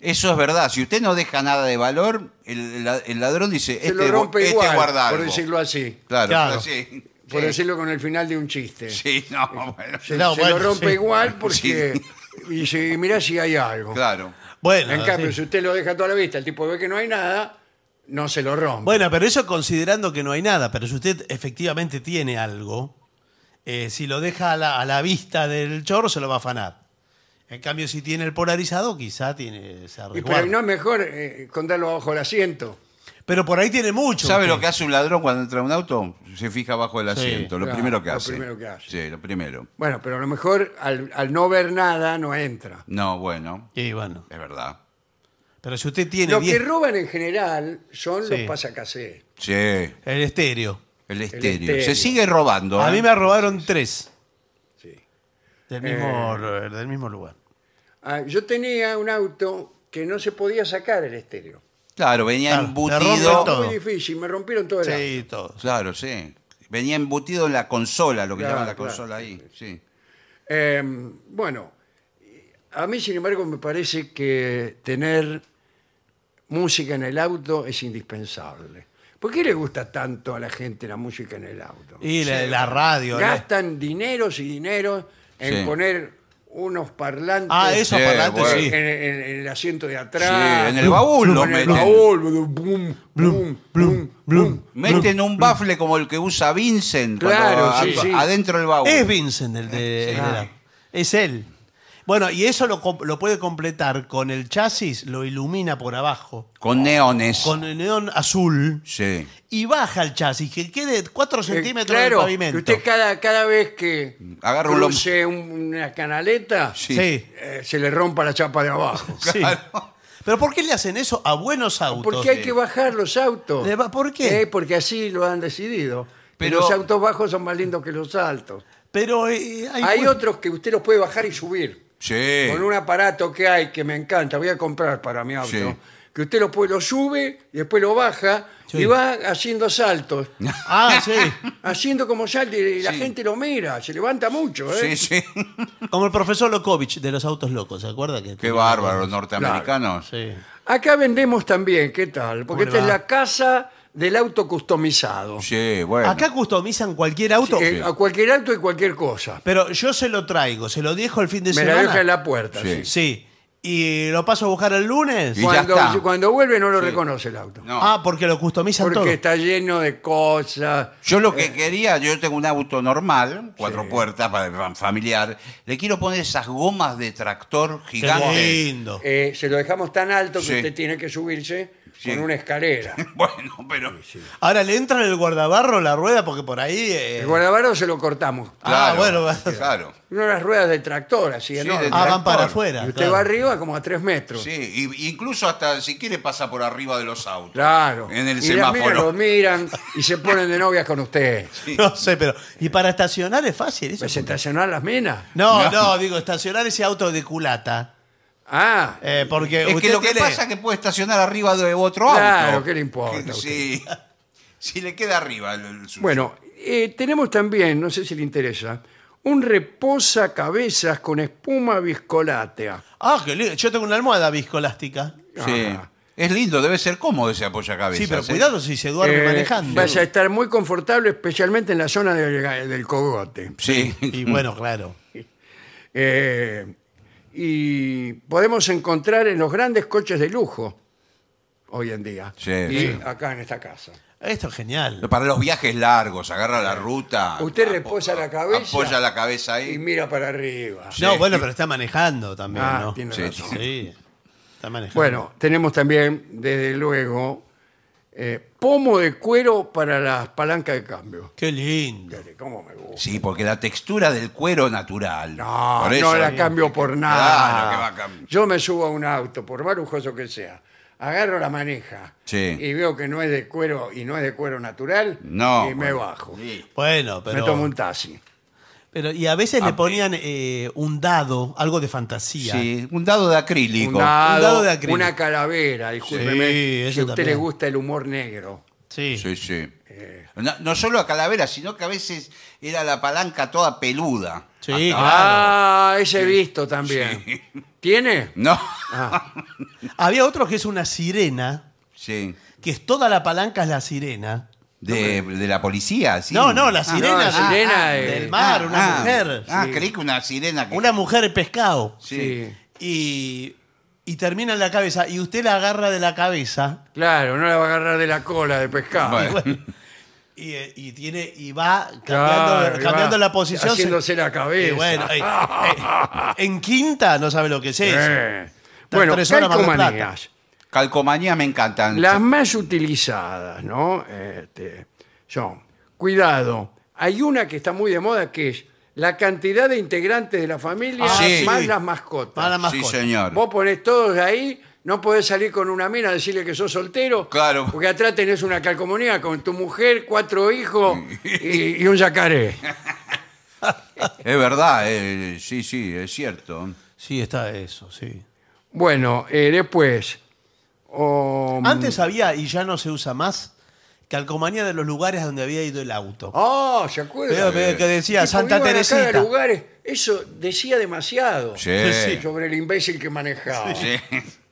Speaker 3: Eso es verdad. Si usted no deja nada de valor, el, la- el ladrón dice,
Speaker 1: Se
Speaker 3: este,
Speaker 1: lo rompe
Speaker 3: este
Speaker 1: igual,
Speaker 3: guarda
Speaker 1: por
Speaker 3: algo".
Speaker 1: decirlo así.
Speaker 3: Claro,
Speaker 2: Claro.
Speaker 3: sí.
Speaker 1: Por
Speaker 3: Sí.
Speaker 1: decirlo con el final de un chiste.
Speaker 3: Sí, no, bueno,
Speaker 1: Se,
Speaker 2: No,
Speaker 1: se
Speaker 2: bueno,
Speaker 1: lo rompe
Speaker 2: sí.
Speaker 1: igual porque dice, mirá si hay algo.
Speaker 3: claro.
Speaker 2: Bueno,
Speaker 1: En cambio,
Speaker 2: sí.
Speaker 1: si usted lo deja a toda la vista, el tipo ve que no hay nada, no se lo rompe.
Speaker 2: bueno, pero eso considerando que no hay nada, pero si usted efectivamente tiene algo, eh, si lo deja a la, a la vista del chorro se lo va a afanar. En cambio, si tiene el polarizado, quizá tiene se
Speaker 1: Y,
Speaker 2: resguarda.
Speaker 1: pero no es mejor eh, esconderlo bajo el asiento.
Speaker 2: Pero por ahí tiene mucho.
Speaker 3: ¿Sabe
Speaker 2: usted.
Speaker 3: lo que hace un ladrón cuando entra a un auto? Se fija abajo del
Speaker 2: Sí,
Speaker 3: asiento, lo
Speaker 1: claro,
Speaker 3: primero que
Speaker 1: lo
Speaker 3: hace.
Speaker 1: primero que hace.
Speaker 3: Sí, lo primero.
Speaker 1: Bueno, pero a lo mejor al, al no ver nada no entra.
Speaker 3: No, bueno,
Speaker 2: Y bueno,
Speaker 3: es verdad.
Speaker 2: pero si usted tiene
Speaker 1: Lo que
Speaker 2: diez-
Speaker 1: roban en general son los
Speaker 2: Sí.
Speaker 1: pasacasetes.
Speaker 3: Sí, el
Speaker 2: el estéreo.
Speaker 3: estéreo.
Speaker 1: estéreo.
Speaker 3: Se sigue robando.
Speaker 2: A
Speaker 3: ¿eh?
Speaker 2: mí me robaron tres
Speaker 1: Sí.
Speaker 2: del
Speaker 1: Eh,
Speaker 2: mismo, del mismo lugar.
Speaker 1: Ah, yo tenía un auto que no se podía sacar el estéreo.
Speaker 3: Claro, venía
Speaker 2: Claro, le
Speaker 3: embutido.
Speaker 2: rompen todo.
Speaker 1: Muy difícil, me rompieron todo el auto.
Speaker 2: Sí, todos.
Speaker 3: Claro, sí. Venía embutido en la consola, lo que
Speaker 1: Claro,
Speaker 3: llaman la
Speaker 1: claro.
Speaker 3: consola ahí. Sí.
Speaker 1: Eh, bueno, a mí sin embargo me parece que tener música en el auto es indispensable. ¿Por qué le gusta tanto a la gente la música en el auto?
Speaker 2: Y la, la radio. la-
Speaker 1: Gastan dineros y dineros en
Speaker 3: Sí.
Speaker 1: poner unos parlantes
Speaker 2: Ah, eso
Speaker 3: Sí,
Speaker 2: para adelante,
Speaker 3: bueno.
Speaker 2: sí.
Speaker 1: en, en- en el asiento de atrás.
Speaker 3: Sí, en el baúl lo
Speaker 1: en el
Speaker 3: meten.
Speaker 1: baúl, blum, blum, blum, blum.
Speaker 3: Meten un bafle como el que usa Vincent cuando
Speaker 1: Claro,
Speaker 3: va-
Speaker 1: sí, sí.
Speaker 3: adentro del baúl.
Speaker 2: Es Vincent el de,
Speaker 1: Ah.
Speaker 2: el de la- Es él. Bueno, y eso lo, com- lo puede completar con el chasis, lo ilumina por abajo,
Speaker 3: Con neones.
Speaker 2: con el neón azul,
Speaker 3: Sí.
Speaker 2: y baja el chasis, que quede 4
Speaker 1: Eh,
Speaker 2: centímetros
Speaker 1: claro,
Speaker 2: del
Speaker 1: que
Speaker 2: pavimento.
Speaker 1: usted cada, cada vez que
Speaker 3: Agarra un
Speaker 1: cruce un- una canaleta,
Speaker 3: Sí.
Speaker 2: Sí,
Speaker 1: eh, se le rompa la chapa de abajo.
Speaker 2: sí. Pero ¿por qué le hacen eso a buenos autos?
Speaker 1: Porque hay que bajar los autos.
Speaker 2: Le va- ¿por qué?
Speaker 1: Eh, porque así lo han decidido. Que
Speaker 3: Pero-
Speaker 1: los autos bajos son más lindos que los altos.
Speaker 2: Pero eh, hay,
Speaker 1: Hay
Speaker 2: mu-
Speaker 1: otros que usted los puede bajar y subir.
Speaker 3: Sí.
Speaker 1: Con un aparato que hay que me encanta, voy a comprar para mi auto.
Speaker 3: Sí.
Speaker 1: Que usted lo, puede, lo sube y después lo baja
Speaker 2: Sí.
Speaker 1: y va haciendo saltos.
Speaker 2: Ah, sí.
Speaker 1: haciendo como salta y la
Speaker 3: Sí.
Speaker 1: gente lo mira, se levanta mucho. ¿eh?
Speaker 3: Sí, sí.
Speaker 2: Como el profesor Lokovich de los autos locos, ¿se acuerda? Que
Speaker 3: Qué bárbaro, norteamericanos.
Speaker 2: Sí.
Speaker 1: Acá vendemos también, ¿qué tal? Porque
Speaker 2: ¿Cómo
Speaker 1: esta
Speaker 2: le
Speaker 1: es
Speaker 2: va?
Speaker 1: la casa del auto customizado.
Speaker 3: Sí, bueno.
Speaker 2: Acá customizan cualquier auto.
Speaker 1: Eh, a cualquier auto y cualquier cosa.
Speaker 2: Pero yo se lo traigo, se lo dejo el fin de
Speaker 1: Me la
Speaker 2: semana.
Speaker 1: deja en la puerta.
Speaker 3: Sí.
Speaker 1: sí.
Speaker 2: Sí. Y lo paso a buscar el lunes.
Speaker 3: Y ya
Speaker 1: Cuando,
Speaker 3: está.
Speaker 1: cuando vuelve no lo reconoce el auto.
Speaker 3: No.
Speaker 2: Ah, porque lo customizan
Speaker 1: porque
Speaker 2: todo.
Speaker 1: está lleno de cosas.
Speaker 3: Yo lo
Speaker 2: Eh.
Speaker 3: que quería, yo tengo un auto normal, cuatro puertas, para- para familiar. Le quiero poner esas gomas de tractor
Speaker 2: Qué
Speaker 3: gigante.
Speaker 2: lindo.
Speaker 1: Eh, se lo dejamos tan alto que
Speaker 3: Sí.
Speaker 1: usted tiene que subirse
Speaker 3: Sí.
Speaker 1: con una escalera.
Speaker 3: Bueno, pero.
Speaker 2: Ahora le entra en el guardabarro la rueda porque por ahí. eh,
Speaker 1: El guardabarro se lo cortamos.
Speaker 2: Ah,
Speaker 3: Claro,
Speaker 2: bueno, va-
Speaker 3: Claro.
Speaker 1: Una de las ruedas del tractor, así
Speaker 3: Sí,
Speaker 1: enorme.
Speaker 3: del
Speaker 2: Ah, van
Speaker 3: tractor.
Speaker 2: para afuera.
Speaker 1: y usted
Speaker 2: claro.
Speaker 1: va arriba como a tres metros.
Speaker 3: Sí, y- incluso hasta si quiere pasa por arriba de los autos.
Speaker 1: Claro.
Speaker 3: En el
Speaker 1: y las minas
Speaker 3: semáforo.
Speaker 1: lo miran y se ponen de novias con usted.
Speaker 2: No sé, pero. Y para estacionar es fácil. eso.
Speaker 1: ¿Se estacionan las minas?
Speaker 2: No, no,
Speaker 3: No.
Speaker 2: digo, estacionar ese auto de culata.
Speaker 1: Ah,
Speaker 2: eh, porque
Speaker 3: Es
Speaker 2: usted
Speaker 3: que lo que
Speaker 2: tiene-
Speaker 3: pasa es que puede estacionar arriba de otro
Speaker 1: Claro,
Speaker 3: auto.
Speaker 1: ¿qué le importa a
Speaker 3: Sí. Si le queda arriba el, el suyo.
Speaker 1: bueno, eh, tenemos también, no sé si le interesa, un reposacabezas con espuma viscolátea.
Speaker 2: Ah, qué lindo. Yo tengo una almohada viscolástica.
Speaker 3: Sí.
Speaker 1: Ajá.
Speaker 3: Es lindo, debe ser cómodo ese apoyacabezas.
Speaker 2: Sí, pero
Speaker 3: ¿eh?
Speaker 2: cuidado si se duerme
Speaker 1: Eh,
Speaker 2: manejando.
Speaker 1: Vas a estar muy confortable, especialmente en la zona del, del cogote.
Speaker 3: Sí.
Speaker 2: Y bueno, claro.
Speaker 1: Eh, y podemos encontrar en los grandes coches de lujo hoy en día.
Speaker 3: Sí,
Speaker 1: y
Speaker 3: sí.
Speaker 1: acá en esta casa.
Speaker 2: Esto es genial.
Speaker 3: Para los viajes largos, agarra la ruta.
Speaker 1: Usted
Speaker 3: apo-
Speaker 1: reposa la cabeza.
Speaker 3: Apoya la cabeza
Speaker 1: Y
Speaker 3: ahí.
Speaker 1: mira para arriba.
Speaker 3: Sí.
Speaker 2: No, bueno, pero está manejando también,
Speaker 1: Ah,
Speaker 2: ¿no?
Speaker 1: tiene
Speaker 3: Sí,
Speaker 1: razón.
Speaker 2: Sí. Está manejando.
Speaker 1: Bueno, tenemos también, desde luego, eh, pomo de cuero para las palancas de cambio.
Speaker 2: Qué lindo.
Speaker 1: ¿Cómo me gusta?
Speaker 3: Sí, porque la textura del cuero natural.
Speaker 1: No,
Speaker 3: Por
Speaker 1: no
Speaker 3: eso-
Speaker 1: la cambio por
Speaker 3: Claro
Speaker 1: nada.
Speaker 3: que va a cambiar.
Speaker 1: Yo me subo a un auto, por más lujoso que sea, agarro la manija
Speaker 3: Sí.
Speaker 1: y veo que no es de cuero y no es de cuero natural
Speaker 3: No.
Speaker 1: y me bajo.
Speaker 3: Sí.
Speaker 2: Bueno, pero.
Speaker 1: Me tomo un taxi.
Speaker 2: Pero, y a veces
Speaker 3: Ah,
Speaker 2: le ponían eh, un dado, algo de fantasía.
Speaker 3: Sí, un dado de acrílico.
Speaker 1: Un dado,
Speaker 2: Un dado de acrílico.
Speaker 1: una calavera, discúlpeme.
Speaker 2: Sí, eso
Speaker 1: si a usted
Speaker 2: también.
Speaker 1: le gusta el humor negro.
Speaker 2: Sí.
Speaker 3: Sí, sí.
Speaker 1: Eh.
Speaker 3: No, no solo a calavera, sino que a veces era la palanca toda peluda.
Speaker 2: Sí,
Speaker 1: Ah, ese he visto también. ¿Tiene?
Speaker 3: No.
Speaker 1: Ah,
Speaker 2: Había otro que es una sirena,
Speaker 3: Sí.
Speaker 2: que es toda la palanca es la sirena.
Speaker 3: De, de la policía, sí.
Speaker 2: No, no, la
Speaker 3: Ah,
Speaker 2: sirena,
Speaker 1: la
Speaker 2: de-
Speaker 1: sirena
Speaker 2: ah,
Speaker 1: de-
Speaker 2: del mar,
Speaker 3: ah,
Speaker 2: una
Speaker 3: ah,
Speaker 2: mujer.
Speaker 3: Ah,
Speaker 1: sí.
Speaker 3: creí que una sirena. que-
Speaker 2: Una mujer pescado.
Speaker 1: sí.
Speaker 2: Y, y termina en la cabeza. Y usted la agarra de la cabeza
Speaker 1: Claro, no la va a agarrar de la cola de pescado.
Speaker 3: Bueno.
Speaker 2: y, eh, y tiene, y va cambiando,
Speaker 1: Claro, y va
Speaker 2: cambiando la posición.
Speaker 1: Haciéndose la cabeza.
Speaker 2: Y bueno, eh, eh, en quinta no sabe lo que es eso.
Speaker 1: Eh. Bueno,
Speaker 2: tres horas Mar del Plata.
Speaker 1: calcomanías.
Speaker 3: Calcomanía me encantan.
Speaker 1: Las más utilizadas, ¿no? Este, son, cuidado, hay una que está muy de moda que es la cantidad de integrantes de la familia
Speaker 2: Ah,
Speaker 3: sí.
Speaker 1: más las mascotas.
Speaker 2: Más la
Speaker 3: Sí,
Speaker 2: mascota.
Speaker 3: señor.
Speaker 1: Vos ponés todos ahí, no podés salir con una mina a decirle que sos soltero.
Speaker 3: Claro.
Speaker 1: Porque atrás tenés una calcomanía con tu mujer, cuatro hijos y, y un yacaré.
Speaker 3: Es verdad, eh, sí, sí, es cierto.
Speaker 2: Sí, está eso, sí.
Speaker 1: Bueno, eh, después. um,
Speaker 2: Antes había, y ya no se usa más, calcomanía de los lugares donde había ido el auto.
Speaker 1: Ah, ¿se acuerdan?
Speaker 2: Pero, pero, que decía
Speaker 1: Tipo,
Speaker 2: Santa
Speaker 1: iban a cada
Speaker 2: Teresita.
Speaker 1: lugar, eso decía demasiado
Speaker 3: Sí.
Speaker 2: Sí, sí.
Speaker 1: sobre el imbécil que manejaba.
Speaker 3: Sí.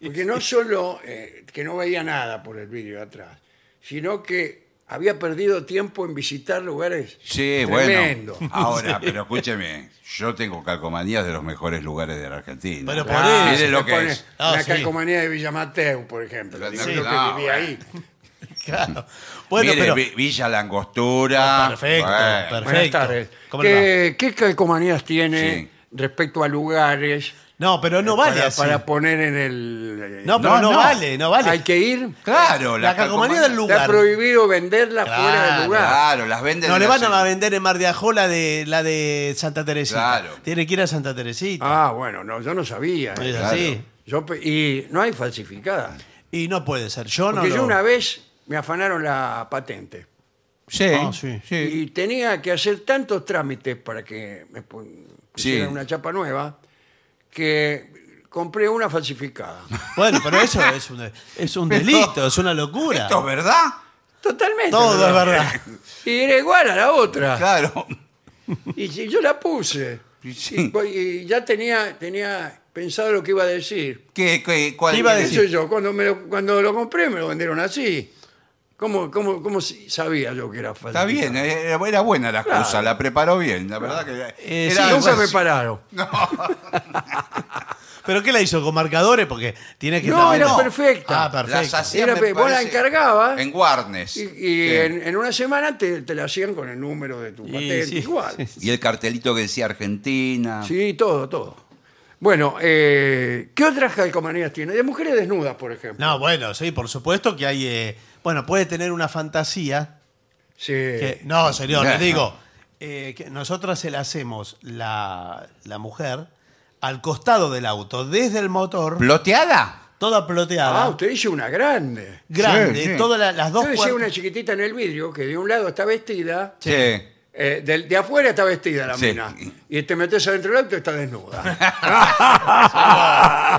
Speaker 1: Porque no solo eh, que no veía nada por el vídeo atrás, sino que había perdido tiempo en visitar lugares
Speaker 3: Sí,
Speaker 1: tremendo.
Speaker 3: bueno. Ah, Ahora, pero escúcheme, yo tengo calcomanías de los mejores lugares de la Argentina.
Speaker 2: Pero por
Speaker 1: Ah,
Speaker 2: eso.
Speaker 1: se
Speaker 3: Mire lo
Speaker 1: le
Speaker 3: que
Speaker 1: pone
Speaker 3: es.
Speaker 2: Ah,
Speaker 1: una
Speaker 2: sí.
Speaker 1: calcomanía de Villa Mateu, por ejemplo.
Speaker 3: Pero
Speaker 1: Digo,
Speaker 3: sí.
Speaker 1: yo
Speaker 3: No,
Speaker 1: que vivía ahí.
Speaker 2: Claro. Bueno,
Speaker 3: Mire,
Speaker 2: pero.
Speaker 3: Vi- Villa Langostura.
Speaker 2: Ah, perfecto, perfecto.
Speaker 1: Buenas tardes.
Speaker 2: ¿Cómo le
Speaker 1: ¿Qué, qué calcomanías tiene
Speaker 3: Sí.
Speaker 1: respecto a lugares
Speaker 2: No, pero no vale
Speaker 1: para,
Speaker 2: así.
Speaker 1: para poner en el...
Speaker 2: No, pero
Speaker 3: No,
Speaker 2: no,
Speaker 3: no.
Speaker 2: vale, no vale.
Speaker 1: Hay que ir.
Speaker 3: Claro,
Speaker 2: La calcomanía del lugar.
Speaker 1: Está prohibido venderla
Speaker 2: Claro,
Speaker 1: fuera del lugar.
Speaker 3: Claro, las venden.
Speaker 2: No
Speaker 3: en
Speaker 2: le
Speaker 3: las-
Speaker 2: van a vender en Mar de Ajó la de, la de Santa Teresita.
Speaker 3: Claro.
Speaker 2: Tiene que ir a Santa Teresita.
Speaker 1: Ah, bueno, no, yo no sabía.
Speaker 2: Es
Speaker 1: eh.
Speaker 2: así.
Speaker 1: Yo pe- y no hay falsificadas.
Speaker 2: Y no puede ser. Yo no.
Speaker 1: Porque
Speaker 2: lo-
Speaker 1: yo una vez me afanaron la patente.
Speaker 3: Sí,
Speaker 2: Ah, sí.
Speaker 3: sí.
Speaker 1: Y tenía que hacer tantos trámites para que me pu- pusieran
Speaker 3: Sí.
Speaker 1: una chapa nueva que compré una falsificada.
Speaker 2: Bueno, pero eso es un, es un delito, es una locura.
Speaker 3: ¿Esto es verdad?
Speaker 1: Totalmente.
Speaker 2: Todo es
Speaker 1: ¿verdad?
Speaker 2: verdad.
Speaker 1: Y era igual a la
Speaker 2: Ah.
Speaker 1: otra.
Speaker 3: Claclaro.
Speaker 1: Y si yo la puse.
Speaker 3: Y sí.
Speaker 1: Y, y ya tenía, tenía pensado lo que iba a decir.
Speaker 3: ¿Qué, qué, cuál- Eh,
Speaker 2: ¿Qué iba a
Speaker 1: ¿Qué
Speaker 2: decir?
Speaker 1: sé yo? Cuando, me lo, cuando lo compré me lo vendieron así. ¿Cómo, cómo, cómo si- sabía yo que era falso?
Speaker 3: Está bien, eh, era era buena la excusa,
Speaker 1: Claro.
Speaker 3: la preparó bien, la verdad que
Speaker 2: Eh,
Speaker 3: era
Speaker 2: sí,
Speaker 3: algo
Speaker 1: Nunca
Speaker 2: bueno,
Speaker 1: me
Speaker 3: así.
Speaker 1: pararon.
Speaker 2: ¿Pero qué la hizo? ¿Con marcadores? Porque tiene que.
Speaker 1: No,
Speaker 2: también-
Speaker 1: era perfecta.
Speaker 2: Ah,
Speaker 3: Las
Speaker 2: perfecto.
Speaker 3: hacían,
Speaker 1: Era
Speaker 3: me
Speaker 1: pe- vos la
Speaker 3: parece,
Speaker 1: encargabas.
Speaker 3: En Guarnes.
Speaker 1: Y, y
Speaker 3: Sí.
Speaker 1: en, en una semana te, te la hacían con el número de tu
Speaker 2: Y
Speaker 1: patente,
Speaker 2: sí,
Speaker 1: igual. Sí,
Speaker 2: sí.
Speaker 3: Y el cartelito que decía Argentina.
Speaker 1: todo, todo. Bueno, eh, ¿qué otras calcomanías tiene? De mujeres desnudas, por ejemplo.
Speaker 2: No, bueno, sí, por supuesto que hay. eh, bueno, puede tener una fantasía.
Speaker 1: Sí.
Speaker 2: que- no, señor,
Speaker 3: Nah.
Speaker 2: le digo. eh, que nosotros se la hacemos, la, la mujer, al costado del auto, desde el motor,
Speaker 3: ¿Ploteada?
Speaker 2: toda ploteada,
Speaker 1: Ah, usted dice una grande.
Speaker 2: grande,
Speaker 3: Sí, sí.
Speaker 2: todas la- las dos
Speaker 1: Yo decía
Speaker 2: puertas-
Speaker 1: una chiquitita en el vidrio que de un lado está vestida,
Speaker 3: Sí.
Speaker 1: eh, del- de, afuera está vestida la
Speaker 3: Sí.
Speaker 1: mina, y te metes adentro del auto y está desnuda.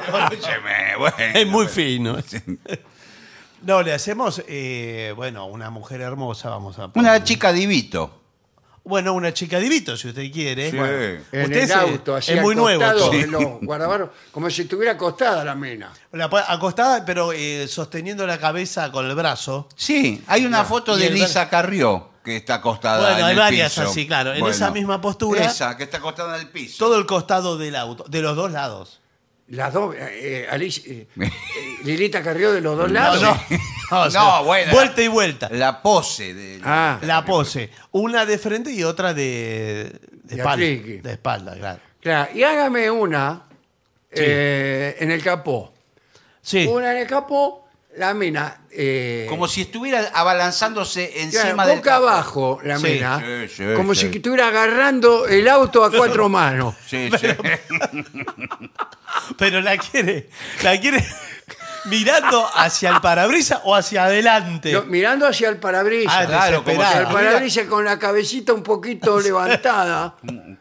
Speaker 3: Escúcheme, bueno.
Speaker 2: Es muy fino. No, le hacemos, eh, bueno, una mujer hermosa, vamos a poner.
Speaker 3: Una chica divito.
Speaker 2: Bueno, una chica divito, si usted quiere.
Speaker 3: Sí.
Speaker 2: Bueno,
Speaker 1: En
Speaker 2: usted
Speaker 1: el
Speaker 2: se-
Speaker 1: auto, así
Speaker 2: eh, es
Speaker 1: al
Speaker 2: muy nuevo.
Speaker 1: costado
Speaker 2: todo.
Speaker 1: de los guardabarros, como si estuviera acostada la mina.
Speaker 2: La po- acostada, pero eh, sosteniendo la cabeza con el brazo.
Speaker 3: Sí, hay una foto
Speaker 2: y
Speaker 3: de
Speaker 2: el-
Speaker 3: Lisa Carrió que está acostada
Speaker 2: Bueno,
Speaker 3: Ah, en
Speaker 2: hay
Speaker 3: el
Speaker 2: varias
Speaker 3: piso.
Speaker 2: así, claro, en
Speaker 3: Bueno,
Speaker 2: esa misma postura.
Speaker 3: Esa, que está acostada en el piso.
Speaker 2: Todo el costado del auto, de los dos lados.
Speaker 1: Las dos, eh, eh, Alice, eh, eh, Lilita Carrió de los dos lados.
Speaker 2: O sea,
Speaker 3: Ah, No, bueno.
Speaker 2: Vuelta y vuelta.
Speaker 3: La pose de...
Speaker 1: Ah,
Speaker 2: La pose. Una de frente y otra de,
Speaker 1: De
Speaker 2: de espalda.
Speaker 1: aplique.
Speaker 2: De espalda, claro.
Speaker 1: claro. Y hágame una eh, en el capó.
Speaker 2: Sí.
Speaker 1: Una en el capó, la mina. eh,
Speaker 3: Como si estuviera abalanzándose
Speaker 1: claro,
Speaker 3: encima del...
Speaker 1: boca abajo la
Speaker 2: Sí.
Speaker 1: mina.
Speaker 3: Sí, sí,
Speaker 1: como
Speaker 3: sí.
Speaker 1: si estuviera agarrando el auto a cuatro manos.
Speaker 3: Sí, sí.
Speaker 2: Pero la quiere, la quiere, mirando hacia el parabrisas o hacia adelante.
Speaker 1: Yo, mirando hacia el
Speaker 2: Ah,
Speaker 1: parabrisas.
Speaker 3: claro,
Speaker 1: Hacia
Speaker 3: como
Speaker 1: el
Speaker 2: desesperada.
Speaker 1: parabrisas con la cabecita un poquito levantada.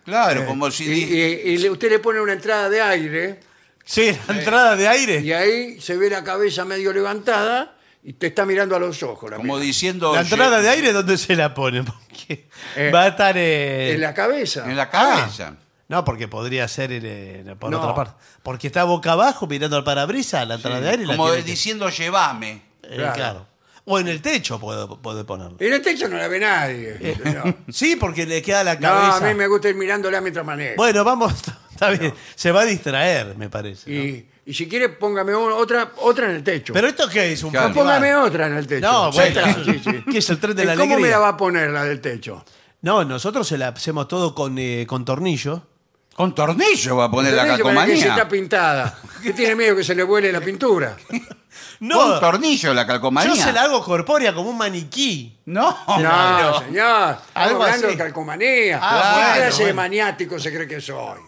Speaker 3: Claro, como
Speaker 1: Eh, Y,
Speaker 3: si... di-
Speaker 1: y- y le- usted le pone una entrada de aire
Speaker 2: Sí, la entrada de
Speaker 1: y
Speaker 2: aire.
Speaker 1: ahí se ve la cabeza medio levantada y te está mirando a los ojos. eh, la
Speaker 3: como
Speaker 1: mina.
Speaker 3: diciendo...
Speaker 2: La
Speaker 3: "Oye,
Speaker 2: entrada de aire, ¿dónde se la pone? Porque
Speaker 1: Eh,
Speaker 2: va a estar... eh,
Speaker 1: En la cabeza. Ah,
Speaker 3: En la cabeza.
Speaker 2: No, porque podría ser en, eh, por
Speaker 1: No.
Speaker 2: otra parte. Porque está boca abajo mirando al parabrisas, la entrada de aire. y la
Speaker 3: Como
Speaker 2: tiene que-
Speaker 3: diciendo, llévame.
Speaker 2: eh,
Speaker 1: claro. Eh,
Speaker 2: claro. O en el techo puede, puede ponerlo.
Speaker 1: En el techo no la ve nadie. No.
Speaker 2: Sí, porque le queda la
Speaker 1: No,
Speaker 2: cabeza.
Speaker 1: a mí me gusta ir mirándola mientras manejo.
Speaker 2: Bueno, vamos, está bien. Se va a distraer, me parece. ¿no?
Speaker 1: y, y si quiere, póngame un- otra, otra en el techo.
Speaker 2: ¿Pero esto qué es? ¿Un
Speaker 3: Claro.
Speaker 2: festival?
Speaker 1: póngame otra en el techo.
Speaker 2: No,
Speaker 1: Sí,
Speaker 2: bueno,
Speaker 1: claro, sí, sí.
Speaker 2: ¿qué es el tren de
Speaker 1: ¿Y
Speaker 2: la
Speaker 1: ¿Cómo me
Speaker 2: alegría?
Speaker 1: la va a poner la del techo?
Speaker 2: No, nosotros se la hacemos todo con, eh, con tornillos.
Speaker 3: Con tornillo va a poner la
Speaker 1: Tornillo para que sí
Speaker 3: calcomanía.
Speaker 1: está pintada. ¿Qué tiene miedo que se le vuele la pintura?
Speaker 2: No,
Speaker 3: Con tornillo la calcomanía.
Speaker 2: yo se la hago corpórea como un maniquí.
Speaker 3: No.
Speaker 1: No,
Speaker 2: no.
Speaker 1: señor. Estamos
Speaker 2: Algo
Speaker 1: hablando
Speaker 2: así.
Speaker 1: de calcomanía.
Speaker 2: Ah,
Speaker 1: ¿Qué
Speaker 2: bueno,
Speaker 1: clase de
Speaker 2: bueno.
Speaker 1: maniático se cree que soy?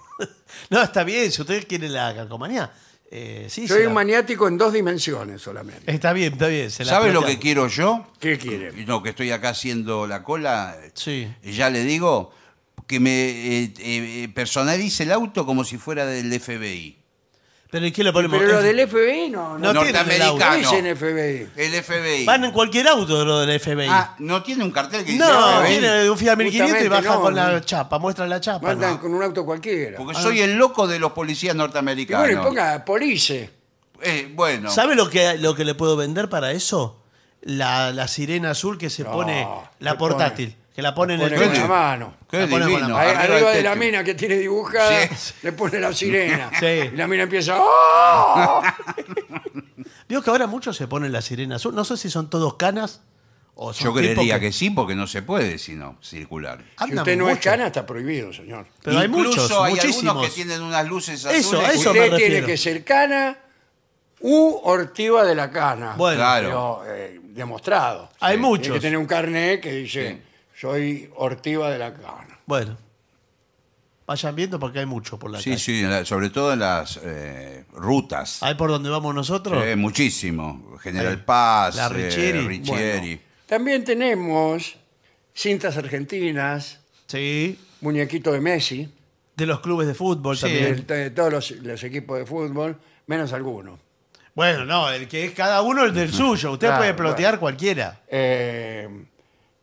Speaker 2: No, está bien, si usted quiere la calcomanía. eh, sí, se
Speaker 1: Soy
Speaker 2: la-
Speaker 1: un maniático en dos dimensiones solamente.
Speaker 2: Está bien, está bien. se la
Speaker 3: ¿Sabes lo que
Speaker 2: planteamos.
Speaker 3: quiero yo?
Speaker 1: ¿Qué quiere?
Speaker 3: No, que estoy acá haciendo la cola.
Speaker 2: Sí.
Speaker 3: Ya le digo que me eh, eh, personalice el auto como si fuera del FBI.
Speaker 2: Pero ¿y qué le ponemos?
Speaker 1: Pero lo
Speaker 2: Es-
Speaker 1: del FBI no, no,
Speaker 2: No tiene
Speaker 1: no
Speaker 3: norteamericano.
Speaker 1: dicen FBI.
Speaker 3: El FBI.
Speaker 2: Van en cualquier auto lo del FBI.
Speaker 3: Ah, no tiene un cartel que eh. dice
Speaker 2: no,
Speaker 3: FBI.
Speaker 2: tiene un Fiat 1500 y
Speaker 1: Justamente
Speaker 2: baja
Speaker 1: no,
Speaker 2: con
Speaker 1: no.
Speaker 2: la chapa, muestra la chapa.
Speaker 1: Mandan
Speaker 2: ¿no?
Speaker 1: con un auto cualquiera.
Speaker 3: Porque soy el loco de los policías
Speaker 1: Y bueno, y
Speaker 3: norteamericanos.
Speaker 1: ponga police.
Speaker 3: Eh, bueno.
Speaker 2: ¿Sabe lo que, lo que le puedo vender para eso? La, la sirena azul que se
Speaker 1: No,
Speaker 2: pone,
Speaker 1: se
Speaker 2: la portátil, que la pone en el
Speaker 1: Pone con
Speaker 2: coche.
Speaker 1: la mano.
Speaker 3: Qué
Speaker 2: La ponemos
Speaker 3: divino,
Speaker 2: No,
Speaker 1: Ahí,
Speaker 3: arriba
Speaker 1: arriba,
Speaker 3: del
Speaker 1: de la
Speaker 3: techo.
Speaker 1: mina que tiene dibujada,
Speaker 3: Sí.
Speaker 1: le pone la sirena.
Speaker 2: Sí.
Speaker 1: Y la mina empieza. ¡Oh!
Speaker 2: Veo que ahora muchos se ponen la sirena azul. No sé si son todos canas o son
Speaker 3: Yo
Speaker 2: tipos
Speaker 3: creería que... sí, porque no se puede sino circular.
Speaker 1: Si
Speaker 2: andan
Speaker 1: usted no es
Speaker 2: mucho.
Speaker 1: cana, está prohibido, señor.
Speaker 2: Pero hay
Speaker 3: Incluso
Speaker 2: muchos,
Speaker 3: hay
Speaker 2: muchísimos.
Speaker 3: algunos que tienen unas luces azules.
Speaker 2: Eso, a eso
Speaker 3: Uy,
Speaker 1: usted
Speaker 2: me
Speaker 1: tiene
Speaker 2: refiero.
Speaker 1: que ser cana u ortiva de la cana.
Speaker 2: Bueno,
Speaker 3: Claro.
Speaker 1: Pero, eh, demostrado.
Speaker 2: hay
Speaker 3: Sí.
Speaker 1: Tiene
Speaker 2: muchos.
Speaker 1: que tener un carnet que dice, soy ortiva de la cana.
Speaker 2: Bueno, vayan viendo porque hay mucho por la
Speaker 3: Sí,
Speaker 2: calle.
Speaker 3: sí, en la- sobre todo en las eh, rutas.
Speaker 2: Ahí por donde vamos nosotros.
Speaker 3: Eh, muchísimo. General
Speaker 2: Sí.
Speaker 3: Paz,
Speaker 2: La
Speaker 3: eh,
Speaker 2: Richieri.
Speaker 3: Richieri.
Speaker 1: También tenemos cintas argentinas,
Speaker 2: Sí.
Speaker 1: muñequito de Messi,
Speaker 2: De los clubes de fútbol
Speaker 1: de,
Speaker 2: también.
Speaker 1: de todos los, los equipos de fútbol, menos algunos.
Speaker 2: Bueno, no, el que es cada uno el del suyo. Usted
Speaker 1: Claro,
Speaker 2: puede plotear cualquiera.
Speaker 1: Eh,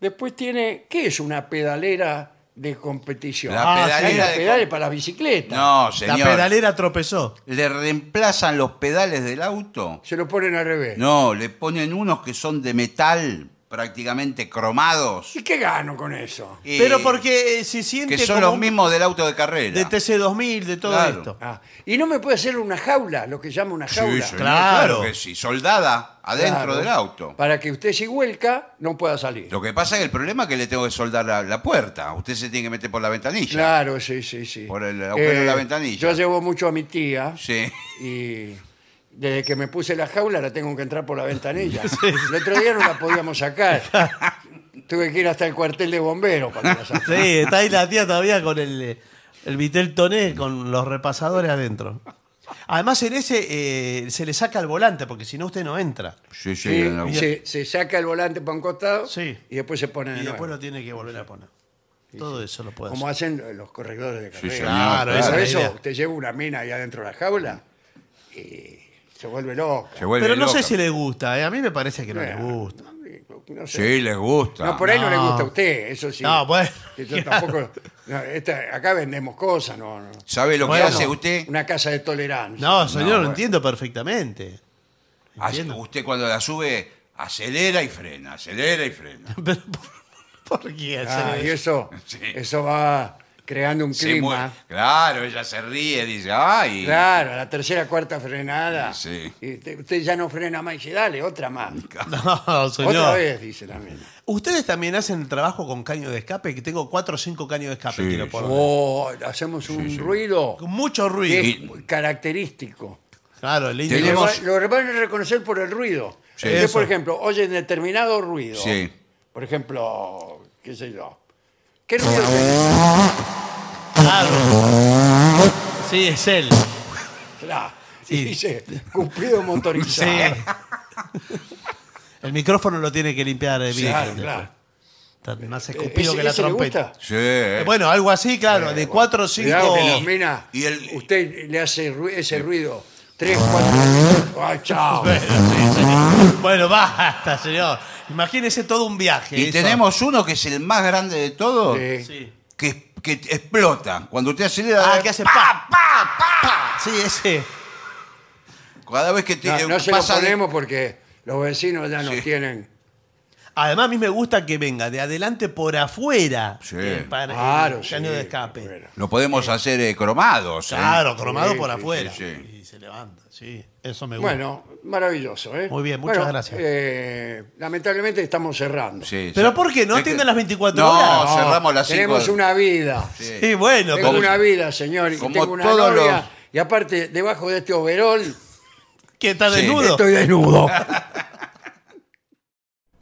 Speaker 1: después tiene, ¿qué es una pedalera de competición?
Speaker 3: La
Speaker 2: Ah,
Speaker 1: Hay
Speaker 3: pedalera
Speaker 1: las
Speaker 3: de-
Speaker 1: pedales para las bicicletas.
Speaker 3: No,
Speaker 2: La
Speaker 3: señor.
Speaker 2: pedalera tropezó.
Speaker 3: Le reemplazan los pedales del auto.
Speaker 1: Se lo ponen al revés.
Speaker 3: No, le ponen unos que son de metal, prácticamente cromados.
Speaker 1: ¿Y qué gano con eso?
Speaker 3: eh,
Speaker 2: Pero porque eh, se siente
Speaker 3: Que son
Speaker 2: como
Speaker 3: los
Speaker 2: un-
Speaker 3: mismos del auto de carrera.
Speaker 2: de TC2000, de todo
Speaker 3: Claro.
Speaker 2: esto.
Speaker 1: Ah, y no me puede hacer una jaula, lo que llama una
Speaker 3: Sí,
Speaker 1: jaula.
Speaker 3: señor,
Speaker 2: Claro.
Speaker 3: claro que sí. Soldada adentro
Speaker 1: Claro.
Speaker 3: del auto.
Speaker 1: Para que usted si vuelca no pueda salir.
Speaker 3: Lo que pasa es que el problema es que le tengo que soldar la, la puerta. Usted se tiene que meter por la ventanilla.
Speaker 1: Claro, sí, sí, sí. Eh,
Speaker 3: Por el agujero de la ventanilla.
Speaker 1: Yo llevo mucho a mi tía
Speaker 3: Sí.
Speaker 1: y desde que me puse la jaula la tengo que entrar por la ventanilla. El otro día no la podíamos sacar. Tuve que ir hasta el cuartel de bomberos para que la sacara.
Speaker 2: Sí, está ahí la tía todavía con el, eh, el Vitel Toné, con los repasadores adentro. Además, en ese eh, se le saca el volante, porque si no, usted no entra.
Speaker 3: Sí, sí.
Speaker 1: Sí,
Speaker 3: en la-
Speaker 1: se, se saca el volante para un costado
Speaker 2: Sí.
Speaker 1: y después se pone de
Speaker 2: Y después
Speaker 1: nuevo.
Speaker 2: lo tiene que volver a poner. Todo eso lo puede
Speaker 1: Como
Speaker 2: hacer.
Speaker 1: hacen los corredores de carrera.
Speaker 3: señor,
Speaker 2: Claro,
Speaker 1: Pero
Speaker 2: esa es la
Speaker 1: eso,
Speaker 2: idea.
Speaker 1: usted lleva una mina ahí adentro de la jaula y se vuelve loca.
Speaker 3: Se vuelve
Speaker 2: Pero no sé
Speaker 3: loca.
Speaker 2: si le gusta, eh, a mí me parece que no le gusta.
Speaker 1: No sé.
Speaker 3: Sí, les gusta.
Speaker 1: No, por ahí no. le
Speaker 2: No.
Speaker 1: gusta a usted, eso sí.
Speaker 2: No, bueno,
Speaker 1: Que yo
Speaker 2: claro.
Speaker 1: tampoco. no, esta- acá vendemos cosas, ¿no? no.
Speaker 3: ¿Sabe lo
Speaker 2: Bueno.
Speaker 3: que hace usted?
Speaker 1: Una casa de tolerancia.
Speaker 2: No, señor, lo
Speaker 3: bueno.
Speaker 2: entiendo perfectamente.
Speaker 3: Hace- usted cuando la sube, acelera y frena, acelera y frena.
Speaker 2: Pero ¿por, por qué
Speaker 1: Ah,
Speaker 2: hacer
Speaker 1: y
Speaker 2: eso?
Speaker 1: eso,
Speaker 3: Sí.
Speaker 1: eso va creando un
Speaker 3: Se
Speaker 1: clima.
Speaker 3: mueve. Claro, ella se ríe, dice, ay.
Speaker 1: Claro, a la tercera, cuarta frenada.
Speaker 3: Sí.
Speaker 1: y te- usted ya no frena más y dice, dale, otra más.
Speaker 2: No, señor.
Speaker 1: Otra vez, dice la mina.
Speaker 2: Ustedes también hacen el trabajo con caño de escape, que tengo cuatro o cinco caños de escape.
Speaker 3: Sí,
Speaker 2: quiero
Speaker 3: sí.
Speaker 2: poner.
Speaker 1: Oh, hacemos un ruido
Speaker 2: Con mucho
Speaker 1: que
Speaker 2: ruido.
Speaker 1: es
Speaker 3: Sí.
Speaker 1: característico.
Speaker 2: Claro, el indio.
Speaker 1: Lo,
Speaker 3: Tenemos-
Speaker 1: va- lo van a reconocer por el ruido.
Speaker 3: Sí.
Speaker 1: Usted, por
Speaker 2: Eso.
Speaker 1: ejemplo, oye determinado ruido.
Speaker 3: Sí.
Speaker 1: Por ejemplo, qué sé yo. ¿Qué ruido tenés?
Speaker 2: Claro. Sí, es él.
Speaker 1: Claro. y dice cumplido motorizado.
Speaker 2: El micrófono lo tiene que limpiar eh, bien.
Speaker 1: Claro, claro. Eh,
Speaker 2: Está más escupido
Speaker 1: ¿Ese-
Speaker 2: que la
Speaker 1: ese le
Speaker 2: trompeta.
Speaker 1: gusta?
Speaker 3: Sí.
Speaker 2: Eh, Bueno, algo así, claro, de cuatro o
Speaker 1: Cuidado
Speaker 2: cinco.
Speaker 1: que las minas,
Speaker 3: y el-
Speaker 1: usted le hace ru- ese ruido. Tres, cuatro. ¡Ah, chao!
Speaker 2: Bueno, basta, señor. Imagínese todo un viaje.
Speaker 3: Y
Speaker 2: eso.
Speaker 3: tenemos uno que es el más grande de todos,
Speaker 1: Sí.
Speaker 2: Sí.
Speaker 3: que, que explota. Cuando usted acelera,
Speaker 2: Ah, que hace pa, Sí, ese.
Speaker 3: cada vez que tiene
Speaker 1: No, no se lo
Speaker 3: eh, pasa de-
Speaker 1: ponemos porque los vecinos ya nos
Speaker 3: Sí.
Speaker 1: tienen.
Speaker 2: Además, a mí me gusta que venga de adelante por afuera.
Speaker 3: Sí.
Speaker 2: eh, para
Speaker 1: Claro,
Speaker 2: el caño
Speaker 1: sí,
Speaker 2: de escape.
Speaker 1: bueno.
Speaker 3: lo podemos hacer eh, cromados. ¿eh?
Speaker 2: Claro, cromado
Speaker 1: Sí,
Speaker 2: por
Speaker 1: sí,
Speaker 2: afuera.
Speaker 3: sí, sí.
Speaker 2: Y se levanta, sí. Eso me gusta.
Speaker 1: Bueno, maravilloso, ¿eh?
Speaker 2: Muy bien, muchas
Speaker 1: Bueno,
Speaker 2: gracias.
Speaker 1: eh, lamentablemente estamos cerrando.
Speaker 3: Sí,
Speaker 2: ¿Pero
Speaker 3: sí.
Speaker 2: por qué? ¿No
Speaker 3: Es
Speaker 2: atienden
Speaker 3: que-
Speaker 2: las 24
Speaker 3: no,
Speaker 2: horas?
Speaker 1: No,
Speaker 3: cerramos las 5.
Speaker 1: Tenemos una vida.
Speaker 3: Sí.
Speaker 2: Sí, bueno,
Speaker 1: Tengo
Speaker 2: pero-
Speaker 1: una vida, señor. Y
Speaker 3: como
Speaker 1: tengo una
Speaker 3: todos
Speaker 1: novia.
Speaker 3: los-
Speaker 1: Y aparte, debajo de este overol,
Speaker 2: que está
Speaker 3: Sí.
Speaker 2: desnudo.
Speaker 1: estoy desnudo.